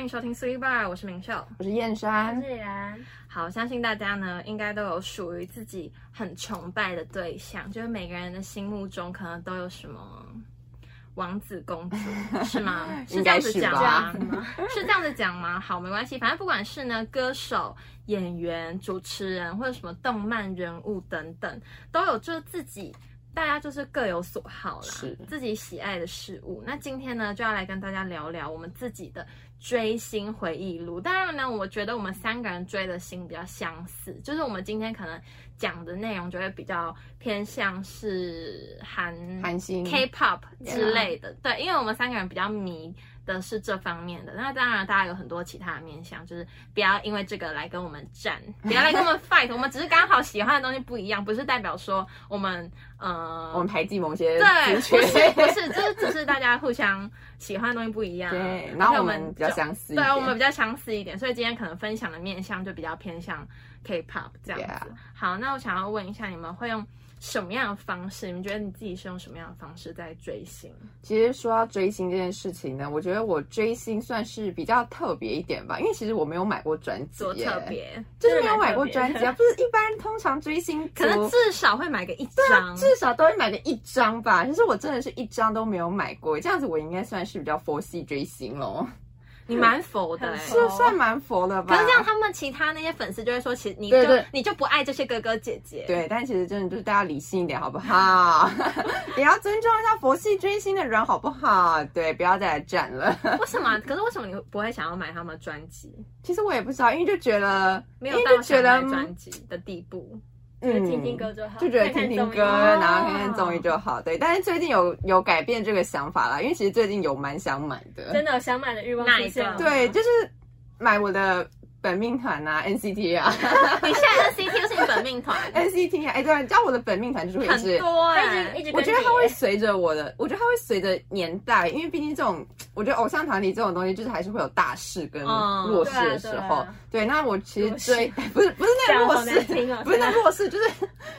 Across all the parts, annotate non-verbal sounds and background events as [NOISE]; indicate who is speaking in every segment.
Speaker 1: 迎收听 Sleep Bar，我是明秀。
Speaker 2: 我是燕
Speaker 3: 自
Speaker 2: 山，
Speaker 3: 然，
Speaker 1: 好，相信大家呢应该都有属于自己很崇拜的对象，就是每个人的心目中可能都有什么王子公主，是吗？
Speaker 2: [LAUGHS]
Speaker 1: 是这样
Speaker 2: 应该
Speaker 1: 子
Speaker 2: 是
Speaker 1: 讲
Speaker 2: 吧
Speaker 1: 吗
Speaker 3: 这样子吗？
Speaker 1: 是这样子讲吗？好，没关系，反正不管是呢歌手、演员、主持人或者什么动漫人物等等，都有就是自己。大家就是各有所好啦
Speaker 2: 是，
Speaker 1: 自己喜爱的事物。那今天呢，就要来跟大家聊聊我们自己的追星回忆录。当然呢，我觉得我们三个人追的星比较相似，就是我们今天可能讲的内容就会比较偏向是韩
Speaker 2: 韩星
Speaker 1: K-pop
Speaker 2: 啊
Speaker 1: 之类的。对，因为我们三个人比较迷的是这方面的。那当然，大家有很多其他的面向，就是不要因为这个来跟我们战，不要来跟我
Speaker 2: [LAUGHS]
Speaker 1: 们 fight。我们只是刚好喜欢的东西不一样，不是代表说我们呃
Speaker 2: 我们排挤某些
Speaker 1: 对，不
Speaker 2: 族群，
Speaker 1: 是不是，就是只是大家互相喜欢的东西不一样。啊
Speaker 2: [LAUGHS] 对，
Speaker 1: 而
Speaker 2: 然后
Speaker 1: 且
Speaker 2: 我
Speaker 1: 们
Speaker 2: 们比较
Speaker 1: 就
Speaker 2: 相似一
Speaker 1: 对，啊
Speaker 2: 点，
Speaker 1: 我们比较相似一点，所以今天可能分享的面向就比较偏向 K-pop 这样子。好，那我想要问一下，你们会用什么样的方式？你们觉得你自己是用什么样的方式在追星？
Speaker 2: 其实说到追星这件事情呢，我觉得我追星算是比较特别一点吧，因为其实我没有买过专辑
Speaker 1: 多
Speaker 2: 耶，
Speaker 1: 特别，
Speaker 2: 就是没有买过
Speaker 3: 真的蛮
Speaker 2: 专
Speaker 3: 特别的
Speaker 2: 辑啊，不是一般通常追星族
Speaker 1: [LAUGHS] 可能至少会买个一张。
Speaker 2: 至少都会买个一张吧，可是我真的是一张都没有买过，这样子我应该算是比较佛系追星喽，
Speaker 1: 你蛮佛的、
Speaker 3: 很
Speaker 1: 欸。
Speaker 3: 佛
Speaker 2: 就算蛮佛了吧。
Speaker 1: 可是这样，他们其他那些粉丝就会说，其实你就
Speaker 2: 对对
Speaker 1: 你就不爱这些哥哥姐姐。
Speaker 2: 对，但其实真的就是大家理性一点好不好？ [LAUGHS] 也要尊重一下佛系追星的人好不好？对，不要再来战了。
Speaker 1: 为什么啊？可是为什么你不会想要买他们的专辑？
Speaker 2: 其实我也不知道，因为就觉得，
Speaker 1: 没
Speaker 2: 因
Speaker 1: 有
Speaker 2: 为
Speaker 1: 到
Speaker 2: 就
Speaker 1: 想
Speaker 2: 觉得嗯
Speaker 1: 买，专辑的地
Speaker 2: [LAUGHS]
Speaker 1: 步。
Speaker 3: 就是听听歌就好，
Speaker 2: 就觉得
Speaker 3: 看看
Speaker 2: 听听
Speaker 3: 综艺
Speaker 2: 歌，然后看看
Speaker 1: 哦
Speaker 2: 综艺就好。对，但是最近有有改变这个想法啦，因为其实最近有蛮想买的。
Speaker 3: 真的有想买的欲望
Speaker 1: 哪一
Speaker 3: 出
Speaker 1: 个
Speaker 3: 现了，
Speaker 2: 对，就是买我的本命团啊，NCT 啊
Speaker 1: 你现在的 CT 是你本命团，
Speaker 2: ，NCT 啊，哎、对，你知道我的本命团就是会一
Speaker 1: 很
Speaker 2: 直。
Speaker 1: 多
Speaker 3: 他
Speaker 1: 哎、
Speaker 3: 一直一直跟
Speaker 2: 我觉得
Speaker 3: 你
Speaker 2: 它会随着我的，我觉得它会随着年代，因为毕竟这种，我觉得偶像团体这种东西，就是还是会有大势跟
Speaker 1: 嗯
Speaker 2: 弱势的时候。对，那我其实
Speaker 3: 啊弱势
Speaker 2: 追不是不是那个
Speaker 3: 讲得
Speaker 2: 弱
Speaker 3: 好
Speaker 2: 势
Speaker 3: 难，听哦，
Speaker 2: 不是那弱势，就是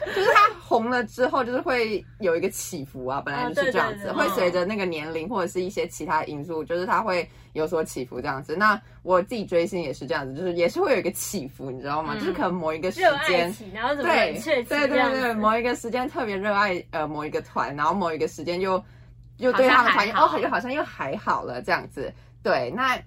Speaker 2: 就是他红了之后，就是会有一个起伏啊，本来就是这样子，
Speaker 3: 啊对对对
Speaker 2: 会随着那个年龄或者是一些其他因素，就是他会有所起伏这样子。那我自己追星也是这样子，就是也是会有一个起伏，你知道吗？
Speaker 1: 嗯
Speaker 2: 就是可能某一个时
Speaker 3: 热爱
Speaker 2: 间。
Speaker 3: 期，然后怎么
Speaker 2: 对
Speaker 3: 冷却期
Speaker 2: 对对
Speaker 3: 这样子
Speaker 2: 对，某一个时间特别热爱呃某一个团，然后某一个时间又又对
Speaker 1: 好像
Speaker 2: 他们
Speaker 1: 还
Speaker 2: 团
Speaker 1: 好
Speaker 2: 哦，又好像又还好了这样子。对，那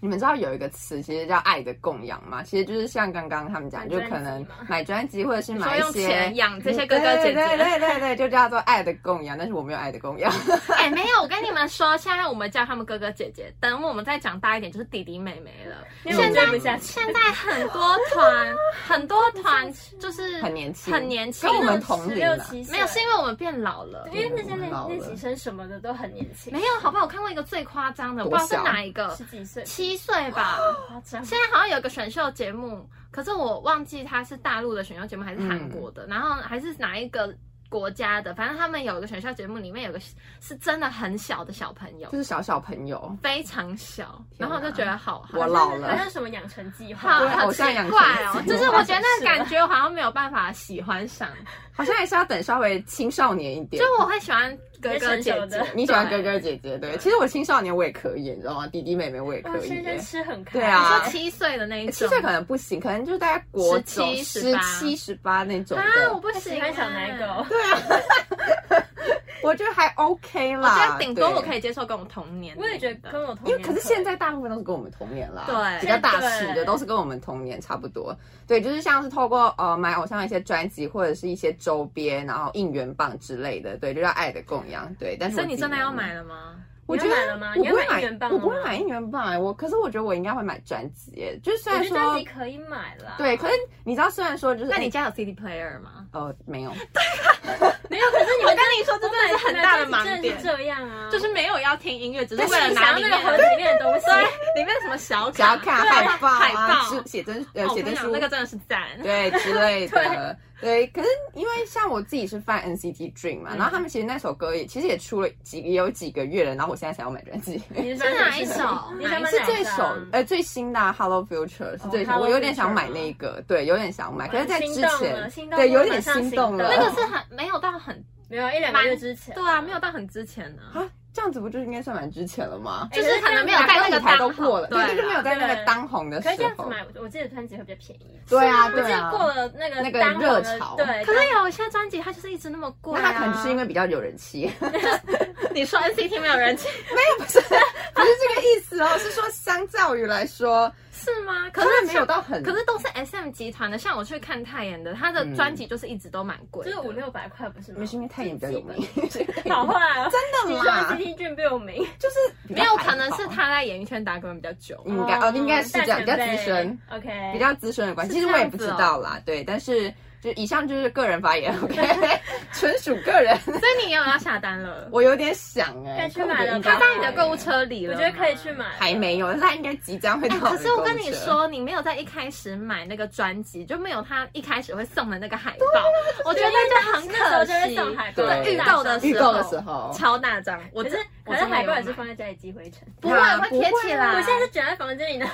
Speaker 2: 你们知道有一个词其实叫“爱的供养”吗？其实就是像刚刚他们讲，
Speaker 3: 买
Speaker 2: 就
Speaker 3: 专辑
Speaker 2: 可能
Speaker 3: 吗
Speaker 2: 买专辑或者是
Speaker 1: 你说
Speaker 2: 买一
Speaker 1: 用
Speaker 2: 些嗯
Speaker 1: 钱养这些哥哥姐姐。
Speaker 2: 对对对对对，就叫做爱的供养，但是我没有爱的供养。
Speaker 1: 哎、没有，我跟你们说，现在我们叫他们哥哥姐姐，等我们再长大一点就是弟弟妹妹了。
Speaker 3: 因为我
Speaker 1: 现
Speaker 3: 追
Speaker 1: 在
Speaker 3: 不下去，
Speaker 1: 现在很多团，很多团就是
Speaker 2: 很年轻
Speaker 1: 嗯很年轻，
Speaker 2: 跟我们同
Speaker 3: 十
Speaker 2: 龄啊
Speaker 3: 六
Speaker 2: 了，
Speaker 3: 七岁，
Speaker 1: 没有是因为我们变老了。
Speaker 3: 因为那些
Speaker 2: 我们
Speaker 3: 练
Speaker 2: 老了
Speaker 3: 练习生什么的都很年轻，
Speaker 1: 没有，好不好？我看过一个最夸张的，我不
Speaker 2: 多
Speaker 1: 知道是
Speaker 2: 小
Speaker 1: 哪一个，
Speaker 3: 十几岁，
Speaker 1: 七岁吧。
Speaker 3: 夸张，
Speaker 1: 现在好像有一个选秀节目，可是我忘记它是大陆的选秀节目还是韩国
Speaker 3: 嗯
Speaker 1: 的，然后还是哪一个国家的，反正他们有一个选秀节目，里面有个是真的很小的小朋友
Speaker 2: 就，是小小朋友，
Speaker 1: 非常小，
Speaker 2: 天哪
Speaker 1: 然后我就觉得好好
Speaker 2: 我老
Speaker 3: 好
Speaker 2: 了。
Speaker 3: 像什么养成计
Speaker 1: 好
Speaker 3: 划，
Speaker 2: 对
Speaker 1: 好
Speaker 2: 偶
Speaker 1: 奇
Speaker 2: 像养成
Speaker 1: 怪哦，
Speaker 2: 计
Speaker 1: 就
Speaker 2: 划
Speaker 1: 是我觉得那个感觉我好像没有办法喜欢
Speaker 3: [LAUGHS]
Speaker 1: 上，
Speaker 2: 好像还是要等稍微青少年一点
Speaker 1: 就。我会喜欢哥哥姐
Speaker 3: 成熟
Speaker 1: 姐
Speaker 3: 的，
Speaker 2: 你喜欢
Speaker 1: 对？
Speaker 2: 哥哥姐姐对？哦其实我青少年我也可以，你知道吗？弟弟妹妹我也
Speaker 3: 哇
Speaker 2: 可以
Speaker 3: 现在
Speaker 2: 耶。
Speaker 3: 吃很开，
Speaker 2: 对
Speaker 1: 你
Speaker 2: 啊
Speaker 1: 说七岁的那一
Speaker 2: 七
Speaker 1: 种，
Speaker 2: 岁可能不行，可能就是大概国中
Speaker 1: 17
Speaker 2: 十七、十八那种
Speaker 1: 啊，我
Speaker 2: 的。
Speaker 1: 不
Speaker 3: 他
Speaker 1: 喜
Speaker 3: 喜欢小奶狗，，
Speaker 1: 啊
Speaker 2: 我觉得还 OK
Speaker 1: 我觉
Speaker 2: 啦，
Speaker 1: 得顶多我可
Speaker 2: 以。
Speaker 1: 以接受跟我同年龄的，
Speaker 3: 我也觉得跟我同
Speaker 2: 因
Speaker 3: 年
Speaker 2: 为可是现在大部分都是跟我们同年啦，
Speaker 1: 对
Speaker 2: 比较大势
Speaker 3: 对
Speaker 2: 的都是跟我们同年差不多。对，就是像是透过呃买偶像的一些专辑或者是一些周边，然后应援棒之类的，对，就叫爱的供养。对，但是
Speaker 1: 所以
Speaker 2: 我
Speaker 1: 你
Speaker 2: 自己
Speaker 1: 真的
Speaker 2: 没有
Speaker 1: 要买了吗？
Speaker 2: 我
Speaker 3: 你
Speaker 2: 觉
Speaker 3: 会
Speaker 2: 得
Speaker 3: 买了吗
Speaker 2: 我
Speaker 3: 你
Speaker 2: 不
Speaker 3: 会
Speaker 2: 会
Speaker 3: 买
Speaker 2: 买
Speaker 3: 应援棒
Speaker 2: 我
Speaker 3: 了
Speaker 2: 不会
Speaker 3: 吗
Speaker 2: 买应援棒、哎，我可是我觉得我应该会买专辑、哎就是虽
Speaker 3: 我
Speaker 2: 然
Speaker 3: 觉得专
Speaker 2: 说
Speaker 3: 辑可以买啦，
Speaker 2: 对，可是你知道，虽然说就是
Speaker 1: 那你
Speaker 2: 哎
Speaker 1: 家有 CD player 吗？
Speaker 2: 呃没有，
Speaker 3: 没有，可是你
Speaker 1: 我
Speaker 3: 们
Speaker 1: 跟你说，这
Speaker 3: [LAUGHS]
Speaker 1: 真的是很大的盲
Speaker 3: 真的
Speaker 1: 点
Speaker 3: 是，这样啊，
Speaker 1: 就是没有要听音乐，只是
Speaker 3: 但
Speaker 1: 为
Speaker 3: 是
Speaker 1: 了
Speaker 3: 你
Speaker 1: 拿
Speaker 3: 想要
Speaker 1: 里
Speaker 3: 那
Speaker 1: 面
Speaker 3: 个盒子里面的东西，
Speaker 1: 里面什么小
Speaker 2: 只要
Speaker 1: 卡
Speaker 2: 看
Speaker 1: 对
Speaker 2: 海报
Speaker 1: 海
Speaker 2: 啊、
Speaker 1: 报
Speaker 2: 书，写真呃
Speaker 1: 哦我
Speaker 2: 写
Speaker 1: 跟你
Speaker 2: 真
Speaker 1: 讲
Speaker 2: 书
Speaker 1: 那个真的啊是赞。
Speaker 2: 对之类的。对，可是因为像我自己是翻 NCT Dream 嘛，然后他们其实那首歌也其实也出了几也有几个月了，然后我现在想要买专辑，
Speaker 3: 你
Speaker 1: 是哪一首
Speaker 3: 你想买
Speaker 2: 是
Speaker 3: 哪
Speaker 2: 这
Speaker 3: 一
Speaker 2: 首呃最新的、啊《Hello Future》是最新，
Speaker 3: Hello
Speaker 2: 我有点想
Speaker 3: Future
Speaker 2: 买
Speaker 3: 吗
Speaker 2: 那个，对，有点想买，可是在之
Speaker 3: 心动了心
Speaker 2: 前对
Speaker 3: 动了
Speaker 2: 有
Speaker 3: 马
Speaker 2: 点
Speaker 3: 上
Speaker 2: 心
Speaker 3: 心
Speaker 2: 动
Speaker 3: 动
Speaker 2: 了，
Speaker 1: 那个是很没有到很
Speaker 3: 啊没有一两个月之前，
Speaker 1: 对啊，没有到很之前呢。
Speaker 2: 啊，这样子不就应该算蛮值钱了吗？
Speaker 1: 哎就是可能没有在那个
Speaker 2: 两舞台
Speaker 1: 当
Speaker 2: 都
Speaker 1: 红
Speaker 2: 过了，
Speaker 1: 对啊
Speaker 2: 对，就是没有在那个当红的时
Speaker 3: 可是这样子
Speaker 2: 候。
Speaker 3: 买，我记得专辑会比较便宜。
Speaker 2: 对啊，
Speaker 3: 我记
Speaker 2: 对
Speaker 3: 得
Speaker 2: 啊。
Speaker 3: 过了那个
Speaker 2: 那个
Speaker 3: 当红的
Speaker 2: 热潮
Speaker 3: 对，
Speaker 1: 可是有些专辑它就是一啊直那么贵、
Speaker 2: 那
Speaker 1: 啊，
Speaker 2: 他可能就是因为比较有
Speaker 1: [LAUGHS]
Speaker 2: 人气，不
Speaker 1: 你说 NCT 没有人气
Speaker 2: 是这个意思哦，是说相较于来说，
Speaker 1: 是吗？可
Speaker 2: 可
Speaker 1: 是
Speaker 2: 是没有
Speaker 1: 像
Speaker 2: 到很，
Speaker 1: 可是都是 SM 集团的，像我去看泰妍的，她的
Speaker 2: 嗯
Speaker 1: 专辑就是一直都蛮贵
Speaker 3: 就
Speaker 1: 的，
Speaker 3: 是五六百块，不是吗？
Speaker 2: 没是因为泰妍比较有名，
Speaker 3: 好坏啊！
Speaker 2: 真
Speaker 3: 你
Speaker 2: 的
Speaker 3: 说
Speaker 2: 啦
Speaker 3: C T 俊比我名，
Speaker 2: 就是比较
Speaker 1: 没有
Speaker 2: 还
Speaker 1: 可能
Speaker 2: 好
Speaker 1: 是她在演艺圈打滚比较久。
Speaker 2: 应该哦，应该是这样，比较
Speaker 3: 大前辈
Speaker 2: 资深，
Speaker 3: OK，
Speaker 2: [LAUGHS] 比较资深的关系。
Speaker 1: 是
Speaker 2: 其
Speaker 1: 这
Speaker 2: 实
Speaker 1: 样子哦
Speaker 2: 我也不知道啦，对，但是就以上就是个人发言，OK，纯
Speaker 1: [LAUGHS]
Speaker 2: 属个人。 [LAUGHS]
Speaker 1: 所以你也有要下单了，
Speaker 2: 我有点想哎、
Speaker 3: 该去买了吧
Speaker 2: 他
Speaker 1: 她在你的购物车里了
Speaker 3: 我
Speaker 1: 吗，
Speaker 3: 觉得可以去买。
Speaker 2: 还没有，但他应该即将会到
Speaker 1: 哎、
Speaker 2: 的购物车、
Speaker 1: 可是我跟你说，你没有在一开始买那个专辑，就没有他一开始会送的那个海报，我觉得就很
Speaker 3: 那时候
Speaker 1: 可
Speaker 3: 就会
Speaker 1: 惜。
Speaker 3: 送海报，
Speaker 2: 对
Speaker 1: 预购的
Speaker 2: 预
Speaker 1: 时
Speaker 2: 购
Speaker 1: 候，
Speaker 2: 的时候，
Speaker 1: 超大张，我
Speaker 3: 可
Speaker 1: 真
Speaker 3: 是
Speaker 1: 我
Speaker 3: 可是
Speaker 1: 真的
Speaker 3: 海报
Speaker 1: 有
Speaker 3: 也是
Speaker 1: 买
Speaker 3: 放在家里积灰尘。
Speaker 1: 不会
Speaker 2: 啊
Speaker 1: 会
Speaker 2: 不
Speaker 1: 贴
Speaker 2: 会
Speaker 1: 起
Speaker 2: 啊
Speaker 1: 来，
Speaker 3: 我现在是卷在房间里的，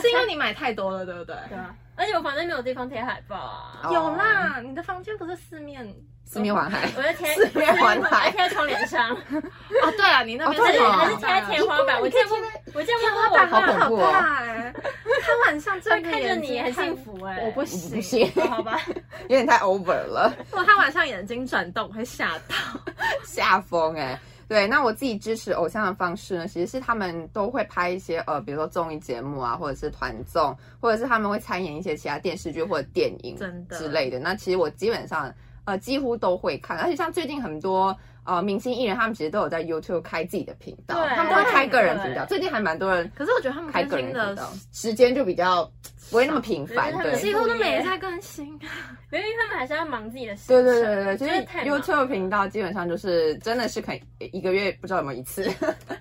Speaker 1: 是因为你买太多了，对不对？
Speaker 3: 对啊，而且我房间没有地方贴海报啊，
Speaker 2: 哦
Speaker 1: 有啦，你的房间不是四面
Speaker 2: 四面环海，
Speaker 3: 我就贴
Speaker 2: 四面环
Speaker 3: 我还
Speaker 2: 海。
Speaker 3: 贴在窗帘上，
Speaker 1: [LAUGHS]
Speaker 2: [LAUGHS]
Speaker 1: 哦，对啊，你那边
Speaker 2: 哦
Speaker 3: 还
Speaker 2: 对
Speaker 3: 是
Speaker 2: 啊
Speaker 3: 还是贴在 [LAUGHS] 天花板。我见过，我见
Speaker 1: 天
Speaker 3: 过
Speaker 1: 花
Speaker 3: 我
Speaker 1: 板
Speaker 2: 好
Speaker 1: 好
Speaker 2: 恐
Speaker 1: 可
Speaker 2: 怖哦
Speaker 1: 怕哎，他晚上
Speaker 3: 他
Speaker 1: 睁
Speaker 3: 看
Speaker 1: 开
Speaker 3: 着
Speaker 1: 眼睛
Speaker 3: 你很
Speaker 1: 看
Speaker 3: 幸，福哎，
Speaker 1: 我不
Speaker 2: 不
Speaker 1: 行，
Speaker 2: 行，
Speaker 3: 哦
Speaker 1: [LAUGHS]
Speaker 3: 好吧，
Speaker 2: [LAUGHS] 有点太 over 了，
Speaker 1: 如果他晚上眼睛转动，我会吓到。
Speaker 2: 下风哎、对，那我自己支持偶像的方式呢，其实是他们都会拍一些呃，比如说综艺节目啊，或者是团综，或者是他们会参演一些其他电视剧或者电影
Speaker 1: 真的
Speaker 2: 之类的。那其实我基本上呃几乎都会看，而且像最近很多呃明星艺人，他们其实都有在 YouTube 开自己的频道，
Speaker 3: 对
Speaker 2: 他们都会开个人频道。
Speaker 3: 对
Speaker 2: 最近还蛮多人
Speaker 1: 可是我觉得他们
Speaker 2: 开
Speaker 1: 更
Speaker 2: 个人
Speaker 1: 新的
Speaker 2: 频道，时间就比较不会那么频繁，
Speaker 3: 对
Speaker 2: 对
Speaker 3: 就是他们。
Speaker 1: 几乎都没在更新。
Speaker 3: 因为他们还是要忙自己的事
Speaker 2: 对
Speaker 3: 情。
Speaker 2: 对对对，就
Speaker 3: 真
Speaker 2: 是
Speaker 3: 的太忙了
Speaker 2: YouTube 频道基本上就是真的是可以一个月不知道有没有一次，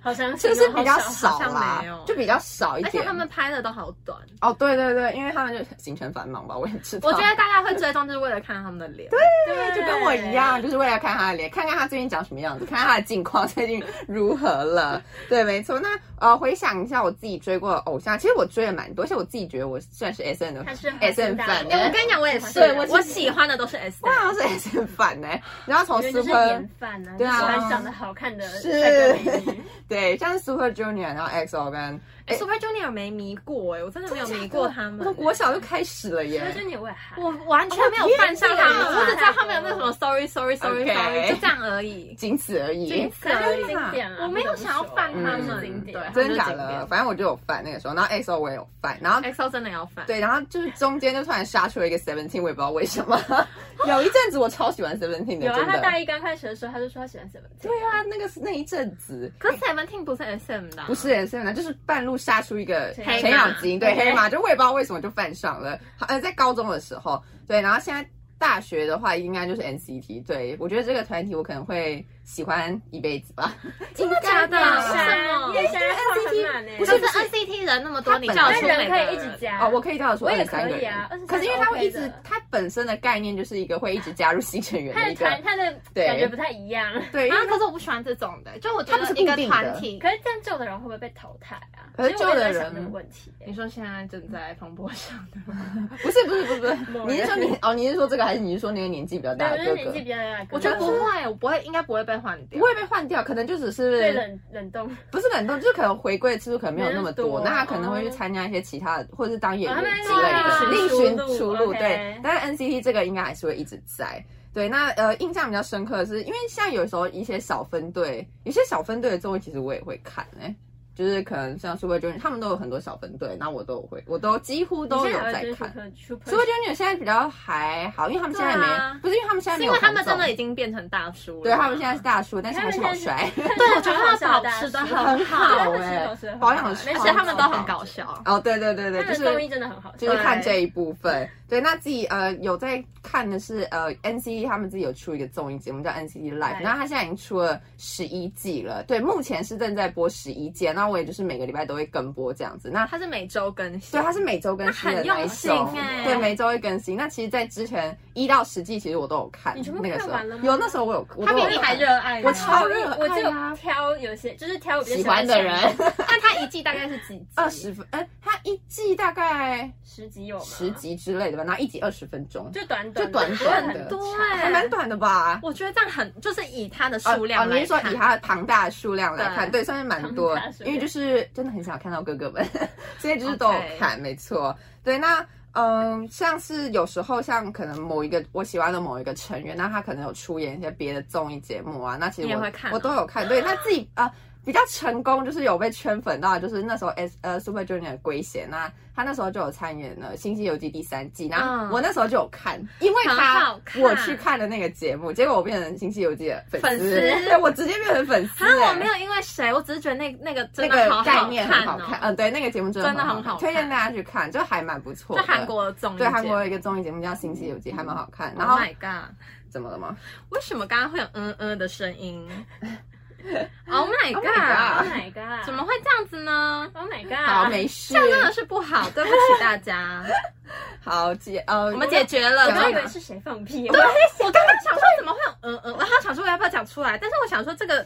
Speaker 3: 好
Speaker 2: [LAUGHS]
Speaker 3: 像
Speaker 2: 就是比较
Speaker 1: 好
Speaker 2: 少
Speaker 1: 像
Speaker 2: 啦
Speaker 1: 没有，
Speaker 2: 就比较少一
Speaker 1: 而且
Speaker 2: 点。
Speaker 1: 他们拍的都好短，
Speaker 2: 哦，对对对，因为他们就行程繁忙吧，我也知道。
Speaker 1: 我觉得大家会追踪就是为了看他们的脸。对，
Speaker 3: 对，
Speaker 2: [LAUGHS] 就跟我一样，就是为了看他的脸，看看他最近长什么样子，看看他的近况最近如何了。对，没错。那呃，回想一下我自己追过的偶像，其实我追了蛮多，而且我自己觉得我算是 S N 的
Speaker 3: 他是
Speaker 2: S N
Speaker 3: 很大
Speaker 2: 粉
Speaker 3: 的
Speaker 2: 呢、
Speaker 1: 哎，
Speaker 2: [LAUGHS]
Speaker 1: 我跟你讲，我也是，
Speaker 2: 对
Speaker 1: 我
Speaker 2: 我哎
Speaker 1: 喜欢的都是 S
Speaker 2: 我好像是 S N 粉呢、然后从
Speaker 3: 我觉得就是
Speaker 2: Super
Speaker 3: 典范啊，
Speaker 2: 对啊
Speaker 3: 喜欢长得好看的
Speaker 2: 是
Speaker 3: 帅哥美
Speaker 2: [LAUGHS]
Speaker 3: 女
Speaker 2: 对，像是 Super Junior，然后 XO 跟
Speaker 1: 哎 Super Junior 没迷过哎，我真的没有迷过他
Speaker 2: 我
Speaker 1: 们
Speaker 2: 从。国小就开始了耶
Speaker 3: 所以。就你我也还
Speaker 1: 我完全没有犯上他们，
Speaker 2: 哦
Speaker 1: 我只知道他们有那什么 sorry sorry sorry
Speaker 2: OK
Speaker 1: sorry，就这样而已。
Speaker 2: 仅此而已，
Speaker 1: 仅此
Speaker 3: 可
Speaker 1: 而
Speaker 3: 是
Speaker 1: 已
Speaker 3: 就是经典啊，
Speaker 1: 我没有想要犯
Speaker 3: 不得不说
Speaker 1: 他
Speaker 2: 们
Speaker 3: 嗯经典
Speaker 1: 对
Speaker 2: 真的啊假
Speaker 1: 他们就经
Speaker 2: 的？
Speaker 1: 典
Speaker 2: 反正我就有犯那个时候，然后 XO 我也有犯，然后
Speaker 1: XO 真的要犯，
Speaker 2: 对，然后就是中间就突然杀出了一个 Seventeen，我也不知道为什么。 [LAUGHS] 有一阵子我超喜欢 Seventeen 的，
Speaker 3: 有啊，
Speaker 2: 真
Speaker 3: 他大
Speaker 2: 的。
Speaker 3: 一刚开始的时候，他就说他喜欢 Seventeen，
Speaker 2: 对啊，那个那一阵子
Speaker 1: 可是 Seventeen 不是 SM 的啊，
Speaker 2: 不是 S M 的，就是半路杀出一个
Speaker 3: 黑马
Speaker 2: 程咬金，对
Speaker 3: 对
Speaker 2: 黑马，就我也不知道为什么就犯上了。好呃，在高中的时候，对，然后现在大学的话应该就是 N C T，对我觉得这个团体我可能会喜欢一辈子吧。
Speaker 1: 真的假的？
Speaker 3: 叶
Speaker 2: 啊
Speaker 1: 什
Speaker 3: 山，
Speaker 1: 么？
Speaker 3: 叶山话很满欸呢，
Speaker 2: 不
Speaker 1: 就是是 NCT 人那么多，
Speaker 2: 他
Speaker 1: 你
Speaker 2: 本
Speaker 1: 叫得
Speaker 2: 来
Speaker 3: 但
Speaker 1: 出每
Speaker 3: 人
Speaker 1: 个
Speaker 3: 可以一直
Speaker 1: 人。
Speaker 3: 加
Speaker 2: 哦，我可以叫得出
Speaker 3: 啊我也
Speaker 2: 二十三个
Speaker 3: 可以
Speaker 2: 人
Speaker 3: 啊23，
Speaker 2: 可是因为他会一直
Speaker 3: OK 的，
Speaker 2: 他本身的概念就是一个会一直加入新成员
Speaker 3: 他
Speaker 2: 的
Speaker 3: 的
Speaker 2: 一个
Speaker 3: 团，他的感觉不太一样。 [LAUGHS]
Speaker 2: 对，因为
Speaker 1: 啊，可是我不喜欢这种的，就我觉
Speaker 2: 他不
Speaker 1: 得
Speaker 2: 是
Speaker 1: 一个
Speaker 2: 固定的
Speaker 1: 团体
Speaker 3: 可是这样旧的人会不会被淘汰啊？
Speaker 2: 可是
Speaker 3: 其实我也
Speaker 2: 旧
Speaker 3: 在
Speaker 2: 的人
Speaker 3: 想这个问题欸
Speaker 1: 你，说现在正在风波上的吗，
Speaker 2: 不是不是不是不是，
Speaker 3: [LAUGHS] 某
Speaker 2: 你是
Speaker 3: 人
Speaker 2: 说你哦？你是说这个还是你是说那个年纪比较大
Speaker 3: 对，
Speaker 2: 的
Speaker 3: 就是
Speaker 2: 哥
Speaker 3: 年
Speaker 2: 哥
Speaker 3: 纪？比较大的哥哥，
Speaker 1: 我觉得不会，我不会，应该不会被换掉。
Speaker 2: 不会被换掉，可能就只
Speaker 3: 被
Speaker 2: 是
Speaker 3: 冷冷冻，
Speaker 2: 不是冷冻，就是可能回归的次数可能没有那么多，
Speaker 3: 没那么多
Speaker 2: 那他可能会去参加一些其他的，或者是当演
Speaker 3: 哦他
Speaker 2: 员
Speaker 3: 们
Speaker 2: 之类的，
Speaker 1: 另
Speaker 2: 另
Speaker 3: 寻
Speaker 2: 寻
Speaker 3: 出
Speaker 2: 出
Speaker 3: 路
Speaker 2: 路。对
Speaker 3: OK，
Speaker 2: 但是 NCT 这个应该还是会一直在。对，那呃，印象比较深刻的是，因为像有时候一些小分队，有些小分队的综艺，其实我也会看哎、就是可能像 Super Junior，他们都有很多小分队，那我都有会，我都几乎 [LAUGHS] 都
Speaker 3: 你
Speaker 2: 有
Speaker 3: 现还
Speaker 2: 在
Speaker 3: 会追
Speaker 2: 看。
Speaker 3: Super-
Speaker 2: [LAUGHS]
Speaker 3: Super-
Speaker 2: Super Junior 现在比较还好，因为他们现在没，
Speaker 1: 对啊
Speaker 2: 不是因为他们现在
Speaker 1: 是
Speaker 2: 没
Speaker 1: 因
Speaker 2: 有
Speaker 1: 为他
Speaker 2: 红中，
Speaker 1: 们真的已经变成大叔了。
Speaker 2: 对他们现在是大叔，但是还是好帅。
Speaker 1: 对，我觉得他们保持的
Speaker 3: [LAUGHS]
Speaker 1: 很好，
Speaker 2: 哎
Speaker 3: 对
Speaker 2: 保养得超
Speaker 1: 而
Speaker 2: 好
Speaker 1: 且他们都很搞笑。
Speaker 2: 哦，对对对
Speaker 3: 他
Speaker 2: 对，就
Speaker 3: 们综艺
Speaker 2: 是
Speaker 3: 真的很好笑，
Speaker 2: 就是看这一部分。对，那自己呃有在看的是呃 NCT 他们自己有出一个综艺节目叫 NCT E Live，
Speaker 3: 对
Speaker 2: 然后他现在已经出了十一季了，对，目前是正在播十一季。那那我也就是每个礼拜都会跟播这样子。那
Speaker 1: 它是每周更新，
Speaker 2: 对，它是每周更新的
Speaker 1: 那很
Speaker 2: 那
Speaker 1: 用
Speaker 2: 一
Speaker 1: 心
Speaker 2: 种，
Speaker 1: 欸
Speaker 2: 对，每周会更新。那其实，在之前一到十季，其实我都有看，
Speaker 3: 你全部
Speaker 2: 那个
Speaker 3: 看
Speaker 2: 时候
Speaker 3: 完了吗
Speaker 2: 有，那时候我有，我
Speaker 1: 它
Speaker 2: 都
Speaker 1: 比
Speaker 2: 有
Speaker 1: 你
Speaker 2: 看
Speaker 1: 还热爱呢，
Speaker 2: 我超
Speaker 3: 我
Speaker 2: 热
Speaker 3: 我只
Speaker 2: 爱啊
Speaker 3: 有挑有些，就是挑我比较
Speaker 2: 喜欢的人，
Speaker 1: [LAUGHS] 但它一季大概是几集？
Speaker 2: [LAUGHS] 二十分，哎，它一季大概
Speaker 3: 十集有吗？
Speaker 2: 十集之类的吧，然后一集二十分钟，
Speaker 3: 就短短
Speaker 2: 就
Speaker 3: 的
Speaker 2: 短
Speaker 3: 不会
Speaker 2: 短
Speaker 3: 很哎
Speaker 2: 的，
Speaker 1: 多欸
Speaker 2: 还蛮短的吧。
Speaker 1: 我觉得这样很，就是以它的
Speaker 2: 哦
Speaker 1: 数量
Speaker 2: 哦，你
Speaker 1: 来
Speaker 2: 是说
Speaker 1: 看，
Speaker 2: 以它的庞大的数量来看，
Speaker 1: 对
Speaker 2: 对，算是蛮多
Speaker 3: 庞大的数，
Speaker 2: 因
Speaker 3: 量
Speaker 2: 为就是真的很想看到哥哥们， [LAUGHS] 所以就是都有
Speaker 1: OK
Speaker 2: 看，没错。对，那嗯，像是有时候像可能某一个我喜欢的某一个成员，那他可能有出演一些别的综艺节目啊，那其实
Speaker 1: 你也
Speaker 2: 我
Speaker 1: 会看哦
Speaker 2: 我都有看，对，那自己啊。呃比较成功就是有被圈粉到，就是那时候 S 呃 Super Junior 的圭贤，那他那时候就有参演了《新西游记》第三季，然
Speaker 1: 嗯
Speaker 2: 后我那时候就有看，因为
Speaker 1: 很
Speaker 2: 他
Speaker 1: 好看
Speaker 2: 我去看的那个节目，结果我变成《新西游记》的粉
Speaker 1: 粉丝
Speaker 2: 对我直接变成粉丝、
Speaker 1: 啊，
Speaker 2: 欸。
Speaker 1: 我没有因为谁，我只是觉得那那个
Speaker 2: 那
Speaker 1: 真的好
Speaker 2: 个
Speaker 1: 好
Speaker 2: 概念很好
Speaker 1: 哦
Speaker 2: 看，嗯，对，那个节目真的
Speaker 1: 真的很
Speaker 2: 好
Speaker 1: 好看
Speaker 2: 推荐大家去看，就还蛮不错
Speaker 1: 就
Speaker 2: 的。
Speaker 1: 韩国的综艺
Speaker 2: 对韩国
Speaker 1: 节目
Speaker 2: 有一个综艺节目叫《新西游记》，还蛮好看。然
Speaker 1: Oh
Speaker 2: 后
Speaker 1: my god！
Speaker 2: 怎么了吗？
Speaker 1: 为什么刚刚会有嗯嗯的声
Speaker 2: [LAUGHS]
Speaker 1: 音？Oh my
Speaker 2: Oh my
Speaker 1: god！
Speaker 3: Oh my
Speaker 2: [LAUGHS]
Speaker 3: god！
Speaker 1: 怎么会这样子呢？
Speaker 3: ？Oh my
Speaker 2: 好，
Speaker 1: 啊
Speaker 3: god！
Speaker 2: 没事
Speaker 1: 这。样真的是不好，对不起大 [LAUGHS] 家。
Speaker 2: 好解呃，
Speaker 1: 我们解决了。
Speaker 2: 我
Speaker 3: 我
Speaker 2: 刚
Speaker 3: 刚
Speaker 2: 刚
Speaker 3: 以
Speaker 1: 就
Speaker 3: 为是谁放屁，
Speaker 1: 我刚刚想说怎么会有嗯嗯，然后想说我要不要讲出来，但是我想说这个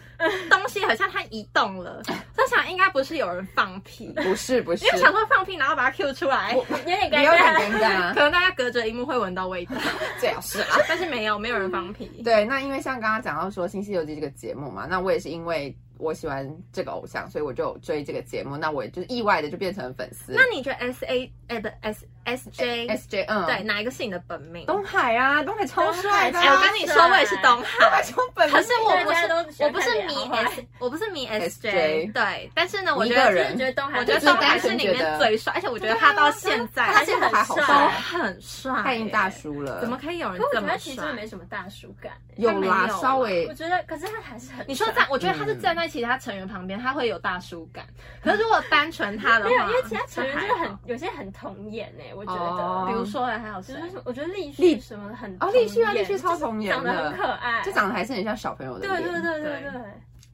Speaker 1: 东西好像它移动 [LAUGHS] 了，在想应该不是有人放屁，
Speaker 2: 不是不
Speaker 1: [LAUGHS]
Speaker 2: 是
Speaker 1: 因为，想说放屁然后把它 Q 出来， [LAUGHS]
Speaker 3: 有点
Speaker 2: 不
Speaker 3: 尴
Speaker 2: 用很
Speaker 3: 尬。
Speaker 2: 尴尬
Speaker 1: 可，能大家隔着荧幕会闻到味道，
Speaker 2: 最好是啊。
Speaker 1: [LAUGHS] 但是没有没有人放屁。
Speaker 2: 对，那因为像刚刚讲到说《新西游记》这个节目嘛，那我也是因为我喜欢这个偶像，所以我就有追这个节目，那我也就是意外的就变成粉丝。
Speaker 1: 那你觉得 S A 哎不 S S J
Speaker 2: S J 嗯，
Speaker 1: 对，哪一个是你的本命？
Speaker 2: 东海啊，东海超帅的啊、
Speaker 1: 哎，我跟你说，我也是东
Speaker 2: 东海
Speaker 1: 海。
Speaker 2: 超本命，
Speaker 1: [LAUGHS] 可是我不
Speaker 3: 大家都
Speaker 1: 是
Speaker 3: 喜
Speaker 1: 我
Speaker 3: 欢
Speaker 1: 不是
Speaker 3: 看脸
Speaker 1: 迷
Speaker 3: 好坏
Speaker 1: S，我不是迷
Speaker 2: SJ
Speaker 1: SJ，对，但是呢，我
Speaker 2: 一
Speaker 1: 觉
Speaker 2: 个
Speaker 1: 得
Speaker 2: 人
Speaker 3: 就是觉得东海，
Speaker 1: 我觉得
Speaker 2: 只是
Speaker 1: 东
Speaker 2: 单
Speaker 1: 哎海是
Speaker 2: 纯
Speaker 1: 里
Speaker 2: 觉得
Speaker 1: 面最帅，而且我觉得啊他到现在
Speaker 2: 他现在还好
Speaker 1: 都
Speaker 2: 帅，欸
Speaker 1: 很帅，
Speaker 2: 太英大叔了，
Speaker 1: 怎么可以有人
Speaker 3: 可我
Speaker 1: 这
Speaker 3: 觉得
Speaker 1: 么
Speaker 3: 他其实
Speaker 1: 帅
Speaker 3: 真的？没什么大叔感。
Speaker 2: 有啦
Speaker 1: 他没有？啊
Speaker 2: 稍微
Speaker 3: 我觉得，可是他还是很
Speaker 1: 你说
Speaker 3: 帅
Speaker 1: 站，我觉得他是站在其他成员旁边，他会有大叔感。可是如果单纯他的
Speaker 3: 没有，
Speaker 1: 话，
Speaker 3: 因为其他成员真的
Speaker 1: 就还
Speaker 3: 很
Speaker 1: 好，
Speaker 3: 有些很童颜哎，我觉
Speaker 2: 哦
Speaker 1: 比
Speaker 3: 得，
Speaker 1: 如说还有
Speaker 3: 比
Speaker 1: 谁
Speaker 3: 如？说我觉得立
Speaker 2: 立
Speaker 3: 旭什么的很
Speaker 2: 哦立旭啊
Speaker 3: 童颜
Speaker 2: 立旭超童颜
Speaker 3: 长得
Speaker 2: 的
Speaker 3: 很可爱，
Speaker 2: 就长得还是很像小朋友的
Speaker 3: 对
Speaker 2: 脸，
Speaker 3: 对对
Speaker 1: 对
Speaker 3: 对对。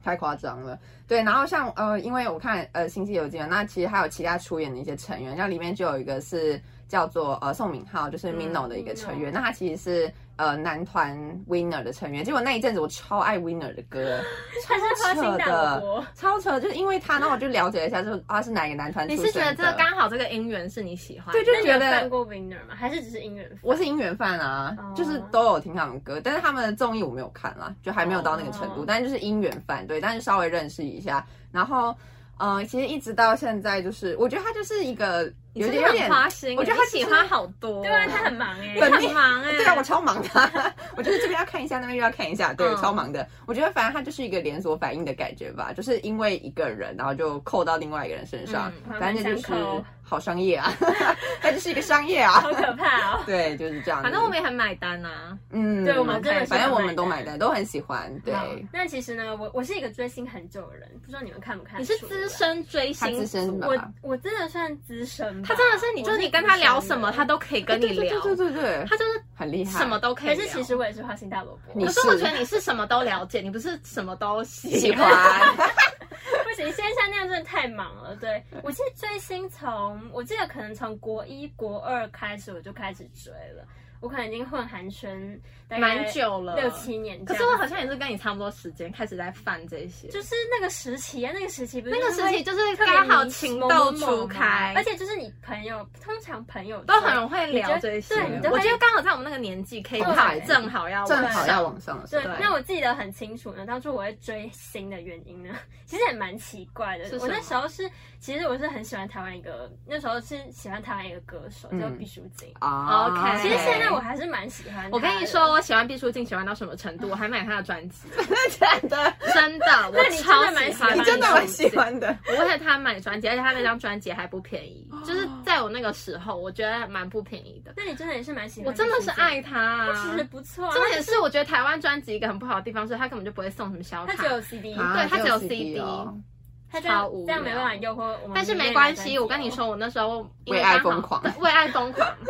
Speaker 2: 太夸张了。对，然后像呃，因为我看呃《新西游记》嘛，那其实还有其他出演的一些成员，像里面就有一个是叫做呃宋敏浩，就是
Speaker 1: 嗯
Speaker 2: Mino 的一个成员，
Speaker 3: Mino
Speaker 2: 那他其实是呃男团 Winner 的成员。结果那一阵子我超爱 Winner 的歌，超
Speaker 3: 他是花
Speaker 2: 扯
Speaker 3: 心大萝
Speaker 2: 的，
Speaker 3: 卜，
Speaker 2: 超扯，就是因为他，那我就了解了一下，就是啊他是哪一个男团出
Speaker 1: 你
Speaker 2: 身的。
Speaker 1: 是觉得这个刚好这个姻缘是你喜欢的？
Speaker 2: 对就
Speaker 3: 那你
Speaker 2: 觉
Speaker 3: 有
Speaker 2: 得
Speaker 3: 看过 Winner 吗？还是只是音乐粉？
Speaker 2: 我是音源饭啊，
Speaker 3: 哦
Speaker 2: 就是都有听他们歌，但是他们的综艺我没有看啦，就还没有到那个程度，
Speaker 3: 哦
Speaker 2: 但就是音源饭对，但是稍微认识一下，然后。嗯，其实一直到现在，就是我觉得他就是一个
Speaker 1: 你
Speaker 2: 有
Speaker 1: 是不
Speaker 2: 点
Speaker 1: 是
Speaker 2: 有
Speaker 1: 很
Speaker 2: 点，
Speaker 1: 花心，
Speaker 2: 我觉得他
Speaker 1: 你喜欢好多，
Speaker 3: 对啊，他很忙哎、
Speaker 2: 本
Speaker 1: 很
Speaker 2: 命
Speaker 1: 忙哎，
Speaker 2: 对啊，我超忙的， [LAUGHS] 我就是这边要看一下，那边又要看一下，对，
Speaker 1: 嗯
Speaker 2: 超忙的。我觉得反正他就是一个连锁反应的感觉吧，就是因为一个人，然后就扣到另外一个人身上，
Speaker 3: 嗯
Speaker 2: 反正这就
Speaker 3: 环环相
Speaker 2: 是 [LAUGHS]
Speaker 3: 扣
Speaker 2: 好商业啊，他就是一个商
Speaker 1: [LAUGHS]
Speaker 2: 业啊
Speaker 3: 好，可怕哦！
Speaker 2: 对，就是这样子。
Speaker 1: 反正我们也很买单啊呐。
Speaker 2: 嗯，
Speaker 3: 对我们真的是
Speaker 2: 反正我们都
Speaker 3: 很买
Speaker 2: 买单，都很喜欢。对，
Speaker 1: 好
Speaker 3: 那其实呢，我我是一个追星很久的人，不知道你们看不看？
Speaker 1: 你是资，深追
Speaker 2: 他
Speaker 1: 星族，
Speaker 2: 资深吧？
Speaker 3: 我我真的算资深吧。
Speaker 1: 他真的是你，就是你跟他聊什么，他
Speaker 3: 都。
Speaker 1: 都可以跟你聊，
Speaker 2: 对对对对对，
Speaker 1: 他就是
Speaker 2: 很厉害。
Speaker 1: 什么都可以聊。
Speaker 3: 可是其实我也是花心大萝卜，
Speaker 2: 你
Speaker 1: 可
Speaker 3: 不
Speaker 1: 是
Speaker 2: 是
Speaker 1: 我觉得你是什么都了解，你不是什么都喜
Speaker 2: 喜欢？
Speaker 3: 行，现在像那样真的太忙了。对我记得追星从我记得可能从国一国二开始我就开始追了，我可能已经混韩圈大概
Speaker 1: 蛮久了，
Speaker 3: 六七年这
Speaker 1: 可
Speaker 3: 样。
Speaker 1: 是我好像也是跟你差不多时间开始在犯这些，
Speaker 3: 就是那个时期啊，那个时期不是
Speaker 1: 那个时期就是是
Speaker 3: 会特别
Speaker 1: 刚好
Speaker 3: 迷
Speaker 1: 情
Speaker 3: 某
Speaker 1: 窦
Speaker 3: 某
Speaker 1: 初
Speaker 3: 某
Speaker 1: 开，
Speaker 3: 而且就是你朋友通常朋友
Speaker 1: 都很
Speaker 3: 圈
Speaker 1: 容易聊这些。
Speaker 3: 你觉得对你都
Speaker 1: 我
Speaker 3: 会
Speaker 1: 觉得刚好在我们那个年纪可以
Speaker 2: 对
Speaker 1: 跑，正好要
Speaker 2: 正
Speaker 1: 往
Speaker 2: 好
Speaker 1: 上
Speaker 2: 要往上的时
Speaker 3: 对
Speaker 2: 候，，
Speaker 3: 那我记得很清楚呢。当初我会追星的原因呢， [LAUGHS] 其实也蛮奇怪的
Speaker 1: 是。
Speaker 3: 我那
Speaker 1: 什
Speaker 3: 时候是，其实我是很喜欢台湾一个，那时候是喜欢台湾一个歌手叫
Speaker 2: 嗯
Speaker 3: 毕淑静。
Speaker 2: 啊 [LAUGHS]
Speaker 1: OK
Speaker 3: 其实现在我
Speaker 2: OK
Speaker 3: 还是蛮喜欢。
Speaker 1: 哎我跟你说，，我喜欢毕书尽，喜欢到什么程度？我还买他的专
Speaker 3: [LAUGHS]
Speaker 1: 辑，
Speaker 2: 真的，
Speaker 1: 真的，我
Speaker 3: 嗯那你真的
Speaker 1: 超
Speaker 3: 蛮
Speaker 1: 喜
Speaker 3: 喜
Speaker 1: 欢
Speaker 3: 欢
Speaker 1: 毕
Speaker 2: 你
Speaker 1: 书尽，
Speaker 2: 真的蛮喜欢的。
Speaker 1: 我为了他买专辑，而且他那张专辑还不便宜，就是在我那个时候，我觉得蛮不便宜的。
Speaker 3: 那你真的也是蛮喜欢。
Speaker 1: 我真的是，爱他、
Speaker 3: 他
Speaker 1: 啊，
Speaker 3: 其实不错啊。
Speaker 1: 重点是我觉得台湾专辑一个很不好的地方是，他根本就不会送什么小
Speaker 3: 他
Speaker 1: 卡
Speaker 3: 只，有 CD，
Speaker 2: 啊
Speaker 1: 对他只有
Speaker 2: CD 哦
Speaker 3: 他就
Speaker 1: 超无
Speaker 3: 这样没
Speaker 1: 聊
Speaker 3: 办法诱惑我们。哦
Speaker 1: 但是没关系，我跟你，说，我那时候因
Speaker 2: 为
Speaker 1: 刚
Speaker 2: 爱
Speaker 1: 好
Speaker 2: 疯狂
Speaker 1: 对为爱疯狂。 [LAUGHS]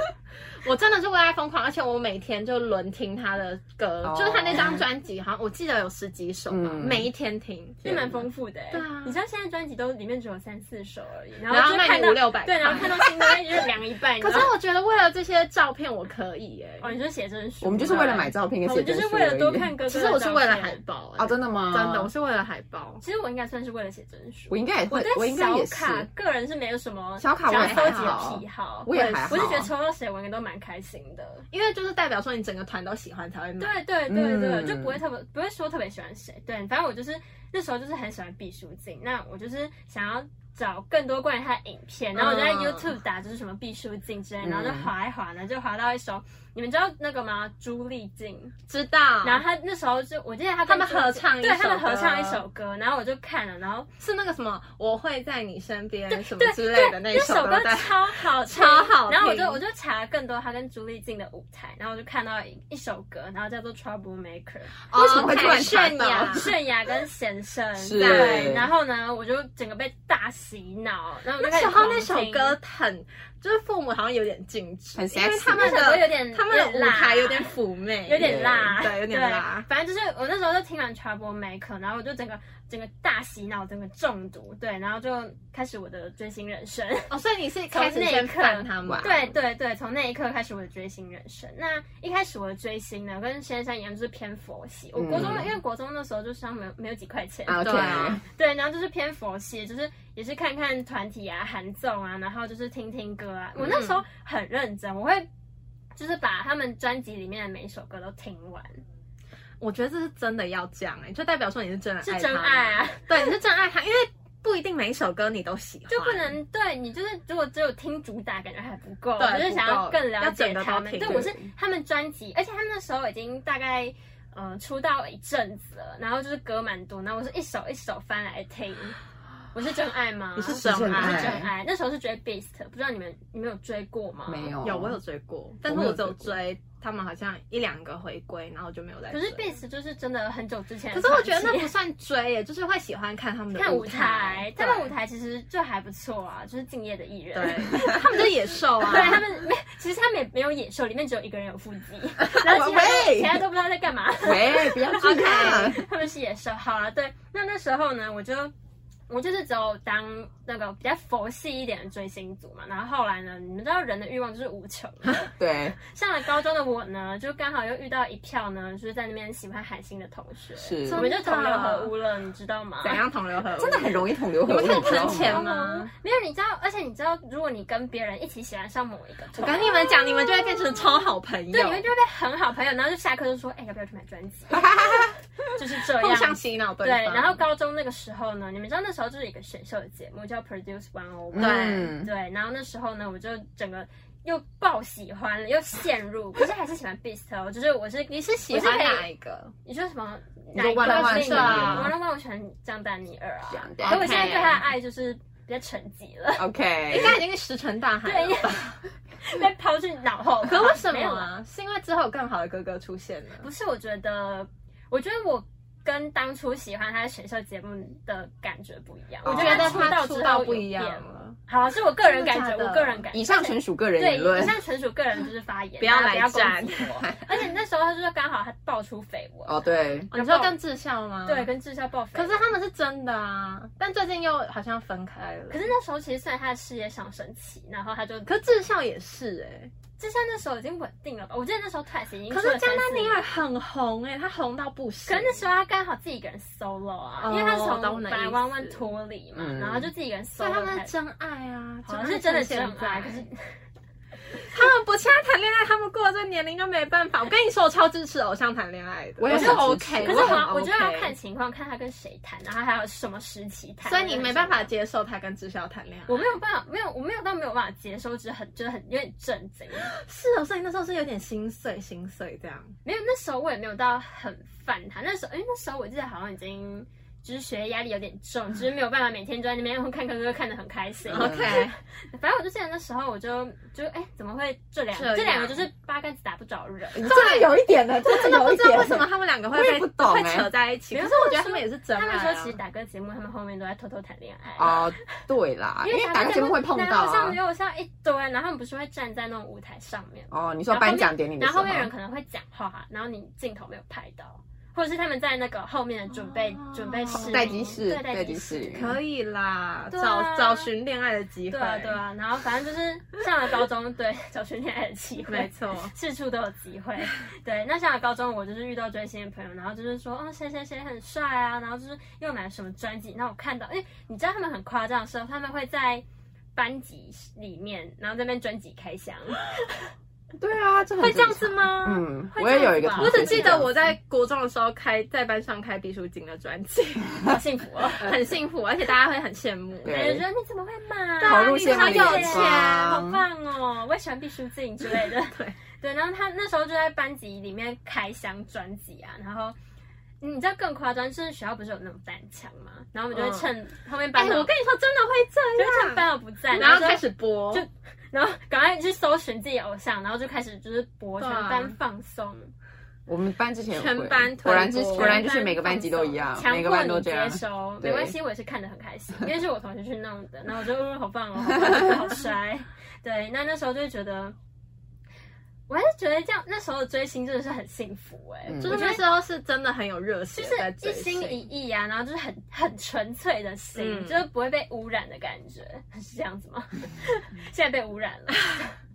Speaker 1: 我真的是为他疯狂，而且我每天就轮听他的歌
Speaker 2: 哦
Speaker 1: 就是他那张专辑，好像我记得有十几首吧，
Speaker 2: 嗯
Speaker 1: 每一天听。
Speaker 2: 天
Speaker 3: 是蛮丰富的、欸。
Speaker 1: 对啊
Speaker 3: 你知道现在专辑都里面只有三四首而已，然
Speaker 1: 然后
Speaker 3: 后就
Speaker 1: 卖你
Speaker 3: 看到
Speaker 1: 500-600
Speaker 3: 对，然后看到新歌就是量一半。
Speaker 1: 可是
Speaker 3: 你知道
Speaker 1: 我觉得为了这些照片，我可以哎、
Speaker 3: 哦，你就写真书，
Speaker 2: 我们就是为了买照片跟
Speaker 3: 我
Speaker 2: 写
Speaker 3: 们就
Speaker 2: 真
Speaker 3: 是
Speaker 2: 书而已，
Speaker 3: 为了多看哥哥的
Speaker 1: 其实我是为了
Speaker 3: 照片
Speaker 1: 海报哎、
Speaker 2: 啊，真的吗？
Speaker 1: 真的，我，是为了海报。
Speaker 3: 其实我应该算是为了写真书
Speaker 2: 我。应该也
Speaker 3: 我
Speaker 2: 会
Speaker 3: 对，
Speaker 2: 我应该
Speaker 3: 小
Speaker 2: 也是，
Speaker 3: 卡个人是没有什么
Speaker 2: 小卡我也
Speaker 3: 想收
Speaker 2: 还
Speaker 3: 集
Speaker 2: 好
Speaker 3: 的癖好，
Speaker 2: 我也还好
Speaker 3: 我是觉得抽到谁我应该都蛮开心的。
Speaker 1: 因为就是代表说你整个团都喜欢才会买。
Speaker 3: 对对对对，
Speaker 2: 嗯
Speaker 3: 就不会特别不会说特别喜欢谁，对，反正我就是那时候就是很喜欢毕书尽，那我就是想要找更多关于他的影片，然后我就在
Speaker 1: 嗯
Speaker 3: YouTube 打就是什么毕书尽之类，然后就
Speaker 2: 嗯
Speaker 3: 划一划呢，就划到一首，你们知道那个吗？朱丽静，
Speaker 1: 知道。
Speaker 3: 然后他那时候就我记得他跟
Speaker 1: 他们
Speaker 3: 朱丽
Speaker 1: 合
Speaker 3: 静
Speaker 1: 唱一
Speaker 3: 对他们
Speaker 1: 首
Speaker 3: 合唱一
Speaker 1: 歌
Speaker 3: 首歌，然后我就看了，然后
Speaker 1: 是那个什么，我会在你身边什么
Speaker 3: 对
Speaker 1: 之类的
Speaker 3: 对
Speaker 1: 一
Speaker 3: 那首
Speaker 1: 首哦
Speaker 3: 歌
Speaker 1: 对不对
Speaker 3: 超好听，
Speaker 1: 超好
Speaker 3: 然后我就
Speaker 1: 听
Speaker 3: 我就查了更多他跟朱丽静的舞台，然后我就看到一一首歌，然后叫做 Trouble Maker，
Speaker 1: 哦
Speaker 2: 为什么会突然
Speaker 1: 太
Speaker 2: 查
Speaker 1: 泫
Speaker 2: 到
Speaker 1: 雅？
Speaker 3: 泫雅跟贤生
Speaker 2: 是
Speaker 3: 对，然后呢，我就整个被大洗脑，然后我就
Speaker 1: 那时候那首
Speaker 3: 开始狂听
Speaker 1: 歌很，就是父母好像有点禁止，
Speaker 2: 很
Speaker 1: 因为
Speaker 2: sexy
Speaker 1: 他们
Speaker 3: 那首歌
Speaker 1: 的
Speaker 3: 有点
Speaker 1: 他们的
Speaker 3: 有点
Speaker 1: 舞
Speaker 3: 辣
Speaker 1: 台有点妩媚，
Speaker 3: 有点辣，
Speaker 1: 对，有点辣。
Speaker 3: 反正就是我那时候就听完 Trouble Maker，然后我就整个整个大洗脑，整个中毒，对，然后就开始我的追星人生。
Speaker 1: 哦，所以你是开始
Speaker 3: 从那一
Speaker 1: 先
Speaker 3: 刻
Speaker 1: 烦他们，
Speaker 3: 对，对对，从那一刻开始我的追星人生。那一开始我的追星呢，跟先生一样，就是偏佛系。我国中、
Speaker 2: 嗯
Speaker 3: 因为国中那时候就是没有没有几块钱，
Speaker 2: 啊，OK，
Speaker 1: 对啊
Speaker 3: 对，然后就是偏佛系，就是也是看看团体啊、韩综啊，然后就是听听歌啊。我那时候很认真，我会就是把他们专辑里面的每一首歌都听完，
Speaker 1: 我觉得这是真的要这样哎，就代表说你是真的
Speaker 3: 是
Speaker 1: 爱
Speaker 3: 真
Speaker 1: 他
Speaker 3: 爱啊。
Speaker 1: 对，你是真爱他，因为不一定每一首歌你都喜欢，
Speaker 3: 就不能对你就是，如果只有听主打，感觉还不够，
Speaker 1: 对
Speaker 3: 就是想要更了解
Speaker 1: 不够要整
Speaker 3: 他
Speaker 1: 个
Speaker 3: 们
Speaker 1: 都。听
Speaker 3: 对，我是他们专辑，而且他们那时候已经大概呃出道一阵子了，然后就是歌蛮多，然后我是一首一首翻来听。我是真爱吗？
Speaker 1: 你是
Speaker 2: 真
Speaker 3: 我
Speaker 2: 爱
Speaker 3: 是真爱。那时候是追 Beast，不知道你们你们有追过吗？
Speaker 2: 没。有
Speaker 1: 有我有追过，但是
Speaker 2: 哦我没有
Speaker 1: 我只有
Speaker 2: 追过
Speaker 1: 追他们好像一两个回归，然后我就没有再
Speaker 3: 可
Speaker 1: 追。
Speaker 3: 是 Beast 就是真的很久之前
Speaker 1: 可
Speaker 3: 的
Speaker 1: 是
Speaker 3: 团
Speaker 1: 我
Speaker 3: 体。
Speaker 1: 觉得那不算追耶，就是会喜欢看他们的
Speaker 3: 看舞
Speaker 1: 台
Speaker 3: 台，，他们
Speaker 1: 对
Speaker 3: 舞台其实就还不错啊，就是敬业的艺人。
Speaker 1: 对，他们就是野兽啊，
Speaker 3: [LAUGHS] 对他们没，其实他们也没有野兽，里面只有一个人有腹肌，
Speaker 1: [LAUGHS]
Speaker 3: 然后其他都
Speaker 2: 喂
Speaker 3: 其他都不知道在干嘛。
Speaker 2: 喂，不要去
Speaker 3: [LAUGHS]
Speaker 2: 看，
Speaker 3: 他们是野兽。好了，对，那那时候呢，我就我就是只有当那个比较佛系一点的追星族嘛。然后后来呢，你们知道人的欲望就是无穷的。
Speaker 1: [LAUGHS]
Speaker 2: 对，
Speaker 3: 上了高中的我呢，就刚好又遇到一票呢，就是在那边喜欢韩星的同学，
Speaker 2: 是
Speaker 3: 我们就同流合污了，你知道吗？
Speaker 1: 怎样同流合污？
Speaker 2: 真的很容易同流合污，
Speaker 1: 你们看
Speaker 2: 知道
Speaker 1: 之前
Speaker 2: 吗
Speaker 1: 吗？
Speaker 3: [LAUGHS] 没有，你知道，而且你知道，如果你跟别人一起喜欢上某一个，
Speaker 1: 我跟你们讲，你们就会变成超好朋友，
Speaker 3: 对，你们就会很好朋友，然后就下课就说，哎、要不要去买专辑？就是这样。
Speaker 1: 互相洗脑对
Speaker 3: 对，
Speaker 1: 方
Speaker 3: 然后高中那个时候呢，你们知道那时候就是有一个选秀节目叫 Produce One O，
Speaker 1: 对
Speaker 2: 嗯
Speaker 3: 对，然后那时候呢，我就整个又爆喜欢了，又陷入，可是还是喜欢 Beast 哦，就是我是你是
Speaker 1: 喜欢哪一个？
Speaker 3: 你说什么？
Speaker 2: 你说
Speaker 3: 哪一
Speaker 2: One on
Speaker 3: 个
Speaker 2: One
Speaker 3: 是
Speaker 2: 是
Speaker 3: 你
Speaker 1: 吗
Speaker 3: ？One on One 我喜欢江丹尼尔啊，
Speaker 2: 讲
Speaker 3: 可
Speaker 2: 的
Speaker 3: 我现在
Speaker 1: OK
Speaker 3: 对他的爱就是比较沉寂了，
Speaker 1: 应
Speaker 2: OK，
Speaker 1: 该已经是石沉大海
Speaker 3: 对
Speaker 1: 了。，
Speaker 3: [LAUGHS] 被抛去脑后。
Speaker 1: 可为什
Speaker 3: 没
Speaker 1: 么
Speaker 3: 有啦
Speaker 1: 啊？是因为之后有更好的哥哥出现了？
Speaker 3: 不是，我觉得，我觉得我跟当初喜欢他的选秀节目的感觉不一样。
Speaker 2: 哦
Speaker 3: 我
Speaker 1: 我
Speaker 3: 觉
Speaker 1: 觉
Speaker 3: 得
Speaker 1: 得
Speaker 3: 出
Speaker 1: 他
Speaker 3: 道
Speaker 1: 出
Speaker 3: 之
Speaker 1: 道
Speaker 3: 后
Speaker 1: 不
Speaker 3: 有
Speaker 1: 一样
Speaker 3: 变
Speaker 1: 了，
Speaker 3: 好，是我个人感觉，
Speaker 1: 真的假
Speaker 3: 我
Speaker 1: 的
Speaker 3: 个人感觉。
Speaker 2: 以上纯属个人
Speaker 3: 对，
Speaker 2: 言论
Speaker 3: 以，上纯属个人就是发言，
Speaker 1: 不要
Speaker 3: 大家
Speaker 1: 来
Speaker 3: 不要攻
Speaker 1: 战
Speaker 3: 击我。而且那时候他就是刚好他爆出绯闻，
Speaker 2: 哦，对，
Speaker 1: 哦你说跟智孝吗？
Speaker 3: 对，。跟智孝爆绯
Speaker 1: 可
Speaker 3: 闻。
Speaker 1: 是他们是真的啊，但最近又好像分开了。
Speaker 3: 可是那时候其实算他的事业上升期，然后他就，
Speaker 1: 可是智孝也是哎、
Speaker 3: 智孝那时候已经稳定了吧？我记得那时候 Twice 已经
Speaker 1: 可
Speaker 3: 出
Speaker 1: 是
Speaker 3: 了
Speaker 1: 江
Speaker 3: 三
Speaker 1: 丹
Speaker 3: 四
Speaker 1: 尼
Speaker 3: 年
Speaker 1: 尔很红哎、他红到不行。
Speaker 3: 可是那时候他刚好自己一个人 solo 啊，
Speaker 1: 哦
Speaker 3: 因为他是从
Speaker 1: 懂你的
Speaker 3: 本来
Speaker 1: 意思
Speaker 3: 弯弯脱离嘛，
Speaker 2: 嗯
Speaker 3: 然后就自己一个人
Speaker 1: 所以他
Speaker 3: solo
Speaker 1: 们
Speaker 3: 才
Speaker 1: 是真爱啊，
Speaker 3: 好像是真的真爱，
Speaker 1: 爱。
Speaker 3: 可是
Speaker 1: 他们不现在谈恋爱，他们过了这年龄就没办法。我跟你说，我超支持偶像谈恋爱的，
Speaker 2: 我也
Speaker 1: 是
Speaker 2: 很支持
Speaker 1: OK，
Speaker 3: 可是
Speaker 1: 我
Speaker 3: 我
Speaker 1: 很
Speaker 3: 要我觉得要
Speaker 1: OK
Speaker 3: 看情况，看他跟谁谈，然后还有什么时期谈，
Speaker 1: 所以你没办法。接受他跟智孝谈恋爱。
Speaker 3: 我没有办法，没有，我没有到没有办法接受，只是很，就是很有点震惊。
Speaker 1: 是哦，所以那时候是有点心碎，心碎这样。
Speaker 3: 没有，那时候我也没有到很烦他。那时候，因为那时候我记得好像已经就是学业压力有点重，就是没有办法每天就在那边看哥哥看得很开心。
Speaker 1: OK，
Speaker 3: 反正我就记得那时候我就就哎、怎么会这两
Speaker 1: 这样
Speaker 3: 这两个就是八八竿子打不着人。
Speaker 2: 你这个有一点呢，这
Speaker 1: 真的
Speaker 2: 个
Speaker 1: 不
Speaker 2: 有一
Speaker 1: 知道
Speaker 2: 点
Speaker 1: 为什么他们两个会
Speaker 2: 我
Speaker 1: 被
Speaker 2: 也不懂
Speaker 1: 会
Speaker 2: 欸
Speaker 1: 扯在一起。
Speaker 3: 没
Speaker 1: 可
Speaker 3: 有
Speaker 1: 是我觉得他们也是真爱、啊。
Speaker 3: 他们说，其实打歌节目，他们后面都在偷偷谈恋爱啊。
Speaker 2: 哦，对啦，因为打个节目会碰到
Speaker 3: 男偶像、
Speaker 2: 啊
Speaker 3: 女。偶像一堆，然后他们不是会站在那种舞台上面吗，
Speaker 2: 哦，你说啊颁奖典礼的
Speaker 3: 然
Speaker 2: 时
Speaker 3: 后
Speaker 2: 候
Speaker 3: 后，面人可能会讲话，然后你镜头没有拍到，或者是他们在那个后面的准备、
Speaker 1: 哦
Speaker 3: 准备室
Speaker 2: 待机室
Speaker 3: 对待
Speaker 2: 待
Speaker 3: 机
Speaker 2: 机室
Speaker 3: 室。
Speaker 1: 可以啦，
Speaker 3: 对
Speaker 1: 找
Speaker 3: 啊
Speaker 1: 找寻恋爱的机会。
Speaker 3: 对啊，对啊，然后反正就是上了高中，对，找寻恋爱的机会，
Speaker 1: 没错。
Speaker 3: 四处都有机会。对，那上了高中，我就是遇到追星的朋友，然后就是说，哦，谁谁谁很帅啊，然后就是又买了什么专辑。那我看到，哎，你知道他们很夸张的时候，他们会在班级里面，然后在那边专辑开箱，
Speaker 2: 对啊，这很
Speaker 3: 会这样
Speaker 2: 正
Speaker 3: 子
Speaker 2: 常？
Speaker 3: 吗？
Speaker 2: 嗯，
Speaker 3: 会
Speaker 2: 我也
Speaker 3: 这样
Speaker 2: 有一
Speaker 3: 子
Speaker 2: 个
Speaker 3: 吧
Speaker 2: 同
Speaker 1: 我
Speaker 2: 学
Speaker 1: 只
Speaker 2: 是
Speaker 1: 记
Speaker 2: 这样
Speaker 1: 得
Speaker 2: 子
Speaker 1: 我在国中的时候开在班上开毕书尽的专 [LAUGHS] 辑，
Speaker 3: 好幸福哦。
Speaker 1: 很幸福，而且大家会很羡慕。哎
Speaker 2: 对
Speaker 3: 有人说你怎么会买？
Speaker 1: 对
Speaker 2: 投
Speaker 1: 啊
Speaker 2: 入
Speaker 1: 你
Speaker 2: 羡慕
Speaker 1: 好
Speaker 2: 的
Speaker 1: 有
Speaker 2: 眼
Speaker 1: 钱
Speaker 2: 光
Speaker 3: 好棒哦！我也喜欢毕书尽之类的。
Speaker 1: 啊 [LAUGHS] 对
Speaker 3: 对，然后他那时候就在班级里面开箱专辑啊，然后。你知道更夸张，就是学校不是有那种弹墙吗？然后我们就会趁后面
Speaker 1: 哎、
Speaker 3: 班长，
Speaker 1: 我跟你说，真的会
Speaker 3: 就
Speaker 1: 这
Speaker 3: 会趁
Speaker 1: 样。
Speaker 3: 班长不在，
Speaker 1: 然后
Speaker 3: 就
Speaker 1: 开，始播，
Speaker 3: 就然后赶快去搜寻自己的偶像，然后就开始就是播全
Speaker 1: 对啊
Speaker 3: 班放松，
Speaker 2: 我们班之前有
Speaker 1: 全
Speaker 2: 会
Speaker 1: 班
Speaker 2: 果然
Speaker 1: 推
Speaker 2: 是
Speaker 1: 播
Speaker 2: 果然就是每个
Speaker 3: 全班
Speaker 2: 班级都一样
Speaker 3: 放，松
Speaker 2: 每个
Speaker 3: 强迫
Speaker 2: 班都
Speaker 3: 你
Speaker 2: 这样 [LAUGHS]
Speaker 3: 接。收，没
Speaker 2: 对
Speaker 3: 关系，我也是看得很开心，因为是我同学去弄的，然后我就嗯，
Speaker 2: [LAUGHS]
Speaker 3: 好棒哦，好棒哦好帅，对，那那时候就觉得。我还是觉得这样，那时候追星真的是很幸福哎、
Speaker 2: 嗯
Speaker 3: 就
Speaker 1: 就是是
Speaker 3: 那
Speaker 1: 那时候是真的很有热
Speaker 3: 就
Speaker 1: 血在
Speaker 3: 是
Speaker 1: 追
Speaker 3: 一心一意啊，然后就是很很纯粹的心，
Speaker 1: 嗯
Speaker 3: 就是不会被污染的感觉， [LAUGHS] 是这样子吗？ [LAUGHS] 现在被污染了，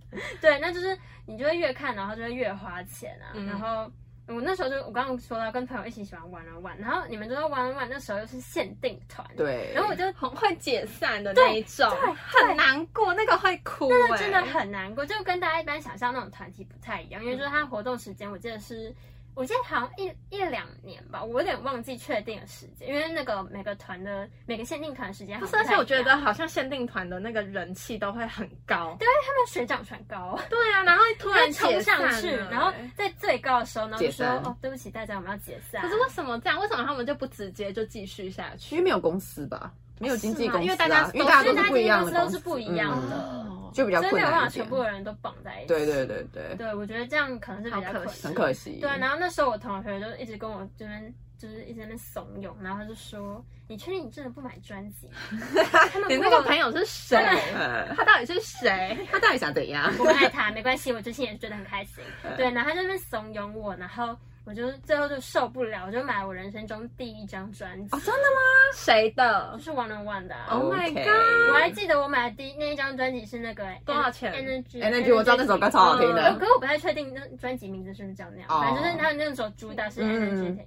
Speaker 3: [LAUGHS] 对，那就是你就会越看，然后就会越花钱啊，
Speaker 1: 嗯
Speaker 3: 然后。我那时候就我刚刚说到跟朋友一起喜欢玩玩啊玩，然后你们知道玩玩玩那时候又是限定团，，
Speaker 2: 对，
Speaker 3: 然后我就
Speaker 1: 很会解散的那一种，很难过，那个会哭、欸，
Speaker 3: 那个真的很难过，就跟大家一般想象那种团体不太一样，
Speaker 2: 嗯
Speaker 3: 因为就是它活动时间，我记得是，我记得好像一一两年吧，我有点忘记确定的时间，因为那个每个团的每个限定团时间
Speaker 1: 不
Speaker 3: 好
Speaker 1: 是，而
Speaker 3: 像不
Speaker 1: 且
Speaker 3: 太
Speaker 1: 我觉
Speaker 3: 一样
Speaker 1: 得好像限定团的那个人气都会很高，
Speaker 3: 他们水涨船高，
Speaker 1: 对啊，然后突
Speaker 3: 突
Speaker 1: 然
Speaker 3: 冲上去，
Speaker 1: 解散了
Speaker 3: 然后在最高的时候，然后就
Speaker 2: 欸解
Speaker 3: 说
Speaker 2: 散
Speaker 3: 哦，对不起大家，我们要解散。
Speaker 1: 可是为什么这样？为什么他们就不直接就继续下
Speaker 2: 因为
Speaker 1: 去？
Speaker 2: 没有公司吧，没有经纪公司啊，
Speaker 1: 因为大家
Speaker 2: 因为大
Speaker 1: 都
Speaker 2: 家都
Speaker 3: 因
Speaker 2: 是
Speaker 3: 为
Speaker 2: 不一
Speaker 3: 家
Speaker 2: 样的
Speaker 3: 公司都
Speaker 2: 公
Speaker 3: 是
Speaker 2: 司，
Speaker 3: 不一样的，嗯
Speaker 1: 哦
Speaker 2: 就比较
Speaker 3: 所以没
Speaker 2: 困
Speaker 3: 有办法
Speaker 2: 难一
Speaker 3: 全
Speaker 2: 点
Speaker 3: 部。的人都绑在一起。
Speaker 2: 对对对对，
Speaker 3: 对，我觉得这样可能是比较
Speaker 1: 好可惜
Speaker 2: 很
Speaker 3: 困难。
Speaker 2: 可惜。
Speaker 3: 对，啊然后那时候我同学就一直跟我这边。就是一直在那边怂恿，然后他就说：“你确定你真的不买专辑 [LAUGHS] 吗？”他们
Speaker 1: 你那
Speaker 3: 如果
Speaker 1: 个朋友是谁？啊
Speaker 2: [LAUGHS] 呃，
Speaker 1: 他到底是谁？
Speaker 2: 哎他到底想怎样？
Speaker 3: 我们爱他，没关系，我最近也是觉得很
Speaker 2: [LAUGHS]
Speaker 3: 开心。对，然后他就在那边怂恿我，然后我就最后就受不了，我就买我人生中第一张专辑，
Speaker 1: 真的吗？谁的
Speaker 2: 哦
Speaker 3: 就？是 One on One 的啊、
Speaker 1: Oh my
Speaker 2: OK
Speaker 1: god
Speaker 3: 我还记得我买的第一那一张专辑是那个
Speaker 1: 多少钱
Speaker 3: Energy
Speaker 2: Energy，我知道那首歌超好听
Speaker 3: 呃
Speaker 2: 的
Speaker 3: 可，是我不太确定那专辑名字是不是叫那样，
Speaker 2: 哦
Speaker 3: 反正就是他那首主打是
Speaker 2: 嗯
Speaker 3: Energy。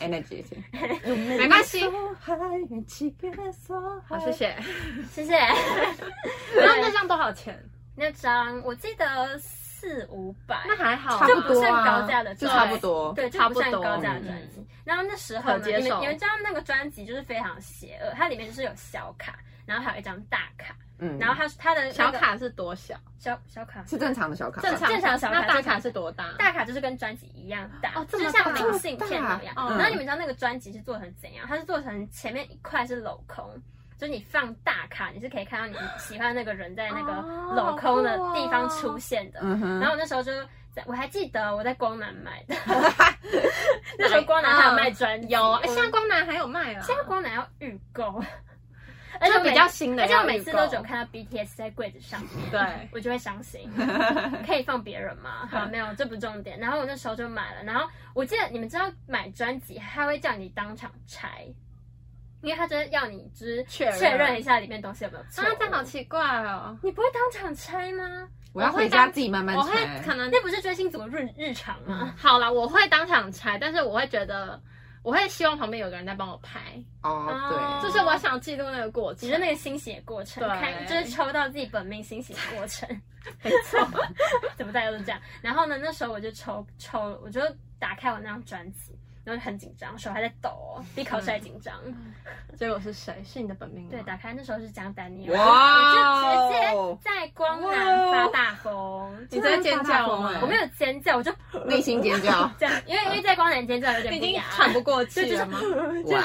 Speaker 3: Energy，
Speaker 2: [LAUGHS] Energy，
Speaker 1: 没关系，好
Speaker 2: 好
Speaker 1: 谢。谢。
Speaker 3: 谢 [LAUGHS] 谢。
Speaker 1: 然后那张多少钱？
Speaker 3: 那张我记得四五百，
Speaker 1: 那还好啊，
Speaker 2: 差不
Speaker 3: 就不
Speaker 2: 多
Speaker 3: 算
Speaker 2: 啊，
Speaker 3: 高价的
Speaker 2: 就
Speaker 3: 对
Speaker 2: 差不多。
Speaker 3: 对，就
Speaker 1: 差
Speaker 3: 不
Speaker 1: 不
Speaker 3: 算
Speaker 1: 多
Speaker 3: 高价的专辑。然后那时候
Speaker 1: 可
Speaker 3: 呢你
Speaker 1: 接
Speaker 3: 们
Speaker 1: 受
Speaker 3: 你们知道那个专辑就是非常邪恶，它里面就是有小卡，然后还有一张大卡，
Speaker 2: 嗯，
Speaker 3: 然后它它的那个
Speaker 1: 小卡是多小？
Speaker 3: 小小卡
Speaker 2: 是正常的小卡吧，
Speaker 1: 正常
Speaker 3: 正常小卡
Speaker 1: 那大卡是多大？
Speaker 3: 大卡就是跟专辑一样大，
Speaker 1: 哦
Speaker 3: 就
Speaker 1: 这
Speaker 3: 是
Speaker 1: 么
Speaker 3: 像
Speaker 1: 大哦嗯
Speaker 3: 明信片那样。
Speaker 1: 这么大
Speaker 3: 然后你们知道那个专辑是做成怎样？它是做成前面一块是镂空，就是你放大卡，你是可以看到你喜欢那个人在那个
Speaker 1: 哦
Speaker 3: 镂空的
Speaker 1: 好酷哦
Speaker 3: 地方出现的。
Speaker 2: 嗯哼
Speaker 3: 然后我那时候就在，我还记得我在光南买
Speaker 1: [LAUGHS]
Speaker 3: 的，那时候光南还有卖专辑，
Speaker 1: 有，
Speaker 3: 我
Speaker 1: 哎现在光南还有卖啊，
Speaker 3: 现在光南要预购，而
Speaker 1: 而
Speaker 3: 且我每
Speaker 1: 且比较新的
Speaker 3: 而且
Speaker 1: 要
Speaker 3: 我
Speaker 1: 预购，
Speaker 3: 每次都只有看到 BTS 在柜子上面。
Speaker 1: 对，
Speaker 3: 我就会
Speaker 1: [LAUGHS]
Speaker 3: 伤心。可以放别人吗？好，没有，这不重点。然后我那时候就买了，然后我记得你们知道买专辑，他会叫你当场拆，因为他就是要你就是
Speaker 1: 确认
Speaker 3: 确认一下里面东西有没有错。
Speaker 1: 啊，这样好奇怪哦。
Speaker 3: 你不会当场拆吗？
Speaker 2: 我要
Speaker 1: 我会
Speaker 2: 回家
Speaker 1: 当
Speaker 2: 自己慢慢
Speaker 1: 我会
Speaker 2: 拆。
Speaker 1: 可能
Speaker 3: 那不是追星族的日日常吗？
Speaker 1: 好啦，我会当场拆，但是我会觉得，我会希望旁边有个人在帮我拍，
Speaker 2: 哦，
Speaker 1: 就
Speaker 2: 对，
Speaker 1: 是我想记录那个过
Speaker 3: 只
Speaker 1: 程
Speaker 3: 是。那个欣喜的过程，
Speaker 1: 对
Speaker 3: 看就是抽到自己本命欣喜的过程，
Speaker 1: [LAUGHS] 没错，
Speaker 3: [LAUGHS] 怎么大家都这样？然后呢，那时候我就抽抽，我就打开我那张专辑，然后很紧张，手还在抖、哦，比考试还紧张。
Speaker 1: 嗯结果是谁？是你的本命吗
Speaker 3: 对，打开那时候是江丹妮，
Speaker 2: 哇哦
Speaker 3: 我就直接在光南发大疯，
Speaker 1: 哦你在尖叫吗？
Speaker 3: 我没有尖叫，我就，
Speaker 2: 啊内心尖叫
Speaker 3: 这样，因为因为在光南尖叫有
Speaker 1: 你已
Speaker 3: 点不
Speaker 1: 经
Speaker 3: 雅，
Speaker 1: 喘不过气了吗？
Speaker 2: 哇，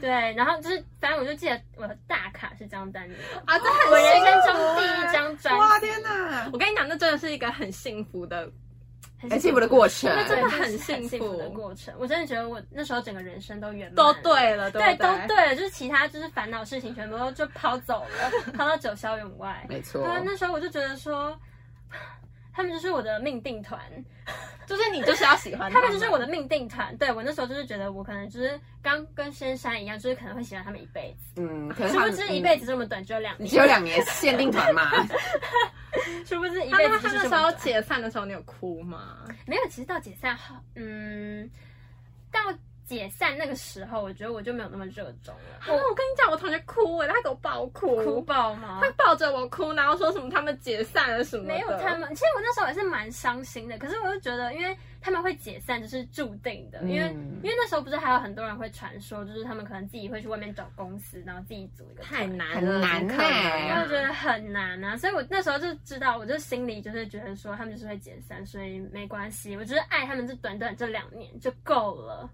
Speaker 3: 对，然后就是反正我就记得我的大卡是这张单的，
Speaker 1: 啊，这很
Speaker 3: 我人
Speaker 1: 幸
Speaker 3: 生
Speaker 1: 福
Speaker 3: 中第一张专
Speaker 2: 哇
Speaker 3: 辑，
Speaker 2: 天哪！
Speaker 1: 我跟你讲，那真的是一个很幸福的，
Speaker 2: 很幸福的过程
Speaker 3: 那真的
Speaker 1: 对
Speaker 3: 很
Speaker 1: 很幸
Speaker 3: 幸福
Speaker 1: 福
Speaker 3: 的过程。我真的觉得我那时候整个人生都圆满，
Speaker 1: 都。对了，
Speaker 3: 对，
Speaker 1: 对不
Speaker 3: 都对了，就是其他就是烦恼事情全部都就抛走了，抛到九霄云外。
Speaker 2: 没错
Speaker 3: 对，啊，那时候我就觉得说，他们就是我的命定团，
Speaker 1: 就是你就是要喜欢
Speaker 3: 他们就是我的命定团。对我那时候就是觉得我可能就是刚跟深山一样，就是可能会喜欢他们一辈子，
Speaker 2: 嗯，可能
Speaker 3: 殊
Speaker 2: 他
Speaker 3: 不
Speaker 2: 们
Speaker 3: 知
Speaker 2: 嗯
Speaker 3: 一辈子这么短，只有两
Speaker 2: 你
Speaker 3: 年，
Speaker 2: 只有两年限定团嘛？
Speaker 3: 殊不知一
Speaker 1: 他
Speaker 3: 辈
Speaker 1: 那
Speaker 3: 子
Speaker 1: 他
Speaker 3: 就是
Speaker 1: 那
Speaker 3: 这么
Speaker 1: 时候
Speaker 3: 短
Speaker 1: 解散的时候，你有哭吗？
Speaker 3: 没有，其实到解散后，嗯，到解散那个时候，我觉得我就没有那么热衷了，
Speaker 1: 我我跟你讲，我同学哭欸了，他给我爆哭，
Speaker 3: 哭爆吗
Speaker 1: 他？抱着我哭，然后说什么他们解散了什么的
Speaker 3: 没有他们，其实我那时候也是蛮伤心的。可是我又觉得，因为他们会解散，就是注定的。因为
Speaker 2: 嗯
Speaker 3: 因为那时候不是还有很多人会传说，就是他们可能自己会去外面找公司，然后自己组一个团
Speaker 1: 太。难
Speaker 2: 很
Speaker 1: 了，
Speaker 2: 难
Speaker 1: 怎么可能
Speaker 2: 欸
Speaker 3: 我
Speaker 1: 啊
Speaker 3: 就觉得很难啊，所以我那时候就知道，我就心里就是觉得说他们就是会解散，所以没关系，我就是爱他们这短短这两年就够了，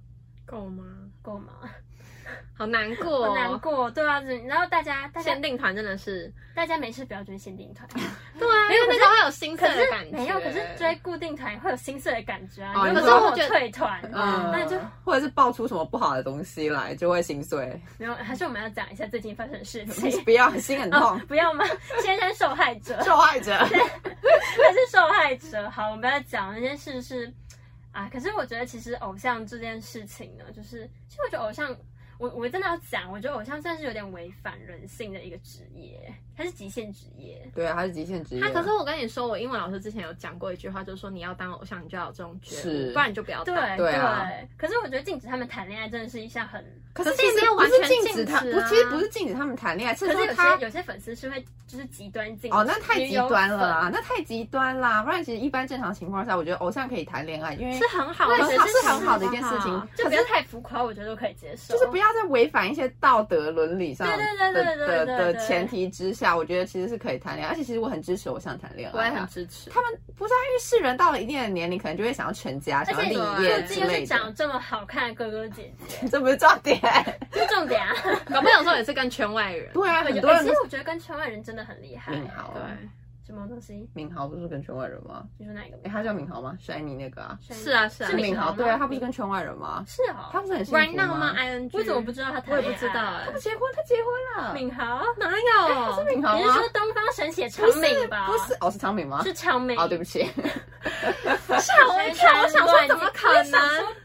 Speaker 1: 够吗？
Speaker 3: 够吗？
Speaker 1: 好难过
Speaker 3: 好
Speaker 1: 哦，
Speaker 3: 难过，对啊，然后大家大家
Speaker 1: 限定团真的是，
Speaker 3: 大家没事不要追限定团，
Speaker 1: 对啊，因为
Speaker 3: 可
Speaker 1: 那
Speaker 3: 是
Speaker 1: 时候会有心
Speaker 3: 可
Speaker 1: 碎
Speaker 3: 是
Speaker 1: 的感觉，
Speaker 3: 没有，可是追固定团会有心碎的感觉啊。
Speaker 2: 哦
Speaker 3: 你
Speaker 2: 可
Speaker 3: 如
Speaker 2: 是
Speaker 3: 果
Speaker 1: 我
Speaker 3: 我
Speaker 1: 觉得
Speaker 3: 退团，
Speaker 2: 嗯，
Speaker 3: 啊那就
Speaker 2: 或者是爆出什么不好的东西来，就会心碎。
Speaker 3: 没有。还是我们要讲一下最近发生的事
Speaker 2: 其实
Speaker 3: 情。
Speaker 2: 不要，心很痛
Speaker 3: 哦。不要吗？先生受害者，
Speaker 2: 受害者，
Speaker 3: 还是受害者？好，我们不要讲那件事是啊。可是我觉得，其实偶像这件事情呢，就是其实我觉得偶像，我我真的要讲，我觉得偶像算是有点违反人性的一个职业，它是极限职业。
Speaker 2: 对啊，他是极限职业。
Speaker 1: 他可是我跟你说，我英文老师之前有讲过一句话，就是说你要当偶像，你就要有这种觉
Speaker 2: 是
Speaker 1: 悟，不然你就不要当。
Speaker 3: 对
Speaker 2: 对啊
Speaker 3: 可是我觉得禁止他们谈恋爱真的是一项很，
Speaker 2: 可是
Speaker 1: 可是
Speaker 2: 其
Speaker 1: 也
Speaker 2: 实
Speaker 1: 没有
Speaker 2: 不是
Speaker 1: 完全
Speaker 2: 禁
Speaker 1: 禁
Speaker 2: 止他，
Speaker 1: 止
Speaker 2: 不，
Speaker 1: 啊
Speaker 2: 其实不是禁止他们谈恋爱，是
Speaker 3: 可是
Speaker 2: 说
Speaker 3: 有
Speaker 2: 他
Speaker 3: 些有些粉丝是会就是极端禁止
Speaker 2: 哦，那太极端了啊
Speaker 3: 女友
Speaker 2: 啦
Speaker 3: 粉，
Speaker 2: 那太极端啦。不然其实一般正常情况下，我觉得偶像可以谈恋爱，因为
Speaker 1: 是很好的，
Speaker 2: 对
Speaker 1: 我觉得
Speaker 2: 是很好的一件事情
Speaker 3: 就不要太浮夸，我觉得都可以接受。
Speaker 2: 就是不要在违反一些道德伦理上的
Speaker 3: 哦对对对对对
Speaker 2: 的的
Speaker 3: 对对
Speaker 2: 前提之下，我觉得其实是可以谈恋爱，而且其实我很支持偶像谈恋
Speaker 1: 我
Speaker 2: 爱
Speaker 1: 也
Speaker 2: 啊、
Speaker 1: 很支持。
Speaker 2: 他们不是啊，因为世人到了一定的年龄，可能就会想要成家，想要立
Speaker 1: 而
Speaker 2: 业
Speaker 1: 且
Speaker 3: 这
Speaker 2: 之
Speaker 3: 又
Speaker 2: 类
Speaker 3: 是长
Speaker 2: 的。
Speaker 3: 这么好看的哥哥姐
Speaker 2: [LAUGHS]
Speaker 3: 姐，
Speaker 2: 这不是重点。
Speaker 3: 这重点啊！
Speaker 1: 搞不好有时候也是跟圈外人。
Speaker 2: 对啊， [LAUGHS] 很
Speaker 3: 我觉
Speaker 2: 多
Speaker 3: 得，
Speaker 2: 人
Speaker 3: 哎其
Speaker 2: 都
Speaker 3: 实
Speaker 2: 是
Speaker 3: 我觉得跟圈外人真的很厉害。
Speaker 2: 敏豪
Speaker 1: 对，
Speaker 2: 啊，
Speaker 3: 什么东西？
Speaker 2: 敏豪不是跟圈外人吗？
Speaker 3: 你说哪一个？
Speaker 2: 哎，他叫敏豪吗？帅你那个啊，
Speaker 1: 是啊是啊
Speaker 2: 是敏豪。
Speaker 3: 吗
Speaker 2: 对啊，他不是跟圈外人吗？
Speaker 3: 是哦，
Speaker 2: 他不是很幸福
Speaker 1: Right now 吗？ING？
Speaker 3: 我怎么不知道他谈
Speaker 1: 我
Speaker 3: 恋爱？
Speaker 1: 也不知道哎
Speaker 2: 他不结婚，他结婚了。
Speaker 3: 敏豪，
Speaker 1: 哪
Speaker 2: 是
Speaker 1: 有？
Speaker 2: 敏豪
Speaker 3: 你是
Speaker 2: 吗？
Speaker 3: 说东方神起的长
Speaker 2: 不是
Speaker 3: 敏吧？
Speaker 2: 不是，，哦，是昌明吗？
Speaker 3: 是长敏。
Speaker 2: 哦，对不起，
Speaker 1: 吓我一跳！我想说怎么可能？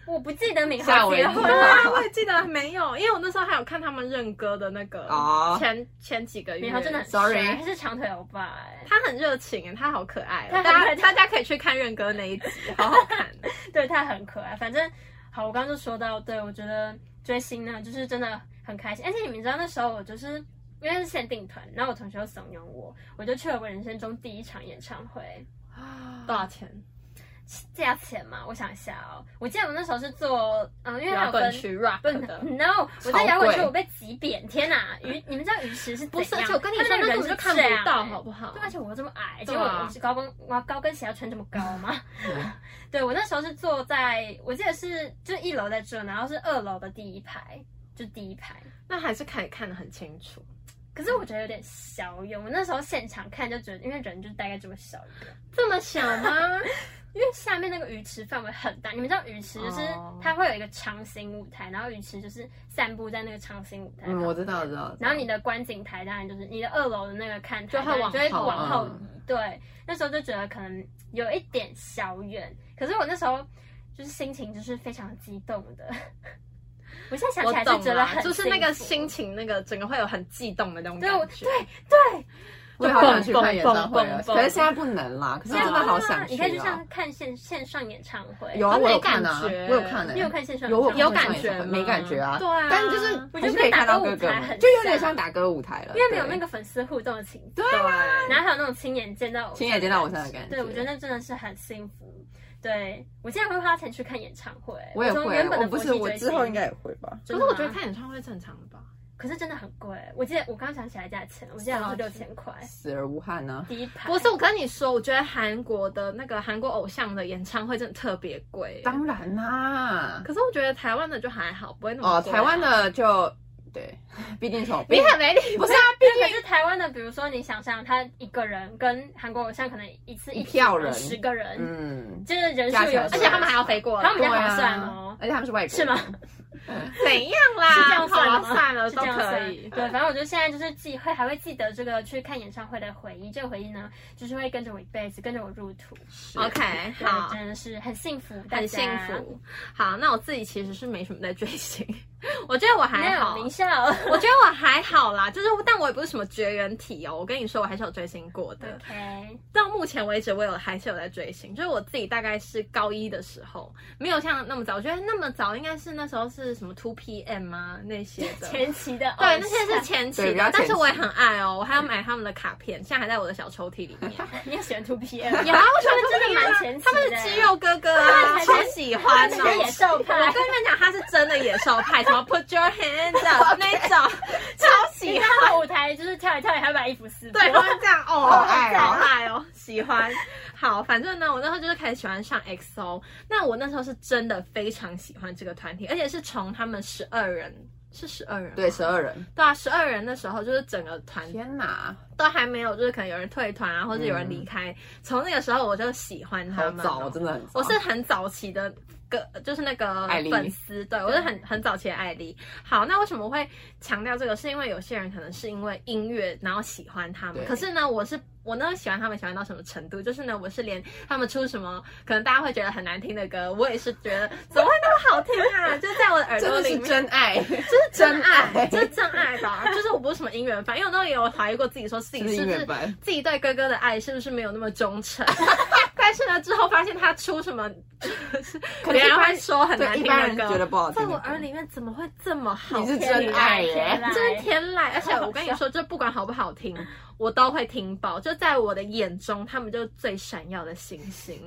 Speaker 3: 我不记得敏
Speaker 2: 吓
Speaker 3: 豪
Speaker 2: 我一
Speaker 3: 结
Speaker 2: 跳
Speaker 1: [LAUGHS]
Speaker 3: 婚
Speaker 1: 对啊，我也记得没有，因为我那时候还有看他们认歌的那个
Speaker 2: 哦
Speaker 1: 前前几个月，
Speaker 3: 敏豪真的很
Speaker 2: Sorry
Speaker 3: 帅他是长腿欧巴哎、
Speaker 1: 他很热情，他好可爱哦。
Speaker 3: 他很
Speaker 1: 大
Speaker 3: 可爱
Speaker 1: 家大家可以去看认歌那
Speaker 3: [LAUGHS]
Speaker 1: 一集，好好看。啊
Speaker 3: 对他很可爱。反正好，我刚刚就说到，对我觉得追星呢，就是真的很开心。而且你们知道那时候我就是因为是限定团，然后我同学又怂恿我，我就去了我人生中第一场演唱会。
Speaker 1: 多少钱？
Speaker 3: 这要钱吗？我想一下哦，我记得我那时候是做，嗯，因为
Speaker 1: 摇
Speaker 3: 它有分
Speaker 1: 滚。区 rap
Speaker 3: 不
Speaker 1: 的。
Speaker 3: ，no！我在摇滚
Speaker 2: 超
Speaker 3: 区，
Speaker 2: 贵
Speaker 3: 我被挤扁，天哪！鱼，你们知道鱼池是怎样？
Speaker 1: 不是，而且我跟你
Speaker 3: 他
Speaker 1: 说，
Speaker 3: 们
Speaker 1: 那
Speaker 3: 那
Speaker 1: 根
Speaker 3: 个人
Speaker 1: 本就
Speaker 3: 是
Speaker 1: 看
Speaker 3: 这样
Speaker 1: 不到，
Speaker 3: 欸
Speaker 1: 好不好
Speaker 3: 对，？而且我这么矮，结
Speaker 1: 对
Speaker 3: 果
Speaker 1: 啊
Speaker 3: 我是高跟，哇，高跟鞋要穿这么高吗？ [LAUGHS] 对我那时候是坐在，我记得是就一楼在这，然后是二楼的第一排，就第一排。
Speaker 1: 那还是可以看得很清楚。
Speaker 3: 可是我觉得有点小远，我那时候现场看就觉得，因为人就大概这么小一个，
Speaker 1: 这么小吗？
Speaker 3: 因为下面那个鱼池范围很大，你们知道鱼池就是
Speaker 1: 哦
Speaker 3: 它会有一个长形舞台，然后鱼池就是散步在那个长形舞台。
Speaker 2: 嗯，我知道，我知道。我知道
Speaker 3: 然后你的观景台当然就是你的二楼的那个看台，
Speaker 1: 就会往
Speaker 3: 就会
Speaker 1: 后
Speaker 3: 往后移。
Speaker 2: 嗯
Speaker 3: 对，那时候就觉得可能有一点小远，可是我那时候就是心情就是非常激动的。 [LAUGHS] 我现在
Speaker 1: [LAUGHS]
Speaker 3: 想
Speaker 1: 我
Speaker 3: 起 [LAUGHS] 来就
Speaker 1: 懂
Speaker 3: 觉得
Speaker 1: 了，
Speaker 3: 很
Speaker 1: 就是那个
Speaker 3: 幸
Speaker 1: 心
Speaker 3: 福。
Speaker 1: 情，那个整个会有很悸动的那种
Speaker 3: 对
Speaker 1: 感
Speaker 3: 我
Speaker 1: 觉。
Speaker 3: 对，
Speaker 2: 我也好想去看演唱会
Speaker 1: 蹦
Speaker 2: 啊，
Speaker 1: 蹦蹦
Speaker 2: 可是现在不能啦。可是真的好想
Speaker 3: 你
Speaker 2: 去
Speaker 3: 可以去
Speaker 2: 啊
Speaker 3: 上！看线线上演唱会。
Speaker 2: 有啊，
Speaker 1: 很没
Speaker 2: 我有看啊，
Speaker 1: 感觉
Speaker 2: 我有看
Speaker 3: 你有
Speaker 2: 欸，
Speaker 3: 看线上
Speaker 2: 有
Speaker 3: 演
Speaker 2: 我
Speaker 3: 唱会
Speaker 1: 有感
Speaker 2: 看
Speaker 3: 吗
Speaker 1: 觉
Speaker 2: 演唱会
Speaker 1: 吗
Speaker 2: 没感觉啊。
Speaker 1: 对啊
Speaker 2: 但就是
Speaker 3: 我觉得
Speaker 2: 还是可以看到哥
Speaker 3: 跟打歌
Speaker 2: 哥
Speaker 3: 舞台
Speaker 2: 们，
Speaker 3: 很
Speaker 2: 就有点
Speaker 3: 像
Speaker 2: 像打歌舞台了，
Speaker 3: 因为没有那
Speaker 2: 对
Speaker 3: 个粉丝互动的情
Speaker 2: 对
Speaker 1: 啊
Speaker 3: 然后还有那种亲眼见到偶像的感觉，
Speaker 2: 亲眼见到偶像的感觉
Speaker 3: 对，我觉得那真的是很幸福。对我竟然会花钱去看演唱会，
Speaker 2: 我也
Speaker 3: 从
Speaker 2: 会
Speaker 3: 原
Speaker 2: 啊，
Speaker 3: 本
Speaker 2: 我
Speaker 3: 的
Speaker 2: 不
Speaker 3: 佛系
Speaker 2: 是我
Speaker 3: 追
Speaker 2: 之
Speaker 3: 星
Speaker 2: 后应该也会吧？
Speaker 1: 可
Speaker 3: 真
Speaker 1: 是
Speaker 3: 的吗
Speaker 1: 我觉得看演唱会正常的吧。
Speaker 3: 可是真的很贵。我记得我刚想起来价钱，我记得好像是六千块
Speaker 2: 死而无憾呢。
Speaker 3: 第一排。
Speaker 1: 不是，我跟你说，我觉得韩国的那个韩国偶像的演唱会真的特别贵。
Speaker 2: 当然啦，
Speaker 1: 可是我觉得台湾的就还好，不会那么
Speaker 2: [LAUGHS] 哦，
Speaker 1: 贵啊
Speaker 2: 台湾的就对，毕竟从
Speaker 1: 你很没礼貌。
Speaker 2: 不是啊，毕
Speaker 3: 可
Speaker 2: 竟
Speaker 3: 是台湾的，比如说你想象他一个人跟韩国偶像可能一次
Speaker 2: 一票人
Speaker 3: 十个人，
Speaker 2: 嗯，
Speaker 3: 就是人数
Speaker 2: 加起
Speaker 3: 有，
Speaker 2: 来是
Speaker 1: 而且他们还要飞过来，
Speaker 3: 啊他们比
Speaker 2: 对
Speaker 3: 较
Speaker 2: 啊
Speaker 3: 划算哦
Speaker 2: 而且他们是外国
Speaker 3: 是吗？
Speaker 1: [LAUGHS]
Speaker 2: 人
Speaker 1: 怎样
Speaker 3: 是这
Speaker 1: 啦？
Speaker 3: 样算的
Speaker 1: 啊好
Speaker 3: 吗
Speaker 1: 算了
Speaker 3: 是
Speaker 1: 都
Speaker 3: 这样
Speaker 1: 可
Speaker 3: 算
Speaker 1: 以。
Speaker 3: 对，反正我觉得现在就是记会还会记得这个去看演唱会的回忆，这个回忆呢，就是会跟着我一辈子，跟着我入土。
Speaker 1: OK，
Speaker 3: 对
Speaker 1: 好，
Speaker 3: 真的是很幸福，大
Speaker 1: 很
Speaker 3: 家
Speaker 1: 幸。福。好，那我自己其实是没什么在追星，我觉得我
Speaker 3: 没
Speaker 1: 还
Speaker 3: 有
Speaker 1: 好。
Speaker 3: 名校，
Speaker 1: 我觉得我还好啦，就是但我也不是什么绝缘体哦。我跟你说，我还是有追星过的。
Speaker 3: OK，
Speaker 1: 到目前为止，我有还是有在追星，就是我自己大概是高一的时候，没有像那么早。我觉得那么早应该是那时候是什么 Two PM 啊那些的。
Speaker 3: 前哦期的
Speaker 1: 对，那些是前期
Speaker 2: 对比较
Speaker 1: 的，但是
Speaker 2: 前期
Speaker 1: 我也很爱哦，我还要买他们的卡片，现在还在我的小抽屉里
Speaker 3: [LAUGHS]
Speaker 1: 面。
Speaker 3: 是你也喜欢 Two PM，
Speaker 1: [LAUGHS] 有啊，我喜欢
Speaker 3: 他们真的
Speaker 1: Two PM
Speaker 3: 蛮
Speaker 1: 啊
Speaker 3: 前期的
Speaker 1: 他们是肌肉哥哥啊，
Speaker 3: 他们才
Speaker 1: 超
Speaker 3: 是
Speaker 1: 喜欢
Speaker 3: 那个
Speaker 1: 哦
Speaker 3: 野。兽
Speaker 1: 我
Speaker 3: 派
Speaker 1: 跟。你们讲，他是真的野兽派，什么 Put your hands
Speaker 3: [LAUGHS]
Speaker 1: up 那种，超
Speaker 3: 你
Speaker 1: 喜
Speaker 3: 在
Speaker 1: 欢。
Speaker 3: 他们舞台就是跳一跳，还要把衣服撕破。
Speaker 2: [LAUGHS]
Speaker 1: 对，他会这样哦，
Speaker 2: 好爱哦
Speaker 1: 好爱哦，喜欢。好，反正呢，我那时候就是开始喜欢上 XO。那我那时候是真的非常喜欢这个团体，而且是从他们十二人。是十二人吗，
Speaker 2: 对，十二人，
Speaker 1: 对啊，十二人的时候，就是整个团
Speaker 2: 天哪，
Speaker 1: 都还没有，就是可能有人退团啊，或者有人离开。从、那个时候我就喜欢他
Speaker 2: 嗯好
Speaker 1: 们、
Speaker 2: 早，真的很早。
Speaker 1: 我是很早期的个，就是那个
Speaker 2: 艾莉
Speaker 1: 粉丝，对我是很很早期的艾丽。好，那为什么会强调这个？是因为有些人可能是因为音乐，然后喜欢他们。
Speaker 2: 对
Speaker 1: 可是呢，我是我呢喜欢他们喜欢到什么程度？就是呢，我是连他们出什么可能大家会觉得很难听的歌，我也是觉得怎么会那么好听
Speaker 2: [LAUGHS]
Speaker 1: 啊？就在我的耳
Speaker 2: 真
Speaker 1: 朵
Speaker 2: 的
Speaker 1: 里
Speaker 2: 是
Speaker 1: 面。
Speaker 2: 真爱，
Speaker 1: 这是 [LAUGHS] 真爱，
Speaker 2: 爱
Speaker 1: 这是真爱吧？就是我不是什么姻缘番，因为我那时候也有怀疑过自己，说自己
Speaker 2: 是
Speaker 1: 是不
Speaker 2: 不是音
Speaker 1: 是
Speaker 2: 乐班
Speaker 1: [LAUGHS] 自己对哥哥的爱是不是没有那么忠诚？ [LAUGHS] 但是呢，之后发现他出什么， [LAUGHS] 就是
Speaker 2: 能一
Speaker 1: 别人
Speaker 2: 般
Speaker 1: 会说很难
Speaker 2: 对一
Speaker 1: 听
Speaker 2: 般人
Speaker 1: 的歌，
Speaker 2: 觉得不好听
Speaker 1: 在
Speaker 2: 的歌
Speaker 1: 我耳里面怎么会这么好
Speaker 2: 你
Speaker 1: 听？
Speaker 2: 是
Speaker 1: 这
Speaker 2: 真爱耶
Speaker 1: 是天
Speaker 2: [LAUGHS]
Speaker 1: 籁，而且我跟你说，就不管好不好听，我都会听爆。就在我的眼中，他们就是最闪耀的星
Speaker 2: [LAUGHS]
Speaker 1: 星，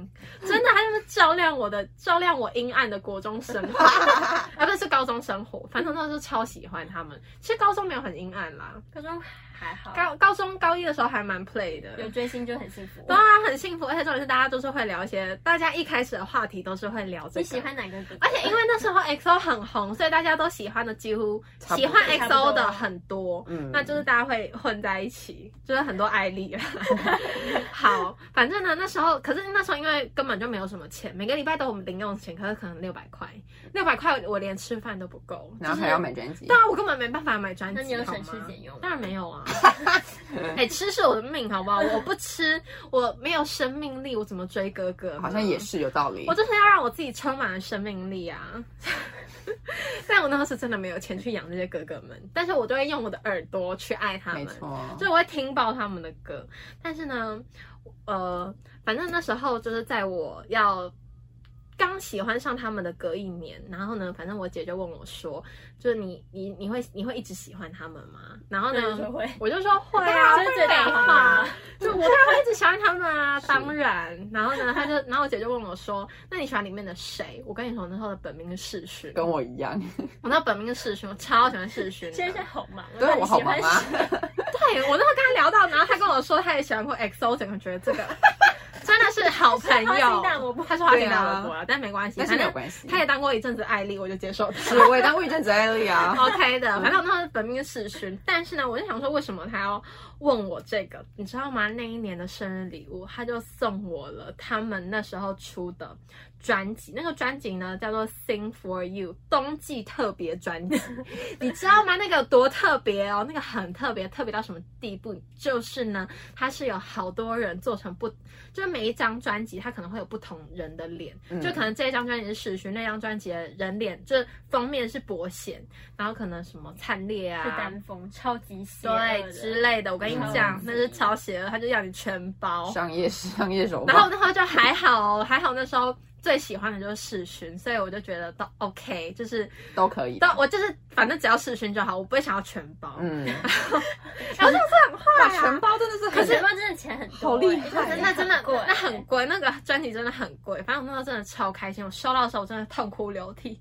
Speaker 1: 真的，他就是照亮我的，照亮我阴暗的国中生活，
Speaker 2: [LAUGHS]
Speaker 1: 啊，不是高中生活，反正那时候超喜欢他们。其实高中没有很阴暗啦，
Speaker 3: 高中还好，
Speaker 1: 高高中高一的时候还蛮 play 的，
Speaker 3: 有追星就很幸福。
Speaker 1: 当然很幸福，而且重点是大家都是会聊一些，大家一开始的话题都是会聊这
Speaker 3: 你
Speaker 1: 个。
Speaker 3: 喜欢哪个歌？
Speaker 1: 而且因为那时候 XO 很红，所以大家都喜欢的几乎
Speaker 2: 差不多
Speaker 1: 喜欢
Speaker 3: 差不多
Speaker 1: XO 的很多，
Speaker 2: 嗯
Speaker 1: 那就是大家会混在一起，就是很多爱丽啦。好，反正呢那时候，可是那时候因为根本就没有什么钱，每个礼拜都有我们零用钱，可是可能六百块，六百块我连吃饭都不够，
Speaker 2: 然后
Speaker 1: 就是
Speaker 2: 还要买专辑
Speaker 1: 对，啊，我根本没办法买专辑，
Speaker 3: 那你有
Speaker 1: 好
Speaker 3: 省吃
Speaker 1: 吗
Speaker 3: 俭用吗
Speaker 1: 当然没有
Speaker 2: [LAUGHS]
Speaker 1: 啊！哎、吃是我的命，好不好？我不吃，我没有生命力，我怎么追哥哥？
Speaker 2: 好像也。是有道理
Speaker 1: 我。就是要让我自己充满了生命力啊！ [LAUGHS] 但我那时候是真的没有钱去养这些哥哥们，但是我都会用我的耳朵去爱他
Speaker 2: 没
Speaker 1: 们。
Speaker 2: 错，
Speaker 1: 就我会听爆他们的歌。但是呢，呃，反正那时候就是在我要刚喜欢上他们的隔一年，然后呢，反正我姐就问我说，就是你你你会你会一直喜欢他们吗？然后呢
Speaker 3: 那你说会，
Speaker 1: 我就说会啊，
Speaker 3: 当然会
Speaker 1: 废
Speaker 3: 啊
Speaker 1: 话，就我当然会一直喜欢他们啊，当然。然后呢，他就，然后我姐就问我说，那你喜欢里面的谁？我跟你说，那时候的本名是世勋，
Speaker 2: 跟我一样，
Speaker 1: 我那本名是世勋，我超喜欢世
Speaker 3: [LAUGHS]
Speaker 1: 勋的。
Speaker 3: 现在好忙啊，
Speaker 2: 对
Speaker 3: 那你
Speaker 2: 我好
Speaker 3: 喜欢
Speaker 2: 忙啊
Speaker 3: 谁。
Speaker 1: 对我那时候跟他聊到，然后他跟我说他也喜欢过 XO，整个觉得这 [LAUGHS] 个真的是好朋
Speaker 3: 他是花
Speaker 1: 友
Speaker 3: 心大萝卜。
Speaker 1: 他是花心大萝卜啊，但没关系，
Speaker 2: [LAUGHS] 但是没有
Speaker 1: 反正
Speaker 2: 关系
Speaker 1: 他。也当过一阵子艾丽，我就接受他。
Speaker 2: 是，我也当过一阵子艾丽
Speaker 1: [LAUGHS]
Speaker 2: 啊。
Speaker 1: OK 的，反正我那时候本命是世勋，但是呢，我就想说，为什么他要问我这个？你知道吗？那一年的生日礼物，他就送我了他们那时候出的专辑，那个专辑呢叫做《Sing for You》冬季特别专辑，你知道吗？那个有多特别哦，那个很特别，特别到什么地步？就是呢，它是有好多人做成不，就是每一张专辑它可能会有不同人的脸，
Speaker 2: 嗯
Speaker 1: 就可能这一张专辑是史勋，那张专辑的人脸就是封面是伯贤，然后可能什么灿烈啊，
Speaker 3: 是单峰，超级邪恶的
Speaker 1: 对之类的。我跟你讲
Speaker 3: 嗯，
Speaker 1: 那是超邪恶，他就要你全包。
Speaker 2: 商业商业手
Speaker 1: 哦 [LAUGHS]
Speaker 2: 法，
Speaker 1: 然后那时候就还好哦，还好那时候最喜欢的就是史勋，所以我就觉得都 OK，就是
Speaker 2: 都可以
Speaker 1: 都。我就是反正只要史勋就好，我不会想要全包。
Speaker 2: [LAUGHS] 嗯，
Speaker 1: 然后就是很
Speaker 2: 哇，
Speaker 1: 坏啊
Speaker 2: 全。包真的是
Speaker 3: 可
Speaker 2: 很
Speaker 3: 是台湾真的钱很多，
Speaker 2: 好厉害
Speaker 3: 哎
Speaker 1: 真的真的
Speaker 3: 贵，
Speaker 1: 那啊很贵，那个专辑真的很贵。反正我那时候真的超开心，我收到的时候我真的痛哭流涕，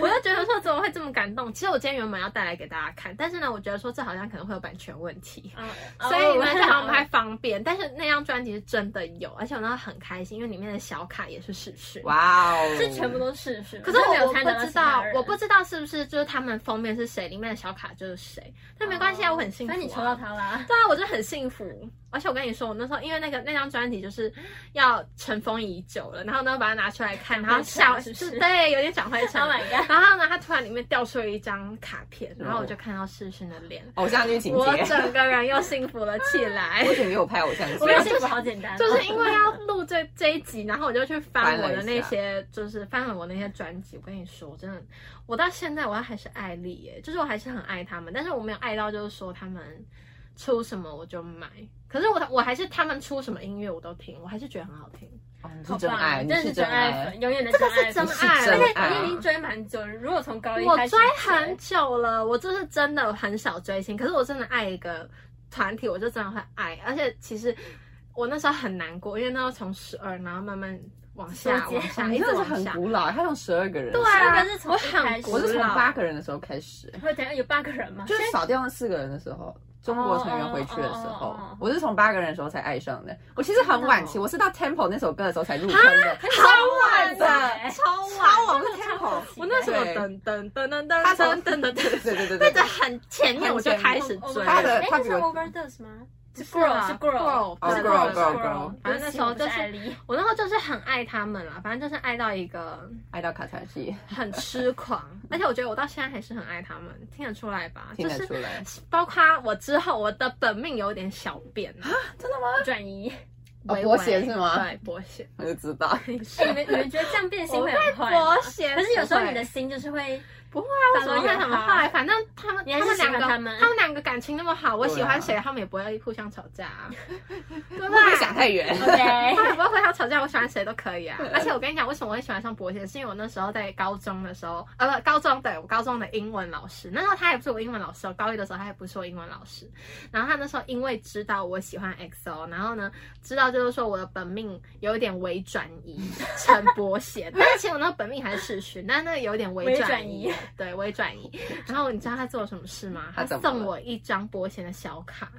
Speaker 1: 我就觉得说怎么会这么感动？其实我今天原本要带来给大家看，但是呢，我觉得说这好像可能会有版权问题。
Speaker 3: 嗯，
Speaker 1: 所以呢，这 [LAUGHS] 好像不太
Speaker 3: 拍
Speaker 1: 方便。但是那张专辑是真的有，而且我那时候很开心，因为里面的小卡也是视讯。
Speaker 2: 哇哦，
Speaker 3: 这全部都是是。
Speaker 1: 可是
Speaker 3: 我
Speaker 1: 我
Speaker 3: 没有
Speaker 1: 我
Speaker 3: 参
Speaker 1: 不
Speaker 3: 加到
Speaker 1: 知
Speaker 3: 其他
Speaker 1: 道，
Speaker 3: 人
Speaker 1: 我不知道是不是就是他们封面是谁，里面的小卡就是谁。但没关系啊，我很幸福、啊。
Speaker 3: 哦反正你抽到它
Speaker 1: [LAUGHS]
Speaker 3: 啦。
Speaker 1: 对啊，我就很幸福。而且我跟你说，我那时候因为那个那张专辑就是要尘封已久了，然后呢把它拿出来看，然后 [LAUGHS] 笑，
Speaker 3: 是不是
Speaker 1: 对，有点转灰 [LAUGHS] 尘。
Speaker 3: Oh my god
Speaker 1: 然后呢，它突然里面掉出了一张卡片，然后我就看到世勋的脸，
Speaker 2: 偶像剧情
Speaker 1: 我
Speaker 2: 节，
Speaker 1: 整个人又幸福了起来。
Speaker 2: 为什么给我拍偶像剧？
Speaker 3: 我们幸福好简单哦，
Speaker 1: 就是因为要录这这一集，然后我就去翻我的那些，就是翻了我那些专辑。我跟你说，真的，我到现在我还是爱丽耶，就是我还是很爱他们，但是我没有爱到就是说他们出什么我就买。可是我我还是他们出什么音乐我都听，我还是觉得很好听。
Speaker 2: 哦你
Speaker 3: 好
Speaker 2: 是真
Speaker 3: 棒
Speaker 2: 爱，你
Speaker 3: 真的是
Speaker 2: 真
Speaker 3: 爱
Speaker 2: 爱，
Speaker 3: 粉，永远的真爱
Speaker 1: 这
Speaker 3: 粉。
Speaker 1: 个是
Speaker 2: 你是
Speaker 1: 真爱
Speaker 2: 真
Speaker 3: 而且你已
Speaker 2: 爱
Speaker 3: 经。追蛮久了，如果从高一
Speaker 1: 我
Speaker 3: 开始
Speaker 1: 追很久了，我就是真的很少追星，可是我真的爱一个团体，我就真的会爱。而且其实我那时候很难过，因为那时候从十二，然后慢慢往下
Speaker 3: 缩减
Speaker 1: 往下，
Speaker 2: 哦你
Speaker 1: 一
Speaker 2: 真
Speaker 1: 直
Speaker 2: 的
Speaker 1: 往
Speaker 2: 是很
Speaker 1: 下。
Speaker 2: 古老，他从十二个人，
Speaker 1: 对
Speaker 3: 十二
Speaker 1: 啊
Speaker 3: 个是，从
Speaker 1: 我
Speaker 3: 啊一开
Speaker 1: 很
Speaker 3: 始
Speaker 1: 古
Speaker 2: 我是从
Speaker 1: 老
Speaker 2: 八个人的时候开始，
Speaker 3: 会等一下有八个人吗？
Speaker 2: 就是少掉那四个人的时候，中国成员回去的时
Speaker 3: 哦
Speaker 2: 候
Speaker 3: 哦哦哦哦，
Speaker 2: 我是从八个人的时候才爱上的。我其实很晚
Speaker 1: 真
Speaker 2: 期，
Speaker 1: 的哦
Speaker 2: 我是到 Temple 那首歌的时候才入坑的，超晚的，
Speaker 1: 超
Speaker 2: 超
Speaker 1: 晚。
Speaker 2: 晚，我是 Temple。
Speaker 1: 我那时候
Speaker 2: 对
Speaker 1: 噔噔噔噔噔
Speaker 2: 他从
Speaker 1: 噔噔噔噔，
Speaker 2: 对对
Speaker 1: 那
Speaker 2: 对对
Speaker 1: 个
Speaker 2: 对，
Speaker 1: 很前面我就开始追
Speaker 2: 他的
Speaker 1: 了。
Speaker 3: 哎，
Speaker 2: 他
Speaker 3: 那
Speaker 2: 比
Speaker 3: 是
Speaker 2: 哦我
Speaker 3: overdose 吗？是
Speaker 1: girl，
Speaker 3: girl，是
Speaker 1: girl，
Speaker 3: girl，是
Speaker 1: 哦，girl，girl，
Speaker 3: 是
Speaker 2: girl
Speaker 1: 反正那时候
Speaker 3: 不
Speaker 1: 就是
Speaker 3: 是艾莉
Speaker 1: [LAUGHS] 我那时候就是很爱他们啦，反正就是爱到一个
Speaker 2: 爱到卡塔西，
Speaker 1: 很痴
Speaker 2: [LAUGHS]
Speaker 1: 狂，而且我觉得我到现在还是很爱他们，听得出来吧？
Speaker 2: 听
Speaker 1: 就
Speaker 2: 得
Speaker 1: 是
Speaker 2: 出来。
Speaker 1: 包括我之后我的本命有点小变啊，
Speaker 3: 转移。
Speaker 2: 哦
Speaker 1: 微微
Speaker 2: 伯贤是吗
Speaker 1: 对，博贤，
Speaker 2: 我就知道，
Speaker 3: 哎，你们你们觉得这样变心会很坏吗？
Speaker 1: 博贤。
Speaker 3: 可是有时候你的心就是会，
Speaker 1: 不会啊，为什么
Speaker 3: 反而
Speaker 1: 会
Speaker 3: 有
Speaker 1: 很
Speaker 3: 好
Speaker 1: 坏？反正他们
Speaker 3: 你还
Speaker 1: 他
Speaker 3: 是
Speaker 1: 们
Speaker 3: 喜
Speaker 1: 两个
Speaker 3: 欢他们
Speaker 1: 他们两个感情那么好，我
Speaker 2: 对啊
Speaker 1: 喜欢谁，他们也不会互相吵架
Speaker 2: [LAUGHS]
Speaker 1: 啊，对
Speaker 2: 会
Speaker 1: 吧
Speaker 2: 不？会想太 [LAUGHS] 远？
Speaker 3: OK，
Speaker 1: [LAUGHS] 他们不会互相吵架，我喜欢谁都可以啊。而且我跟你讲，为什么我会喜欢上博贤，是因为我那时候在高中的时候，呃，不，高中对我高中的英文老师，那时候他也不是我英文老师哦，高一的时候他也不是我英文老师。然后他那时候因为知道我喜欢 XO，然后呢，知道就是说我的本命有一点微转移成博贤，但是其实我那个本命还是世勋，但那个有点微
Speaker 3: 微
Speaker 1: 转
Speaker 3: 转
Speaker 1: 移
Speaker 3: 移，
Speaker 1: 对，微转移。然后你知道他做了什么事吗？
Speaker 2: 他
Speaker 1: 他
Speaker 2: 怎么
Speaker 1: 送
Speaker 2: 了
Speaker 1: 我一张博贤的小卡。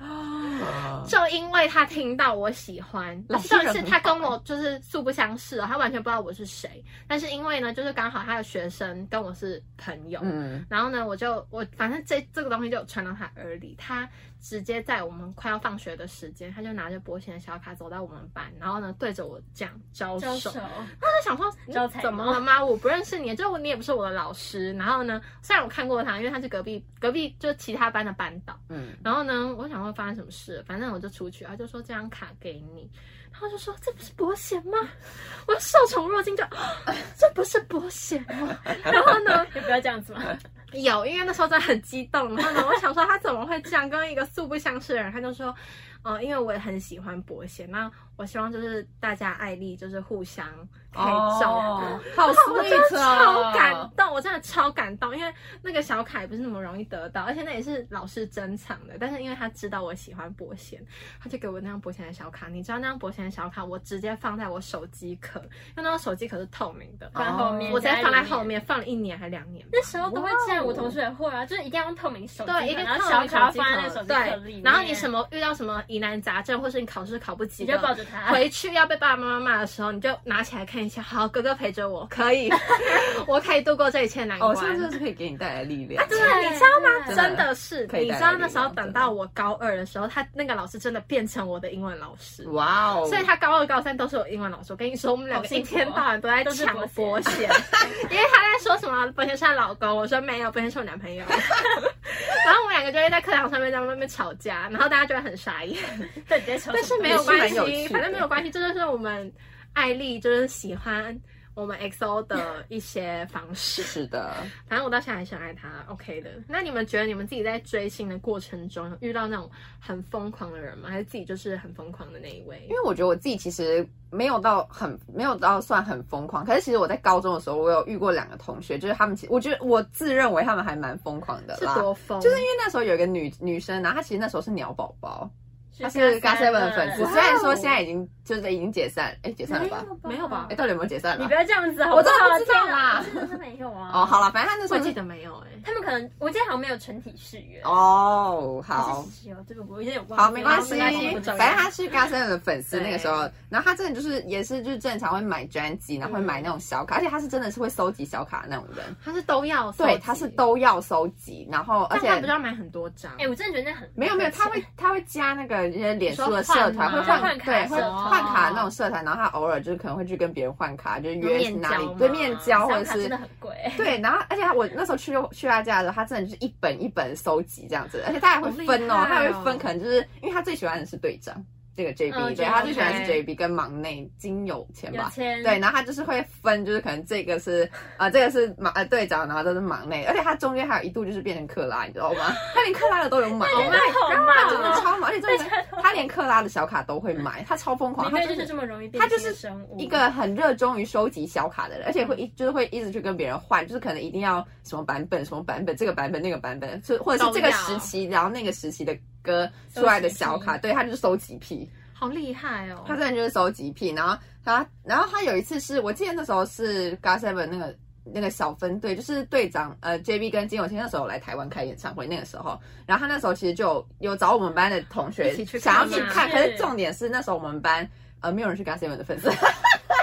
Speaker 2: 啊
Speaker 1: 就因为他听到我喜欢，
Speaker 2: 老师
Speaker 1: 上
Speaker 2: 人
Speaker 1: 是
Speaker 2: 很
Speaker 1: 他跟我就是素不相识、哦，他完全不知道我是谁。但是因为呢，就是刚好他的学生跟我是朋友，
Speaker 2: 嗯，
Speaker 1: 然后呢，我就我反正这这个东西就有传到他耳里，他直接在我们快要放学的时间，他就拿着博贤的小卡走到我们班，然后呢对着我这样招
Speaker 3: 招
Speaker 1: 手 [LAUGHS]
Speaker 3: 手，，
Speaker 1: 他就想说
Speaker 3: 招财
Speaker 1: 嗯怎么
Speaker 3: 猫
Speaker 1: 了吗？我不认识你，就是你也不是我的老师。然后呢， [LAUGHS] 虽然我看过他，因为他是隔壁隔壁就是其他班的班导。
Speaker 2: 嗯，
Speaker 1: 然后呢，我想会发生什么事，反正我就出去，他就说这张卡给你，然后就说这不是伯贤吗？我受宠若惊就， [GASPS] 这不是伯贤吗？然后
Speaker 3: [LAUGHS]
Speaker 1: 呢，
Speaker 3: 就不要这
Speaker 2: [LAUGHS]
Speaker 3: 样子嘛。
Speaker 1: 有，因为那时候真的很激动，然后呢，我想说他怎么会这样跟一个素不相识的人，他就说，呃，因为我也很喜欢伯贤，那我希望就是大家爱丽就是互相可以照顾。
Speaker 2: 哦，好
Speaker 1: 我真的
Speaker 2: sweet
Speaker 1: 超
Speaker 2: 哦，
Speaker 1: 感动，啊我真的超感动，因为那个小凯不是那么容易得到，而且那也是老师珍藏的。但是因为他知道我喜欢伯贤，他就给我那张伯贤的小卡。你知道那张伯贤的小卡，我直接放在我手机壳，因为那张手机壳是透明的，
Speaker 3: 放在后面，
Speaker 1: 哦我直接放在
Speaker 3: 里
Speaker 1: 后。面，放了一年还两年吧。
Speaker 3: 那时候都会这
Speaker 2: 哇
Speaker 3: 样，
Speaker 2: 哦
Speaker 3: 我同学也会啊，就是一定要用透明手机
Speaker 1: [LAUGHS]
Speaker 3: 壳，
Speaker 1: 对，一定
Speaker 3: 然后
Speaker 1: 放
Speaker 3: 小
Speaker 1: 在手
Speaker 3: 卡要
Speaker 1: 机
Speaker 3: 放在那个
Speaker 1: 壳
Speaker 3: 手，机壳里
Speaker 1: 对
Speaker 3: 面，，
Speaker 1: 然后你什么遇到什么疑难杂症，或是你考试考不及
Speaker 3: 你
Speaker 1: 的，
Speaker 3: 就抱着
Speaker 1: [LAUGHS]
Speaker 3: 它，
Speaker 1: 回去要被爸爸妈妈骂的时候，你就拿起来看一下。好，哥哥陪着
Speaker 2: [LAUGHS]
Speaker 1: 我，可以， [LAUGHS] 我可以度过这一切难关。啊
Speaker 2: 偶像哦真的是可以给你带来力量。
Speaker 1: 对，你知道吗？
Speaker 3: 对
Speaker 1: 真的是，
Speaker 2: 可以
Speaker 1: 你
Speaker 2: 带
Speaker 1: 知
Speaker 2: 来
Speaker 1: 道那时候
Speaker 2: 力量
Speaker 1: 等到我高二的时候，他那个老师真的变成我的英文老师。
Speaker 2: 哇哦！
Speaker 1: 所以他高二、高三都是我英文老师。我跟你说，我们两个
Speaker 3: 好幸
Speaker 1: 一
Speaker 3: 福哦
Speaker 1: 天到晚都在
Speaker 3: 都是
Speaker 1: 抢
Speaker 3: 伯贤
Speaker 1: 伯
Speaker 2: [LAUGHS]
Speaker 1: 贤，因为他在说什么伯贤是他老公，我说没有，伯贤是我男朋友。 [LAUGHS] 然后我们两个就会在课堂上面在外面吵架，然后大家就会很傻眼。
Speaker 3: [LAUGHS] 对，直接抽。
Speaker 1: 但是没有关
Speaker 2: 也是蛮有
Speaker 1: 系，
Speaker 2: 趣的
Speaker 1: 反正没有关系，这就是我们艾丽就是喜欢我们 XO 的一些方式。
Speaker 2: 是的，
Speaker 1: 反正我到现在还是很爱他，OK 的。那你们觉得你们自己在追星的过程中有遇到那种很疯狂的人吗？还是自己就是很疯狂的那一位
Speaker 2: 因？为我觉得我自己其实没有到很没有到算很疯狂，可是其实我在高中的时候，我有遇过两个同学，就是他们其实我觉得我自认为他们还蛮疯狂的
Speaker 1: 是
Speaker 2: 啦，
Speaker 1: 多疯？
Speaker 2: 就是因为那时候有一个女女生然后她其实那时候是鸟宝宝，她是 g a
Speaker 3: GOT7
Speaker 2: s e v e 的粉丝，
Speaker 1: 哇哦
Speaker 2: 虽然说现在已经就是已经解散，哎，解散了吧？
Speaker 1: 没有吧
Speaker 2: 哎，到底有没有解散
Speaker 3: 你
Speaker 2: 了
Speaker 3: 不？要这样子，好
Speaker 2: 我
Speaker 3: 不
Speaker 2: 真的
Speaker 3: 好？
Speaker 2: 不知道啦
Speaker 3: 天啊真的是没有啊。
Speaker 2: 哦，好了，反正她那时
Speaker 1: 我
Speaker 2: 候
Speaker 1: 记
Speaker 2: 是
Speaker 1: 得没有哎、
Speaker 3: 他们们可能我记得好像没有全体誓约，
Speaker 2: 哦，
Speaker 3: 还是
Speaker 2: 好。
Speaker 3: 实习哦，这个我有点忘记了。
Speaker 2: 好，没关系，
Speaker 3: 没不重
Speaker 2: 反
Speaker 3: 要
Speaker 2: 正他是 g a s 的粉丝
Speaker 3: 对
Speaker 2: 那个时候，然后他真的就是也是就是正常会买专辑，然后会买那种小卡，而且他是真的是会收集小卡的那种人，
Speaker 1: 他是都要收集，
Speaker 2: 对，他是都要收集，然后而
Speaker 1: 但他不
Speaker 2: 且
Speaker 1: 是要买很多张？
Speaker 3: 哎、我真的觉得那很
Speaker 2: 没有没有，他会他会加那个一些脸书的社团，
Speaker 1: 你
Speaker 2: 会
Speaker 1: 说
Speaker 2: 换
Speaker 1: 换
Speaker 3: 吗
Speaker 2: 对
Speaker 3: 换卡
Speaker 2: 会
Speaker 3: 社团
Speaker 2: 换卡那种社团，然后他偶尔就是可能会去跟别人换卡，就是约去
Speaker 1: 面
Speaker 2: 哪里
Speaker 1: 交吗
Speaker 2: 对面交或者
Speaker 3: 小卡真
Speaker 2: 是
Speaker 3: 的。很贵，
Speaker 2: 对，然后而且他我那时候去去他家的时候，他真的就是一本一本收集这样子，而且他还会分哦，
Speaker 1: 好厉害哦
Speaker 2: 他还会分，可能就是因为他最喜欢的是队长这个 JB，、
Speaker 3: 嗯
Speaker 2: 对
Speaker 3: JB
Speaker 2: 他最喜欢的是 JB 跟忙内金有钱
Speaker 3: 有
Speaker 2: 吧，
Speaker 3: 钱
Speaker 2: 对，然后他就是会分，就是可能这个是呃这个是忙呃队长，然后这是忙内，而且他中间还有一度就是变成克拉，你知道吗？他连克拉的都有买，
Speaker 1: 好
Speaker 3: 真的好
Speaker 2: 他真的
Speaker 3: 慢哦，
Speaker 2: 超忙，而且真的是，他连克拉的小卡都会买，他超疯狂，
Speaker 3: 明
Speaker 2: 他
Speaker 3: 明
Speaker 2: 就
Speaker 3: 就
Speaker 2: 是
Speaker 3: 是这么容易变
Speaker 2: 他就
Speaker 3: 形的
Speaker 2: 是
Speaker 3: 生物
Speaker 2: 一个很热衷于收集小卡的人，而且会一就是会一直去跟别人换，就是可能一定要什么版本什么版本，这个版本那个版本，是或者是这个
Speaker 1: 都要
Speaker 2: 时期，然后那个时期的歌出来的小卡，对他就是收集癖，
Speaker 1: 好厉害哦！
Speaker 2: 他真的就是收集癖。然后他，然后他有一次是我记得那时候是 g a s e v e n 那个。那个小分队就是队长，呃，JB 跟金永清那时候有来台湾开演唱会，那个时候，然后他那时候其实就有有找我们班的同学
Speaker 1: 一起去看
Speaker 2: 想要
Speaker 1: 嘛
Speaker 2: 去看，
Speaker 3: 是
Speaker 2: 可是重点是那时候我们班呃没有人是 g a s e v e n 的粉丝， [LAUGHS]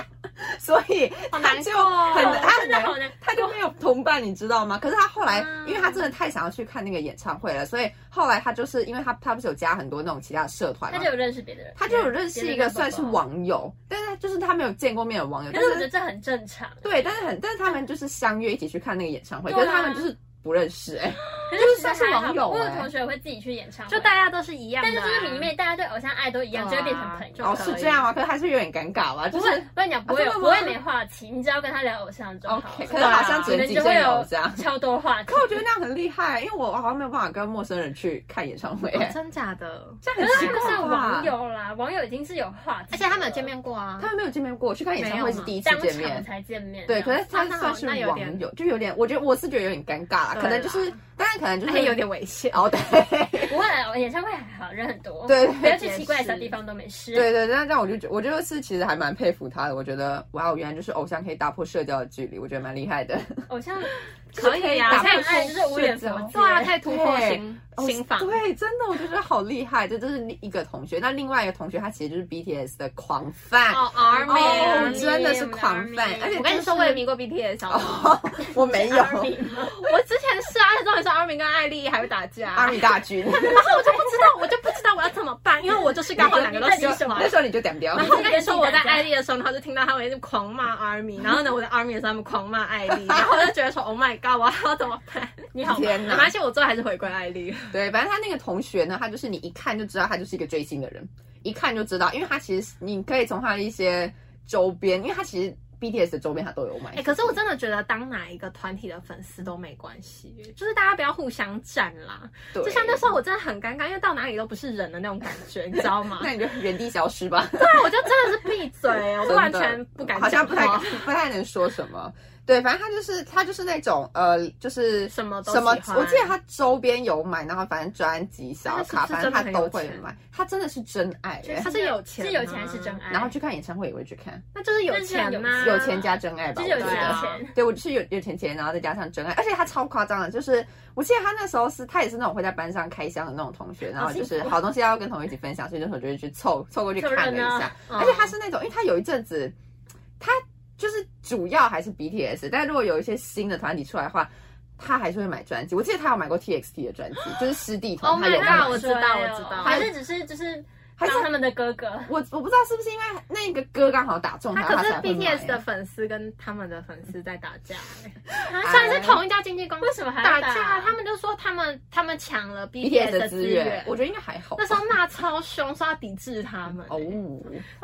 Speaker 2: 所以
Speaker 1: 好
Speaker 2: 他
Speaker 1: 难
Speaker 2: 就
Speaker 1: 过哦
Speaker 2: 很
Speaker 3: 哦
Speaker 2: 他很
Speaker 3: 真的
Speaker 2: 难
Speaker 3: 好难，嗯
Speaker 2: 他就没有同伴，你知道吗？可是他后来，
Speaker 1: 啊
Speaker 2: 因为他真的太想要去看那个演唱会了，所以后来他就是因为他他不是有加很多那种其他的社团
Speaker 3: 他
Speaker 2: 嘛
Speaker 3: 就，有认识别的人，
Speaker 2: 他就有认识一个算是
Speaker 3: 网，
Speaker 2: 网友，但是他就是他没有见过面的网友，
Speaker 3: 可
Speaker 2: 但
Speaker 3: 是我觉得
Speaker 2: 是
Speaker 3: 这很正常，
Speaker 2: 对，但是很但是他们就是相约一起去看那个演唱会，可
Speaker 3: 对啊
Speaker 2: 是他们就是不认识哎、
Speaker 3: 可
Speaker 2: 就是
Speaker 3: 其实
Speaker 2: 算是
Speaker 3: 还好
Speaker 2: 网友
Speaker 3: 我有
Speaker 2: 哎
Speaker 3: 同学会自己去演唱会，
Speaker 1: 就大家都是一样的
Speaker 3: 但
Speaker 1: 啊，
Speaker 3: 是就是里面大家对偶像爱都一样，就
Speaker 1: 对
Speaker 3: 会
Speaker 1: 啊
Speaker 3: 变成朋友。
Speaker 2: 哦
Speaker 1: 可以
Speaker 2: 是这样啊吗？可是还是有点尴尬吧，就
Speaker 3: 不
Speaker 2: 是
Speaker 3: 会，我跟你讲，不会有，
Speaker 2: 真的
Speaker 3: 不
Speaker 2: 吗
Speaker 3: 会没话题，你只要跟他聊偶像就好
Speaker 2: OK，
Speaker 3: 了。
Speaker 2: 可是好像只
Speaker 3: 你
Speaker 2: 能
Speaker 3: 们
Speaker 2: 仅
Speaker 3: 就会
Speaker 2: 限有
Speaker 3: 有
Speaker 2: 这样。
Speaker 3: 超多话题。
Speaker 2: 可我觉得那样很厉害，因为我好像没有办法跟陌生人去看演唱会、
Speaker 1: 哦
Speaker 2: 哎
Speaker 1: 真假的，
Speaker 2: 这样
Speaker 3: 可
Speaker 2: 很
Speaker 3: 是
Speaker 2: 奇
Speaker 3: 他们
Speaker 2: 怪
Speaker 3: 是
Speaker 2: 吧
Speaker 3: 网友啦，网友已经是有话题，
Speaker 1: 而且他们有见，面过啊
Speaker 2: 他。们没有见面过，去看演唱会是第一次
Speaker 3: 当
Speaker 2: 见
Speaker 3: 场
Speaker 2: 面。
Speaker 3: 才见面。
Speaker 2: 对，
Speaker 3: 这
Speaker 2: 可
Speaker 3: 样
Speaker 2: 是他
Speaker 1: 啊那好
Speaker 2: 算是
Speaker 1: 那有点
Speaker 2: 网友，就有点，我觉得我是觉得有点尴尬啦，
Speaker 1: 对
Speaker 2: 可能就是
Speaker 1: 啦，
Speaker 2: 当然可能就
Speaker 1: 而
Speaker 2: 是
Speaker 1: 且有点危险，
Speaker 2: 哦，对，
Speaker 3: 不会啦，演唱会还好，人很多，
Speaker 2: 对
Speaker 3: 不要去奇怪的小地方都没事。
Speaker 2: 对对，那这样我就觉，我就是其实还蛮佩服他的，我觉得哇，原来就是偶像可以打破社交的距离，我觉得蛮厉害的。
Speaker 3: 偶像
Speaker 1: 可以
Speaker 2: [LAUGHS]
Speaker 1: 啊
Speaker 3: 偶
Speaker 2: 打
Speaker 1: 可以
Speaker 2: 破
Speaker 3: 像
Speaker 2: 社
Speaker 3: 爱就是无远弗
Speaker 2: 社
Speaker 3: 届
Speaker 1: 对啊，可以突破
Speaker 2: 对
Speaker 1: 心心房。
Speaker 2: 对，真的，我就觉得好厉害，这就是一个同学。那另外一个同学，他其实就是 BTS 的狂饭，
Speaker 1: 哦
Speaker 2: 哦
Speaker 1: ，army，
Speaker 2: 真的是狂
Speaker 3: 泛
Speaker 2: 饭，而且
Speaker 1: 我跟你说，
Speaker 2: 就是
Speaker 1: 我也迷过 [LAUGHS] BTS 好吗？
Speaker 2: 我没有
Speaker 1: 我之前是啊，那时候是 army 跟艾丽还会打架，
Speaker 2: 阿米大
Speaker 1: [LAUGHS]
Speaker 2: 军，
Speaker 1: 然后我就不知道，我就不知道我要怎么办，因为我就是刚好两个都喜欢 [LAUGHS]
Speaker 2: 那。时候你就点掉。
Speaker 1: 然后我跟你说，我在艾丽的时候，然后就听到他们一直狂骂 [LAUGHS] army，然后呢，我在 army 的时候他们狂骂艾丽，然后我就觉得说，Oh my god，我要怎么办？
Speaker 3: 你好吗？
Speaker 2: 天
Speaker 1: 没
Speaker 2: 哪！
Speaker 1: 关系，我最后还是回归艾丽。
Speaker 2: 对，反正他那个同学呢，他就是你一看就知道他就是一个追星的人，一看就知道，因为他其实你可以从他的一些周边，因为他其实 BTS 的周边他都有买。
Speaker 1: 哎、可是我真的觉得当哪一个团体的粉丝都没关系，就是大家不要互相占啦。
Speaker 2: 对
Speaker 1: 就像那时候我真的很尴尬，因为到哪里都不是人的那种感觉，你知道
Speaker 2: [LAUGHS]
Speaker 1: 吗？
Speaker 2: 那你就原地消失吧，
Speaker 1: 对，我就真的是闭嘴，哦我就
Speaker 2: 真的
Speaker 1: 完全不敢
Speaker 2: 好像
Speaker 1: 讲
Speaker 2: 不太
Speaker 1: 话，
Speaker 2: [LAUGHS] 不太能说什么。对，反正他就是他就是那种呃，就是
Speaker 1: 什么都
Speaker 2: 什么
Speaker 1: 喜，欢
Speaker 2: 我记得他周边有买，然后反正专辑、小卡，
Speaker 1: 他
Speaker 2: 反
Speaker 1: 是不是
Speaker 2: 正他
Speaker 1: 真的很
Speaker 2: 都
Speaker 1: 有
Speaker 2: 会
Speaker 1: 钱
Speaker 2: 买，他真的是真爱、欸。
Speaker 1: 他是有钱
Speaker 3: 是
Speaker 1: 吗
Speaker 3: 有钱是真爱，
Speaker 2: 然后去看演唱会也会去看，
Speaker 1: 那就是有钱呐、
Speaker 2: 有钱加真爱吧，
Speaker 3: 就是有
Speaker 2: 我觉
Speaker 3: 钱
Speaker 2: 得
Speaker 1: 啊
Speaker 3: 钱，
Speaker 2: 对，我就是有有钱钱，然后再加上真爱，而且他超夸张的，就是我记得他那时候是他也是那种会在班上开箱的那种同学，然
Speaker 1: 哦
Speaker 2: 后就是
Speaker 3: 好幸福
Speaker 2: 好东西要跟同学一起分享，所以那时候就会去凑凑过去
Speaker 3: 凑
Speaker 2: 看
Speaker 3: 热
Speaker 2: 了一
Speaker 3: 闹
Speaker 2: 下，
Speaker 1: 嗯
Speaker 2: 而且他是那种，因为他有一阵子他就是主要还是 BTS，但如果有一些新的团体出来的话。他还是会买专辑，我记得他有买过 TXT 的专辑，就是师弟团
Speaker 1: Oh
Speaker 2: 他有
Speaker 1: my
Speaker 2: 买
Speaker 1: god，我知道我知道
Speaker 3: 啊还是只是就是
Speaker 2: 还
Speaker 3: 当
Speaker 2: 是啊
Speaker 3: 他们的哥哥，
Speaker 2: 我我不知道是不是因为那个歌刚好打中
Speaker 1: 他
Speaker 2: 他，
Speaker 1: 可是
Speaker 2: 才会买
Speaker 1: BTS 的粉丝跟他们的粉丝在打架、欸，
Speaker 2: 哎
Speaker 3: 啊
Speaker 1: 算是同一家经纪公司
Speaker 3: 为什么还
Speaker 1: 打
Speaker 3: 要
Speaker 1: 架，他们就说他们他们抢了
Speaker 2: BTS
Speaker 1: BTS
Speaker 2: 的
Speaker 1: 的
Speaker 2: 资
Speaker 1: 资
Speaker 2: 源
Speaker 1: 源，，
Speaker 2: 我觉得应该还好吧。
Speaker 1: 那时候骂超凶，说要抵制他们、欸
Speaker 2: 哦，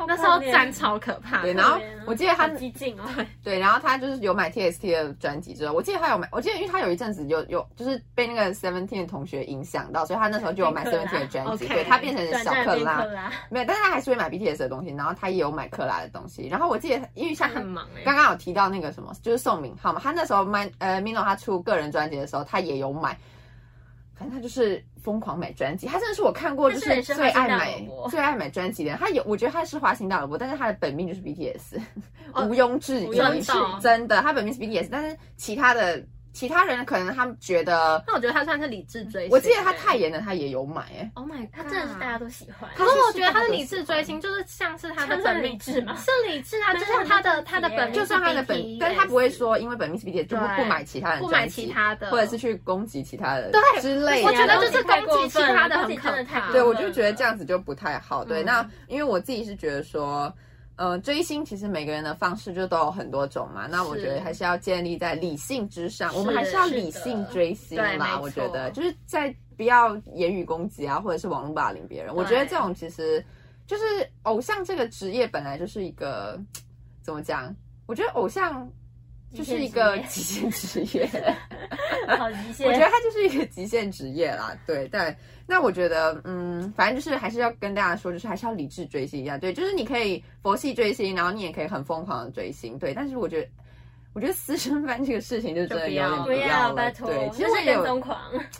Speaker 1: 那时候战超可怕
Speaker 2: 对，
Speaker 1: 的。
Speaker 2: 然后我记得他
Speaker 3: 很激进哦，
Speaker 2: 对，然后他就是有买 TXT 的专辑之后，我记得他有买，我记得因为他有一阵子有有就是被那个 Seventeen 的同学影响到，所以他那时候就有买
Speaker 3: 变克拉
Speaker 2: Seventeen 的专辑，
Speaker 1: OK
Speaker 2: 对他变成
Speaker 3: 短
Speaker 2: 小
Speaker 3: 暂
Speaker 2: 克
Speaker 3: 变
Speaker 2: 拉
Speaker 3: 克，拉，
Speaker 2: 没有，但是他还是会买 BTS 的东西，然后他也有买克拉的东西，然后我记得因为
Speaker 1: 他
Speaker 2: 像
Speaker 3: 嗯
Speaker 1: 很忙哎、
Speaker 2: 刚刚有提到那个什么，就是宋敏浩嘛，他那时候 Man 呃 Mino 他出个人专辑的时候，他也有买，反正他就是疯狂买专辑，他真的是我看过就
Speaker 3: 他是
Speaker 2: 是
Speaker 3: 人生
Speaker 2: 最爱
Speaker 3: 花心大
Speaker 2: 买
Speaker 3: 萝卜
Speaker 2: 最爱买专辑的人。他有，我觉得他是花心大萝卜，但是他的本命就是 BTS，、
Speaker 1: 哦
Speaker 2: 毋庸置疑，
Speaker 1: 毋庸置疑
Speaker 2: 真的，他本命是 BTS，但是其他的其他人可能他们觉得，
Speaker 1: 那我觉得他算是理智追星。
Speaker 2: 我记得他泰妍的他也有买、欸，
Speaker 1: ，Oh my，
Speaker 3: 他真的是大家。都喜欢。
Speaker 1: 可是我觉得他的理智追星，就是像是他的
Speaker 3: 真的
Speaker 1: 本
Speaker 3: 很
Speaker 1: 命
Speaker 3: 理智吗
Speaker 1: 是理智啊，就
Speaker 3: 但是
Speaker 1: 像他的他的
Speaker 3: 很
Speaker 1: 本
Speaker 3: 理
Speaker 1: 命
Speaker 3: 智
Speaker 2: 就算他的本，
Speaker 1: BTS
Speaker 2: 但是他不会说因为本 Miss B 的就不
Speaker 1: 对
Speaker 2: 不买其他人，
Speaker 1: 不买其，他的，哦
Speaker 2: 或者是去攻击其他人，
Speaker 1: 对
Speaker 2: 之类的。
Speaker 1: 我觉得就是是攻击其他的很可
Speaker 3: 攻击真的太
Speaker 1: 怕。
Speaker 2: 对，
Speaker 3: 过
Speaker 2: 我
Speaker 3: 分
Speaker 2: 就觉得这样子就不太好。对，
Speaker 1: 嗯
Speaker 2: 那因为我自己是觉得说，呃，追星其实每个人的方式就都有很多种嘛。那我
Speaker 1: 是
Speaker 2: 觉得还是要建立在理性之上，
Speaker 1: 是
Speaker 2: 我们还是要
Speaker 3: 是的
Speaker 2: 理性追星
Speaker 1: 对没
Speaker 2: 啦。
Speaker 1: 错
Speaker 2: 我觉得就是在不要言语攻击啊，或者是网络霸凌别人。我觉得这种其实就是偶像这个职业本来就是一个怎么讲？我觉得偶像。就是一个极限职业，
Speaker 3: 好极限，
Speaker 2: 我觉得它就是一个极限职业啦，对。但那我觉得，嗯，反正就是还是要跟大家说，就是还是要理智追星一样，对，就是你可以佛系追星，然后你也可以很疯狂的追星，对。但是我觉得，我觉得私生饭这个事情就真的有点
Speaker 1: 就
Speaker 3: 不
Speaker 1: 不
Speaker 2: 要
Speaker 3: 要，
Speaker 2: 了，
Speaker 3: 拜托，
Speaker 2: 对。其实
Speaker 3: 那
Speaker 2: 我
Speaker 3: 是
Speaker 2: 也
Speaker 3: 跟
Speaker 2: 有
Speaker 3: 踪狂，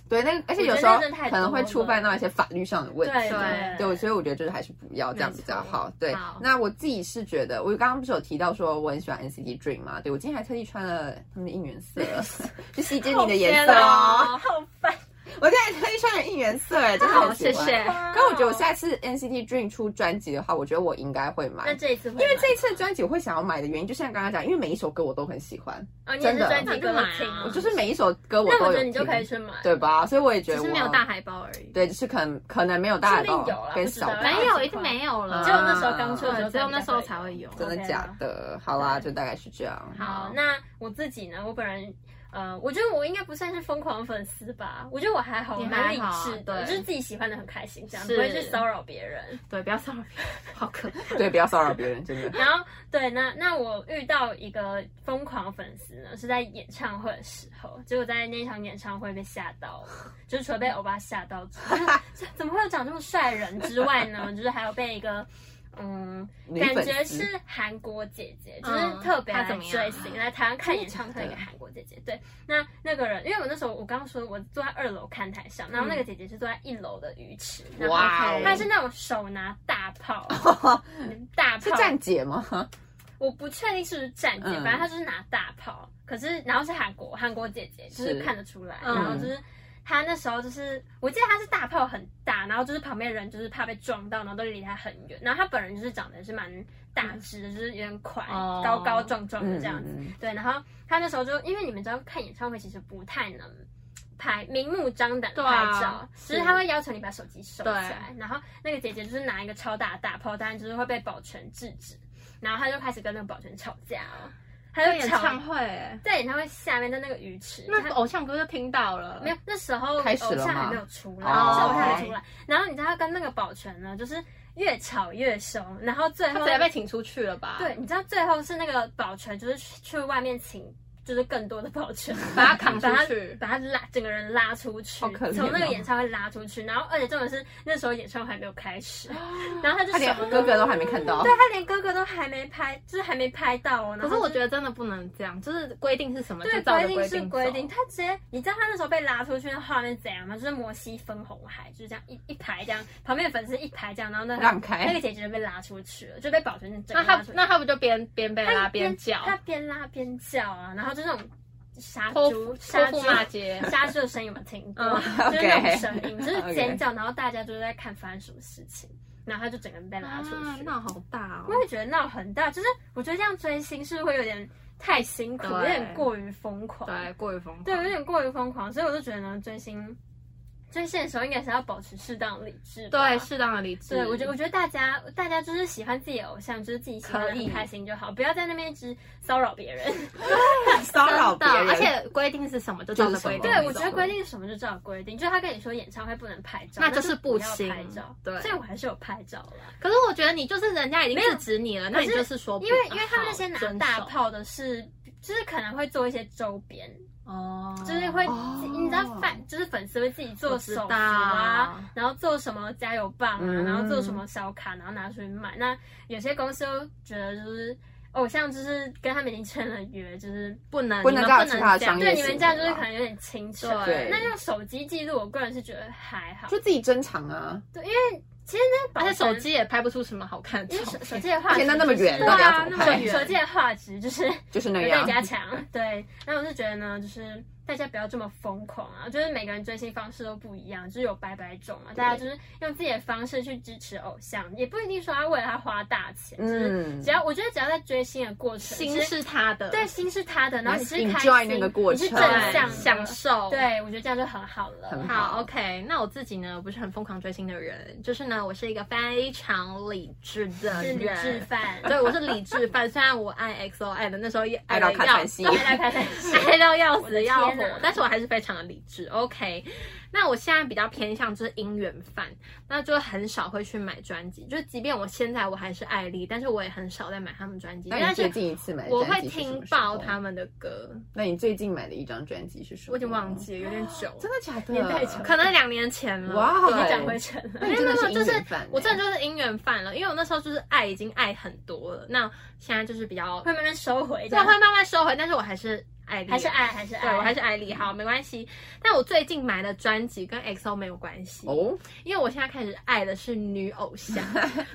Speaker 2: 对那，而且有
Speaker 3: 我觉得
Speaker 2: 时候
Speaker 3: 那真的太
Speaker 2: 可能会
Speaker 3: 多
Speaker 2: 触犯
Speaker 3: 了
Speaker 2: 到一些法律上的问题，
Speaker 3: 对
Speaker 1: 对
Speaker 2: 对，所以我觉得就是还是不要这样比较好。对
Speaker 1: 好，
Speaker 2: 那我自己是觉得，我刚刚不是有提到说我很喜欢 NCT Dream 嘛？对我今天还特地穿了他们的应援色， [LAUGHS] 就西街你的颜色哦。
Speaker 1: 好
Speaker 3: 好烦。
Speaker 2: 我现在特意穿了应援色，哎，真
Speaker 3: 啊
Speaker 2: 的
Speaker 1: 好，
Speaker 2: 很喜
Speaker 1: 谢
Speaker 2: 欢。
Speaker 1: 谢。
Speaker 2: 可我觉得我下次 NCT Dream 出专辑的话，我觉得我应该会买
Speaker 3: 那。这一次会吗，
Speaker 2: 因为这一次的专辑我会想要买的原因，就像刚刚讲，因为每一首歌我都很喜欢，
Speaker 3: 哦，你也
Speaker 2: 真
Speaker 3: 是
Speaker 2: 的
Speaker 3: 专辑歌
Speaker 1: 那就
Speaker 3: 听哦
Speaker 1: 买啊
Speaker 2: 我就是每一首歌我
Speaker 3: 那
Speaker 2: 都
Speaker 3: 我
Speaker 2: 有
Speaker 3: 觉得
Speaker 2: 听，
Speaker 3: 你就可以去买，
Speaker 2: 对吧？所以我也觉
Speaker 1: 只
Speaker 2: 得
Speaker 1: 是
Speaker 2: 我
Speaker 1: 没有大海报而已。
Speaker 2: 对，就是可能可能没有大海报
Speaker 3: 说不定有啦
Speaker 2: 跟
Speaker 3: 不知
Speaker 2: 小
Speaker 3: 道
Speaker 2: 白
Speaker 1: 没有，一定没有了。
Speaker 2: 嗯
Speaker 3: 只有那时候刚出的时
Speaker 1: 对
Speaker 3: 候，
Speaker 1: 哦只有那时候才会有。
Speaker 2: 真的
Speaker 3: OK 啊
Speaker 2: 假的？好啦，就大概是这样。
Speaker 3: 好，那我自己呢？我本人，呃，我觉得我应该不算是疯狂粉丝吧，我觉得我还好，
Speaker 1: 你还
Speaker 3: 蛮理
Speaker 1: 好
Speaker 3: 智的，
Speaker 1: 对
Speaker 3: 就是自己喜欢的很开心，这样不
Speaker 1: 是
Speaker 3: 会去骚扰别人。
Speaker 1: 对，不要骚扰别人，好可怕。
Speaker 2: 对，不要骚扰别人，真的。
Speaker 3: 然后对，那那我遇到一个疯狂粉丝呢，是在演唱会的时候，结果在那一场演唱会被吓到了， [LAUGHS] 就是除了被欧巴吓到之外，就是 [LAUGHS] 怎么会有长这么帅的人之外呢？就是还有被一个嗯，
Speaker 2: 女
Speaker 3: 感
Speaker 2: 粉
Speaker 3: 觉
Speaker 2: 丝
Speaker 3: 是韩国姐姐，就
Speaker 1: 嗯
Speaker 3: 是特别
Speaker 1: 她
Speaker 3: 来
Speaker 1: 怎么
Speaker 3: 追
Speaker 1: 样啊嗯
Speaker 3: 星，来台湾看演唱会的一
Speaker 2: 真的
Speaker 3: 个
Speaker 2: 假的
Speaker 3: 韩国姐姐。对，那那个人，因为我那时候我刚刚说我坐在二楼看台上，然后
Speaker 1: 嗯
Speaker 3: 那个姐姐是坐在一楼的鱼池，然后
Speaker 2: 哇哦
Speaker 3: 她是那种手拿大炮，
Speaker 2: [LAUGHS]
Speaker 3: 嗯大炮
Speaker 2: 是站姐吗？
Speaker 3: 我不确定是不是站姐，
Speaker 2: 嗯
Speaker 3: 反正她就是拿大炮，可是然后是韩国韩国姐姐，就是
Speaker 2: 是
Speaker 3: 看得出来，
Speaker 1: 嗯
Speaker 3: 然后就是。她那时候就是，我记得她是大炮很大，然后就是旁边人就是怕被撞到，然后都离她很远。然后她本人就是长得是蛮大只的，就是有点宽、
Speaker 1: 哦
Speaker 3: 高高壮壮的
Speaker 2: 嗯，
Speaker 3: 这样子。
Speaker 2: 嗯。嗯
Speaker 3: 对，然后她那时候就因为你们知道看演唱会其实不太能拍明目张胆
Speaker 1: 对
Speaker 3: 地拍
Speaker 1: 啊
Speaker 3: 照，只是
Speaker 1: 是
Speaker 3: 他会要求你把手机收起
Speaker 1: 对
Speaker 3: 来。然后那个姐姐就是拿一个超大的大炮，当然就是会被保全制止。然后她就开始跟那个保全吵架哦，她
Speaker 1: 在
Speaker 3: 就
Speaker 1: 演
Speaker 3: 吵
Speaker 1: 唱会欸，
Speaker 3: 在演唱会下面的那个鱼池，
Speaker 1: 那
Speaker 3: 她
Speaker 1: 偶像歌就听到了，
Speaker 3: 没有，那时候
Speaker 2: 开始了
Speaker 3: 偶像
Speaker 2: 吗
Speaker 3: 还没有出来，
Speaker 2: 哦
Speaker 3: 是偶像还没出来。然后你知道她跟那个保全呢，就是越吵越凶，然后最
Speaker 1: 他
Speaker 3: 后
Speaker 1: 直接被请出去了吧？
Speaker 3: 对，，你知道最后是那个保全，就是去去外面请，就是更多的保全 [LAUGHS]
Speaker 1: 把他扛出
Speaker 3: 把他
Speaker 1: 去
Speaker 3: 把他拉整个人拉出去，
Speaker 2: 好可怜哦
Speaker 3: 从那个演唱会拉出去。然后，而且重点是那时候演唱会还没有开始，然后他就
Speaker 2: 他连
Speaker 3: 什么
Speaker 2: 哥
Speaker 3: 都
Speaker 2: 哥都还没看到
Speaker 3: 对，他连哥哥都还没拍，就是还没拍到哦。
Speaker 1: 可是我觉
Speaker 3: 得。
Speaker 1: 得真的不能这样，就是规定是什么就
Speaker 3: 对，
Speaker 1: 照着
Speaker 3: 规定是规
Speaker 1: 规
Speaker 3: 定，
Speaker 1: 定走。
Speaker 3: 他直接，你知道他那时候被拉出去那画面是怎样吗？就是摩西分红海，就是这样一一排这样，旁边的粉丝一排这样，然后那
Speaker 2: 让开
Speaker 3: [LAUGHS] 那个姐姐就被拉出去了，就被保全整个
Speaker 1: 那
Speaker 3: 拉
Speaker 1: 啊他
Speaker 3: 出去。
Speaker 1: 那他不就边边被
Speaker 3: 他
Speaker 1: 拉边叫，
Speaker 3: 他边拉边叫啊，然后就那种杀
Speaker 1: 泼
Speaker 3: 猪、
Speaker 1: 泼
Speaker 3: 杀猪
Speaker 1: 妇骂街？
Speaker 3: [LAUGHS] 杀猪的声音有没有听过？
Speaker 1: 嗯
Speaker 3: 就是那
Speaker 2: OK
Speaker 3: 种声音，就是尖叫，然后大家就是在看发生什么事情，然后他就整个人被拉出
Speaker 1: 啊
Speaker 3: 去。
Speaker 1: 闹好大哦
Speaker 3: 我！也觉得闹很大，就是我觉得这样追星是不是会有点太辛苦，
Speaker 1: 对
Speaker 3: 有点过于疯狂，
Speaker 1: 对，过于疯狂。
Speaker 3: 对，有点过于疯狂，所以我就觉得呢，追星追星的时候应该是要保持适当的理智吧，
Speaker 1: 对，适当的理智。
Speaker 3: 对，我觉得我觉得大家大家就是喜欢自己的偶像，就是自己喜欢
Speaker 1: 可以
Speaker 3: 很开心就好，不要在那边一直骚扰
Speaker 1: [LAUGHS]
Speaker 3: 别人。
Speaker 2: 骚扰
Speaker 1: 真
Speaker 2: 别
Speaker 1: 的，
Speaker 2: 人，
Speaker 1: 而且规定是什么就照着规定走。
Speaker 2: 就是什么
Speaker 3: 对，我觉得规定什么就照规定，就是他跟你说演唱会不能拍照，
Speaker 1: 那就
Speaker 3: 就是不
Speaker 1: 不
Speaker 3: 要
Speaker 1: 行
Speaker 3: 拍照。
Speaker 1: 对
Speaker 3: 所以我还是有拍照啦，
Speaker 1: 可是我觉得你就是人家已经制止你了，那你就是说哦不啊
Speaker 3: 因为因为他们那些
Speaker 1: 好
Speaker 3: 拿
Speaker 1: 遵
Speaker 3: 大
Speaker 1: 守
Speaker 3: 炮的是，就是可能会做一些周边，
Speaker 1: 哦，
Speaker 3: 就是会、
Speaker 2: 哦
Speaker 3: 你知道粉就是粉丝会自己做
Speaker 1: 我知
Speaker 3: 手幅啊
Speaker 1: 道，
Speaker 3: 然后做什么加油棒啊，
Speaker 2: 嗯
Speaker 3: 然后做什么小卡，然后拿出去卖。那有些公司又觉得就是偶像就是跟他们已经签了约，就是
Speaker 1: 不能
Speaker 2: 不
Speaker 1: 你
Speaker 2: 能
Speaker 1: 们
Speaker 2: 再有
Speaker 1: 不
Speaker 2: 其
Speaker 1: 能
Speaker 2: 他的
Speaker 1: 这样
Speaker 2: 商业
Speaker 3: 对你
Speaker 2: 行
Speaker 3: 们
Speaker 2: 为
Speaker 3: 这样就是
Speaker 2: 啦
Speaker 3: 可能有点轻扯。
Speaker 1: 对
Speaker 3: 那用手机记录，我个人是觉得还好。
Speaker 2: 就自己珍藏啊。
Speaker 1: 而且手，机也拍不出什么好看的
Speaker 3: 因为
Speaker 1: 照
Speaker 3: 手
Speaker 1: 片。
Speaker 3: 手机的画
Speaker 2: 而
Speaker 3: 质
Speaker 2: 且那那么
Speaker 3: 就是
Speaker 2: 远
Speaker 3: 对
Speaker 2: 到底要
Speaker 3: 啊，
Speaker 2: 怎
Speaker 3: 那
Speaker 2: 么
Speaker 3: 么
Speaker 1: 拍
Speaker 3: 远手机的画质就是
Speaker 2: 就是那
Speaker 3: 有
Speaker 2: 样
Speaker 3: 待加强。对，那我是觉得呢，就是大家不要这么疯狂啊！就是每个人追星方式都不一样，就是有百百种啊。大家就是用自己的方式去支持偶像，也不一定说要为了他花大钱。就是
Speaker 2: 嗯
Speaker 3: 只要我觉得只要在追星的过程，
Speaker 1: 心
Speaker 3: 其实
Speaker 1: 是他的，
Speaker 3: 对，心是他的，然后你是开
Speaker 2: enjoy
Speaker 3: 心，
Speaker 2: 那个过程
Speaker 3: 你是正
Speaker 1: 对，
Speaker 3: 向的
Speaker 1: 享。受，。
Speaker 3: 对，我觉得这样就很好了。
Speaker 2: 很
Speaker 1: 好，OK，那我自己呢，不是很疯狂追星的人，就是呢，我是一个非常理智的
Speaker 3: 是
Speaker 1: 人，
Speaker 3: 理智
Speaker 1: [LAUGHS]
Speaker 3: 犯，
Speaker 1: 对，我是理智犯。虽然我爱 XO 爱的那时候也
Speaker 2: 爱到看
Speaker 1: 要
Speaker 2: 看戏
Speaker 1: 对
Speaker 3: 大家开始
Speaker 1: 爱到要
Speaker 3: 我
Speaker 1: 死
Speaker 3: 的天
Speaker 1: 要
Speaker 3: 啊
Speaker 1: 活，但是我还是非常的理智。OK，那我现在比较偏向就是音源饭，那就很少会去买专辑。就是即便我现在我还是爱丽，但是我也很少在买他们专辑。
Speaker 2: [LAUGHS] 那
Speaker 1: 但
Speaker 2: 你最
Speaker 1: 是
Speaker 2: 近一次买的
Speaker 1: 我会
Speaker 2: 专辑是什
Speaker 1: 听
Speaker 2: 么时
Speaker 1: 爆
Speaker 2: 候
Speaker 1: 他们的歌，
Speaker 2: 那你最近买的一张专辑是什么？
Speaker 1: 我已经忘，记了，有点久，
Speaker 2: 真的假的？
Speaker 3: 年代久了
Speaker 1: 可能两年前了。
Speaker 2: 哇哦
Speaker 1: 对
Speaker 3: 已经转回城
Speaker 2: [LAUGHS]
Speaker 3: 了。
Speaker 2: 那你真的是
Speaker 1: 没有没有
Speaker 2: 音
Speaker 1: 就是
Speaker 2: 乐饭，
Speaker 1: 我真
Speaker 3: 欸
Speaker 1: 的就是姻缘犯了，因为我那时候就是爱已经爱很多了，那现在就是比较
Speaker 3: 会慢慢收回，这
Speaker 1: 对，会
Speaker 3: 样
Speaker 1: 慢慢收回，但是我还是爱丽啊
Speaker 3: 还是爱，还是爱，
Speaker 1: 对我还是爱丽，好，没关系。但我最近买的专辑跟 XO 没有关系，
Speaker 2: 哦，
Speaker 1: 因为我现在开始爱的是女偶
Speaker 3: [LAUGHS]
Speaker 1: 像，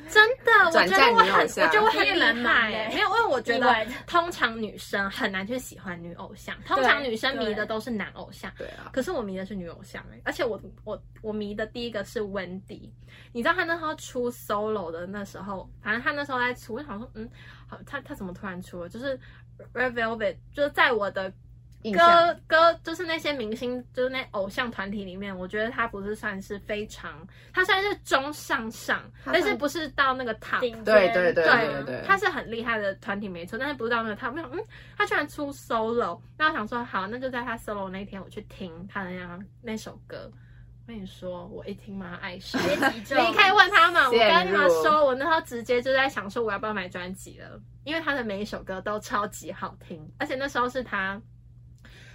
Speaker 1: 真的，我
Speaker 2: 转
Speaker 1: 觉得
Speaker 2: 战
Speaker 1: 我
Speaker 2: 女
Speaker 1: 很，
Speaker 2: 偶像
Speaker 1: 我觉得我很
Speaker 3: 你也蛮
Speaker 1: 厉
Speaker 3: 忙
Speaker 1: 害，欸
Speaker 3: 的欸
Speaker 1: 没有，因为我觉
Speaker 3: 意
Speaker 1: 得
Speaker 3: 外的
Speaker 1: 通常女生很难去喜欢女偶像，通常女生迷的
Speaker 3: 对
Speaker 1: 都是男偶像。
Speaker 2: 对啊，
Speaker 1: 可是我迷的是女偶像哎、而且我我我迷的第一个是温迪，你知道她那时候出 solo 的那时候，反正她那时候在出，我想说嗯，好，她她怎么突然出了？就是 Red Velvet，就是在我的
Speaker 2: 印象
Speaker 1: 歌歌，就是那些明星，就是那偶像团体里面，我觉得她不是算是非常，她算是中上上，
Speaker 2: 她
Speaker 1: 但是
Speaker 2: 算
Speaker 1: 不是到那个 top，
Speaker 3: 顶尖
Speaker 2: 对对对
Speaker 1: 对
Speaker 2: 对对，
Speaker 1: 他是很厉害的团体没错，但是不知道那个他，我想嗯，他居然出 solo，那我想说好，那就在他 solo 那一天我去听他的那那首歌。我跟你说，我一听哎马上爱上。
Speaker 3: 别急
Speaker 1: [LAUGHS]
Speaker 3: 着
Speaker 1: 你可以问他们，我
Speaker 2: 陷入
Speaker 1: 跟你们说，我那时候直接就在想说我要不要买专辑了，因为他的每一首歌都超级好听，而且那时候是他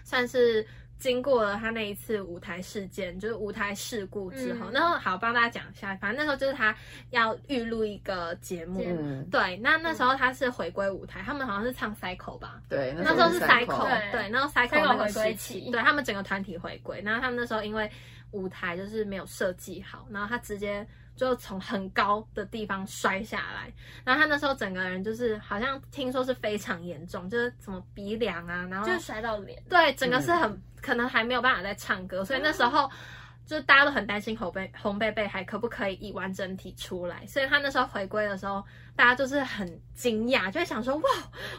Speaker 1: 算是经过了他那一次舞台事件，就是舞台事故之后，
Speaker 3: 嗯
Speaker 1: 那时候好帮大家讲一下，反正那时候就是他要预录一个节目，
Speaker 3: 节目
Speaker 2: 嗯，
Speaker 1: 对，那那时候他是回归舞台，他们好像是唱 Cycle 吧。
Speaker 2: 对，
Speaker 1: 那时
Speaker 2: 候
Speaker 1: 候是
Speaker 2: 三
Speaker 1: cycle，
Speaker 3: 对
Speaker 1: 对，那时候 cycle
Speaker 3: cycle
Speaker 1: 那个
Speaker 3: 回归
Speaker 1: 时期，
Speaker 3: 期
Speaker 1: 对他们整个团体回归，然后他们那时候因为舞台就是没有设计好，然后他直接就从很高的地方摔下来，然后他那时候整个人就是好像听说是非常严重，就是什么鼻梁啊，然后
Speaker 3: 就是摔到脸，
Speaker 1: 对，整个是很、可能还没有办法再唱歌，所以那时候就大家都很担心红贝红贝贝还可不可以以完整体出来，所以他那时候回归的时候，大家就是很惊讶，就会想说哇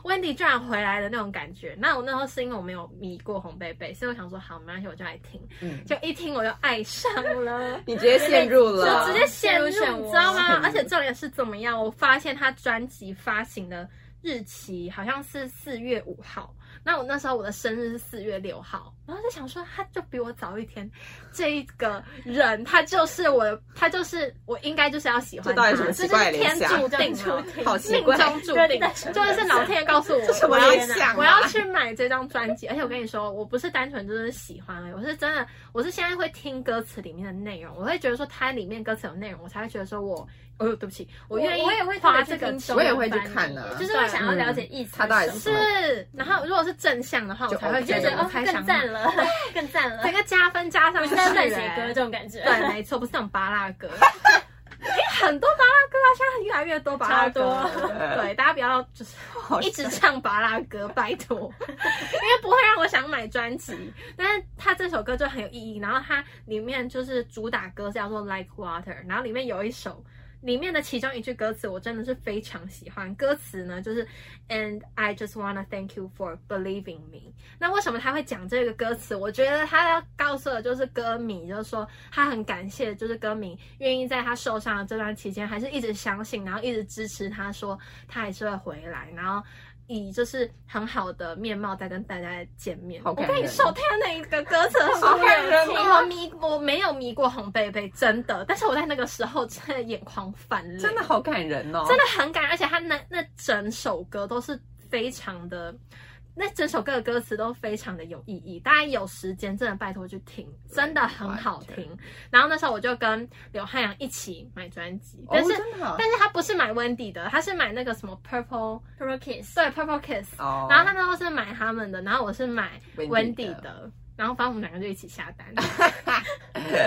Speaker 1: ，Wendy 居然回来的那种感觉。那我那时候是因为我没有迷过红贝贝，所以我想说好，没关系，我就来听，
Speaker 2: 嗯
Speaker 1: 就一听我就爱上了。
Speaker 2: 你直接陷入了，
Speaker 1: 就直接陷入，你
Speaker 3: 陷入漩涡
Speaker 1: 知道吗 [LAUGHS]
Speaker 2: 嗯？
Speaker 1: 而且重点是怎么样？我发现他专辑发行的日期好像是四月五号，那我那时候我的生日是四月六号，然后就想说，他就比我早一天，这一个人他就是我，他就是我应该就是要喜欢
Speaker 2: 这到
Speaker 1: 他，
Speaker 2: 底什么奇怪
Speaker 1: 这
Speaker 2: 的
Speaker 1: 就是
Speaker 2: 联
Speaker 1: 天
Speaker 2: 想
Speaker 1: 注定
Speaker 3: 注
Speaker 1: 了。
Speaker 3: 定
Speaker 2: 好奇
Speaker 1: 命
Speaker 2: 怪，
Speaker 1: 中注定，就是老天爷告诉我，
Speaker 2: 什么
Speaker 1: 我要
Speaker 2: 联想啊
Speaker 1: 我要去买这张专辑。而且 [LAUGHS] 我跟你说，我不是单纯就是喜欢而已，我是真的，我是现在会听歌词里面的内容，我会觉得说它里面歌词有内容，我才会觉得说我，哦，对不起，我愿意
Speaker 3: 我也会
Speaker 1: 花
Speaker 3: 特
Speaker 1: 这
Speaker 3: 别去
Speaker 1: 个
Speaker 3: 听
Speaker 1: 钱
Speaker 3: 中文
Speaker 2: 我也会去
Speaker 3: 翻译
Speaker 2: 看啊
Speaker 3: 就是会想要了解意思是什
Speaker 2: 他
Speaker 3: 么，
Speaker 2: 到底是
Speaker 1: 是。然后如果是正向的话，我
Speaker 2: 就
Speaker 1: 才会
Speaker 2: OK
Speaker 1: 觉
Speaker 3: 就觉
Speaker 1: 得
Speaker 3: 得
Speaker 1: 我
Speaker 3: 哦，
Speaker 1: 才想
Speaker 3: 更赞 [LAUGHS] 了，更赞了，
Speaker 1: 整个加分加上
Speaker 3: 不
Speaker 1: 去
Speaker 3: 是
Speaker 1: 欸，
Speaker 3: 在乱写歌这种感觉，
Speaker 1: 对，没错，不是那种巴拉歌。哎，很多巴拉歌啊，现在越来越多巴拉歌了。
Speaker 3: 超
Speaker 1: 对，大家不要就是
Speaker 2: 好
Speaker 1: 一直唱巴拉歌，拜托，因为不会让我想买专辑。但是他这首歌就很有意义，然后它里面就是主打歌叫做《Like Water》，然后里面有一首。里面的其中一句歌词，我真的是非常喜欢。歌词呢，就是 "And I just wanna thank you for believing me"。那为什么他会讲这个歌词？我觉得他要告诉的就是歌迷，就是说他很感谢，就是歌迷愿意在他受伤的这段期间，还是一直相信，然后一直支持他，说他还是会回来，然后。以就是很好的面貌再跟大家见面。
Speaker 2: 好
Speaker 1: 我
Speaker 2: 感
Speaker 1: 跟你
Speaker 2: 人哦
Speaker 1: 说，天哪，一个歌词很
Speaker 2: 好感人哦
Speaker 1: 我迷我没有迷过红贝贝，真的。但是我在那个时候真的眼眶泛泪，
Speaker 2: [LAUGHS] 真的好感人哦，
Speaker 1: 真的很感人，而且他那那整首歌都是非常的，那整首歌的歌词都非常的有意义。大家有时间真的拜托去听，真的很好
Speaker 2: 哦
Speaker 1: 听。然后那时候我就跟刘汉阳一起买专辑，
Speaker 2: 哦，
Speaker 1: 但是、
Speaker 2: 真的啊
Speaker 1: 但是他不是买 Wendy 的，他是买那个什么 Purple，
Speaker 3: ，Pro Kiss，
Speaker 1: 对 Purple Kiss，、
Speaker 2: 哦，
Speaker 1: 然后他那时候是买他们的，然后我是买
Speaker 2: Wendy 的 [LAUGHS]
Speaker 1: Wendy 的。然后，反正我们两个就一起下单，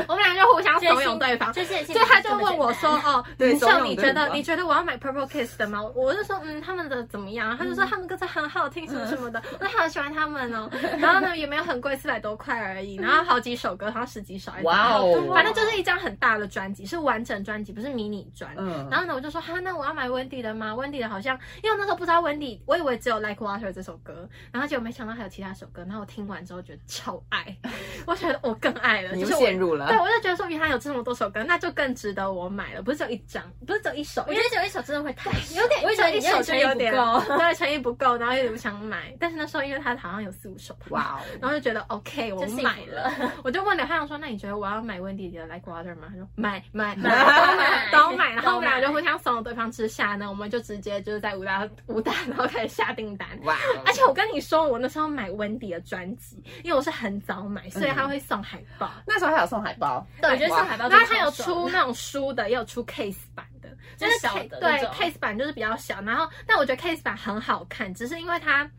Speaker 1: 我们俩就互相怂恿对方。
Speaker 3: 这件事
Speaker 1: 所以他就问我说：“哦，
Speaker 2: 对
Speaker 1: 林
Speaker 2: 怂
Speaker 1: 秀，
Speaker 2: 恿
Speaker 1: 你
Speaker 2: 对
Speaker 1: 觉得
Speaker 2: 方
Speaker 1: 你觉得我要买 Purple Kiss 的吗？”我就说：“嗯，他们的怎么样？”他就说：“他们歌词很好听，什么什么
Speaker 2: 嗯
Speaker 1: 的。”我好喜欢他们
Speaker 2: [LAUGHS]
Speaker 1: 哦。然后呢，也没有很贵，四百多块而已。然后好几首歌，好像十几首还是多少。
Speaker 2: 嗯哇哦
Speaker 1: 反正就是一张很大的专辑，是完整专辑，不是迷你专。
Speaker 2: 嗯
Speaker 1: 然后呢，我就说哈，那我要买温迪的吗？温迪的好像，因为我那时候不知道温迪，我以为只有 Like Water 这首歌，然后结果没想到还有其他首歌。然后我听完之后觉得超爱， [LAUGHS] 我觉得我更爱了，
Speaker 2: 你
Speaker 1: 就
Speaker 2: 又
Speaker 1: 是我
Speaker 2: 陷入了
Speaker 1: 对，。我就觉得说，原来有这么多首歌，那就更值得我买了，不是只有一张，不是只有一首，
Speaker 3: 我
Speaker 1: 因
Speaker 3: 觉
Speaker 1: 为
Speaker 3: 得只有一首真的会太
Speaker 1: 有点
Speaker 3: 我觉得
Speaker 1: 一首就有点
Speaker 3: 诚意不
Speaker 1: 对，诚意不够，然后有点不想买。但是那时候因为它好像有四五首吧，
Speaker 2: 哇哦
Speaker 1: 然后就觉得 OK，我
Speaker 3: 就幸
Speaker 1: 买
Speaker 3: 福
Speaker 1: 了
Speaker 3: 了，
Speaker 1: [LAUGHS] 我就问刘汉阳说：“那你觉得我要买温迪的 Like Water 吗？”他说：“买买 [LAUGHS] 买，都买都买。”然后我们俩就互相怂恿对方之下呢，我们就直接就是在武大武大，然后开始下订单。
Speaker 2: 哦，哇哦！
Speaker 1: 而且我跟你说，我那时候买温迪的专辑，因为我是很早买，所以他会送海报。
Speaker 2: 那时候还有送海报，
Speaker 3: 我觉得上海
Speaker 1: 嗯
Speaker 3: 报
Speaker 1: 然后
Speaker 3: 真的
Speaker 1: 它有
Speaker 3: 超爽
Speaker 1: 出那种书的，也有出 case 版的，就是
Speaker 3: 小
Speaker 1: case-
Speaker 3: 的那
Speaker 1: 对
Speaker 3: 种
Speaker 1: case 版就是比较小。然后，但我觉得 case 版很好看，只是因为它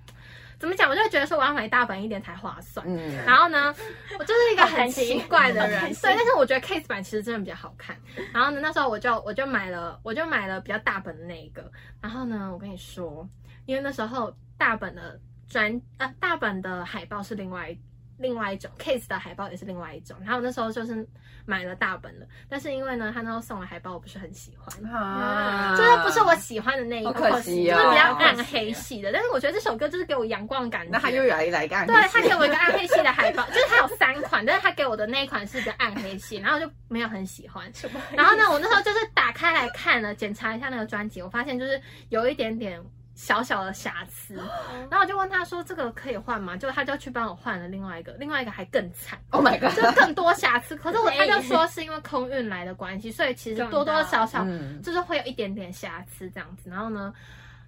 Speaker 1: 怎么讲，我就会觉得说我要买大本一点才划算。
Speaker 2: 嗯，
Speaker 1: 然后呢，我就是一个很奇怪的人
Speaker 3: 好，担心
Speaker 1: 对，但是我觉得 case 版其实真的比较好看。然后呢，那时候我就我就买了，我就买了比较大本的那一个。然后呢，我跟你说，因为那时候大本的专呃大本的海报是另外另外一种，case 的海报也是另外一种。然后我那时候就是买了大本的，但是因为呢，他那时候送了海报，我不是很喜欢。
Speaker 2: 啊
Speaker 1: 就是不是我喜欢的那一
Speaker 2: 好
Speaker 1: 种，
Speaker 2: 可惜哦
Speaker 1: 就是比较
Speaker 2: 好可
Speaker 1: 暗
Speaker 3: 惜
Speaker 1: 黑系的。但是我觉得这首歌就是给我阳光的感觉。
Speaker 2: 那他又来来干，
Speaker 1: 对他给我一个暗黑系的海报， [LAUGHS] 就是他有三款，但是他给我的那一款是比较暗黑系，然后我就没有很喜欢。
Speaker 3: 什么
Speaker 1: 然后呢，我那时候就是打开来看了，检查一下那个专辑，我发现就是有一点点小小的瑕疵， [LAUGHS]
Speaker 3: 嗯
Speaker 1: 然后我就问他说这个可以换吗？结果他就去帮我换了另外一个，另外一个还更惨。
Speaker 2: ，Oh my
Speaker 1: 就
Speaker 2: god，
Speaker 1: 更多瑕疵，可是我他就说是因为空运来的关系，所以其实多多少少
Speaker 2: 嗯，
Speaker 1: 就是会有一点点瑕疵这样子。然后呢，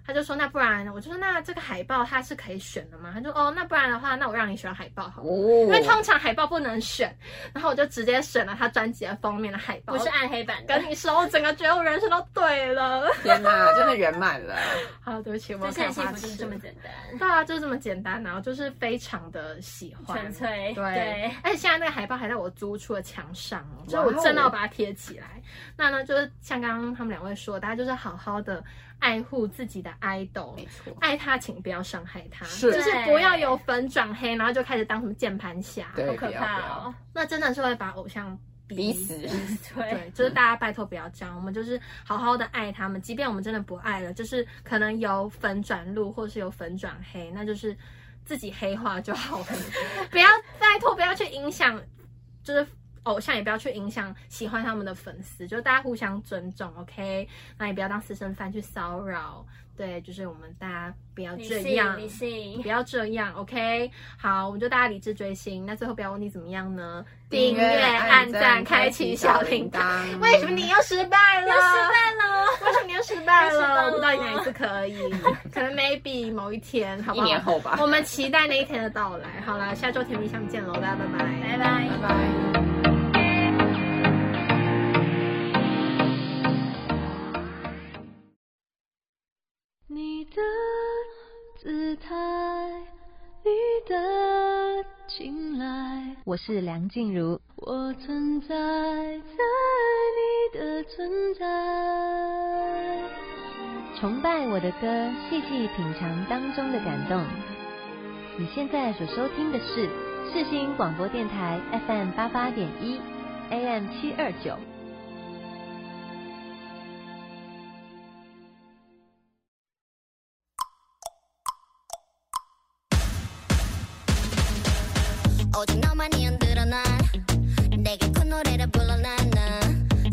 Speaker 1: 他就说那不然，我就说那这个海报它是可以选的吗？他就哦，那不然的话，那我让你选海报好了。
Speaker 2: 哦，
Speaker 1: 因为通常海报不能选，然后我就直接选了他专辑的封面的海报。
Speaker 3: 不是暗黑版的，
Speaker 1: 跟你说，我整个觉得我人生都对 [LAUGHS] 了。
Speaker 2: 哦天哪，真的圆满了，
Speaker 1: 好，啊对不起，我
Speaker 3: 就是很幸
Speaker 1: 花
Speaker 3: 福，就是这么简单，
Speaker 1: 对啊，就是这么简单，然后就是非常的喜欢，
Speaker 3: 纯粹
Speaker 1: 对，
Speaker 3: 对
Speaker 1: 而且现在那个海报还在我租出的墙上哦，所以
Speaker 2: 哇
Speaker 1: 我
Speaker 2: 哦
Speaker 1: 真的要把它贴起来。那呢，就是像刚刚他们两位说的，大家就是好好的爱护自己的 idol，
Speaker 2: 没错，
Speaker 1: 爱他请不要伤害他，
Speaker 2: 是
Speaker 1: 就是不要由粉转黑，然后就开始当什么键盘侠，
Speaker 2: 对
Speaker 3: 好可怕哦，
Speaker 1: 那真的是会把偶像
Speaker 2: 彼此，
Speaker 3: 对。
Speaker 1: 对，就是大家拜托不要这样，我们就是好好的爱他们，即便我们真的不爱了，就是可能有粉转路，或是有粉转黑，那就是自己黑化就好了，不要拜托不要去影响，就是。偶像也不要去影响喜欢他们的粉丝，就是大家互相尊重，OK？那也不要当私生饭去骚扰，对，就是我们大家不要
Speaker 3: 理
Speaker 1: 这样
Speaker 3: 性，理性
Speaker 1: 不，要这样，OK？好，我们就大家理智追星。那最后不要忘记怎么样呢？
Speaker 2: 订阅、
Speaker 1: 按
Speaker 2: 按
Speaker 1: 赞、
Speaker 2: 赞、
Speaker 1: 开
Speaker 2: 开
Speaker 1: 启
Speaker 2: 启
Speaker 1: 小
Speaker 2: 小
Speaker 1: 铃
Speaker 2: 铃
Speaker 1: 铛。
Speaker 2: 铛。
Speaker 1: 为什么你又失败了？
Speaker 3: 又失败了。
Speaker 1: 为什么你又失败
Speaker 3: 又失败
Speaker 1: 了？
Speaker 3: 了
Speaker 1: 我不知道你哪一次可以，可能 maybe 某一天，好不
Speaker 2: 一
Speaker 1: 好？
Speaker 2: 年后吧
Speaker 1: 我们期待那一天的到来。好啦，下周甜蜜相见喽，大家拜拜，
Speaker 3: 拜拜
Speaker 2: 拜拜。
Speaker 4: 你的姿态，你的青睐，
Speaker 5: 我是梁静茹。
Speaker 4: 我存在在你的存在。
Speaker 5: 崇拜我的歌，细细品尝当中的感动。你现在所收听的是世新广播电台 FM 八八点一，AM 七二九。
Speaker 6: 오직 너만이 흔들어 난 내게 큰 노래를 불러 난난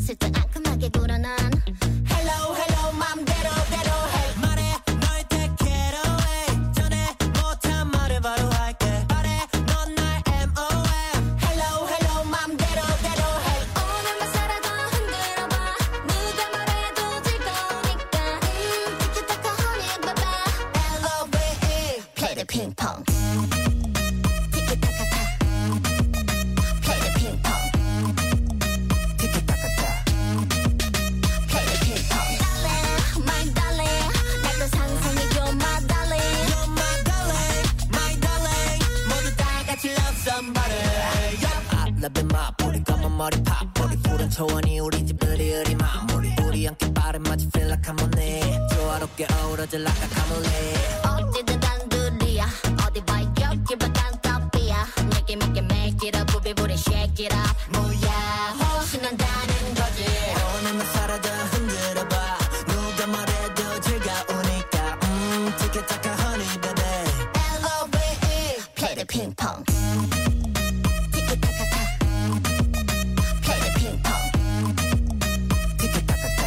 Speaker 6: 슬쩍 앙큼하게 굴어 난 Hello Hello 맘대로 대로 해
Speaker 7: 말해 널 take it away 전에 못한 말을 바로 할게 말해 넌 날 MOM
Speaker 6: Hello Hello 맘대로 대로 해 오늘만 살아도 흔들어봐 누가 말해도 즐거우니까 음 티키타카 honey bye LOVE E. Play the ping pong 티키타카타 Play the ping pong
Speaker 7: 티키타카타
Speaker 6: Play the ping pong Darling my darling 나도 상상해 you're my darling
Speaker 7: You're my darling my darling 모두 다 같이 love somebody yeah. I love in my booty come 머리 팍 머리 푸른 초원이 우리 집 으리으리 마무리 우리 함께 빠른 마치 feel like I'm on it 조화롭게 어우러질 like a camelot
Speaker 6: 어찌든 단둘이야 어디 봐 여기만 단답이야 내게 맞게 make it up 부비부리 shake it up 뭐야 신난다는 거지
Speaker 7: 오늘만 살아도 흔들어봐 누가 말해도 즐거우니까 음 티켓타카 honey baby
Speaker 6: L.O.V.E. Play the ping pong 티키타카타 Play the ping pong
Speaker 7: 티켓타카타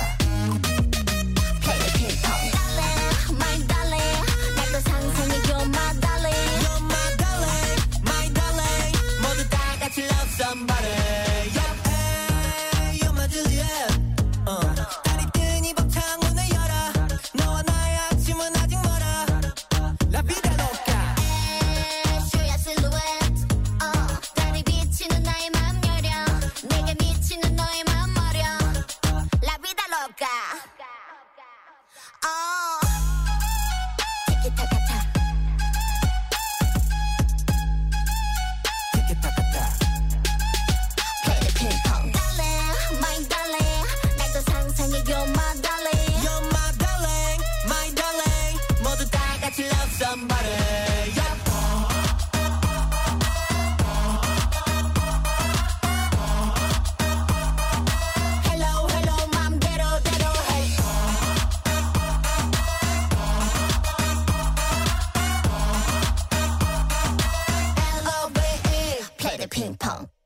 Speaker 6: Play the ping pong Darling my darling 나도 상상이 You're my darling
Speaker 7: You're my darling my darling 모두 다 같이 love somebody Yup hey you're my Juliet 어 달이 뜨니 벅창문을 열어 너와 나의 아침은 아직 멀어 La vida loca
Speaker 6: 슈야 실루엣 어 달이 비치는 나의 맘 여려 내게 미치는 너의 맘 어려 La vida loca 어 티키타카타
Speaker 7: 티켓타카타
Speaker 6: Play the ping pong Darling my darling 날도 상상해 You're my darling
Speaker 7: You're my darling my darling 모두 다 같이 love somebody Yup
Speaker 6: Hello hello 맘대로 대로 hey L O V E Play the ping pong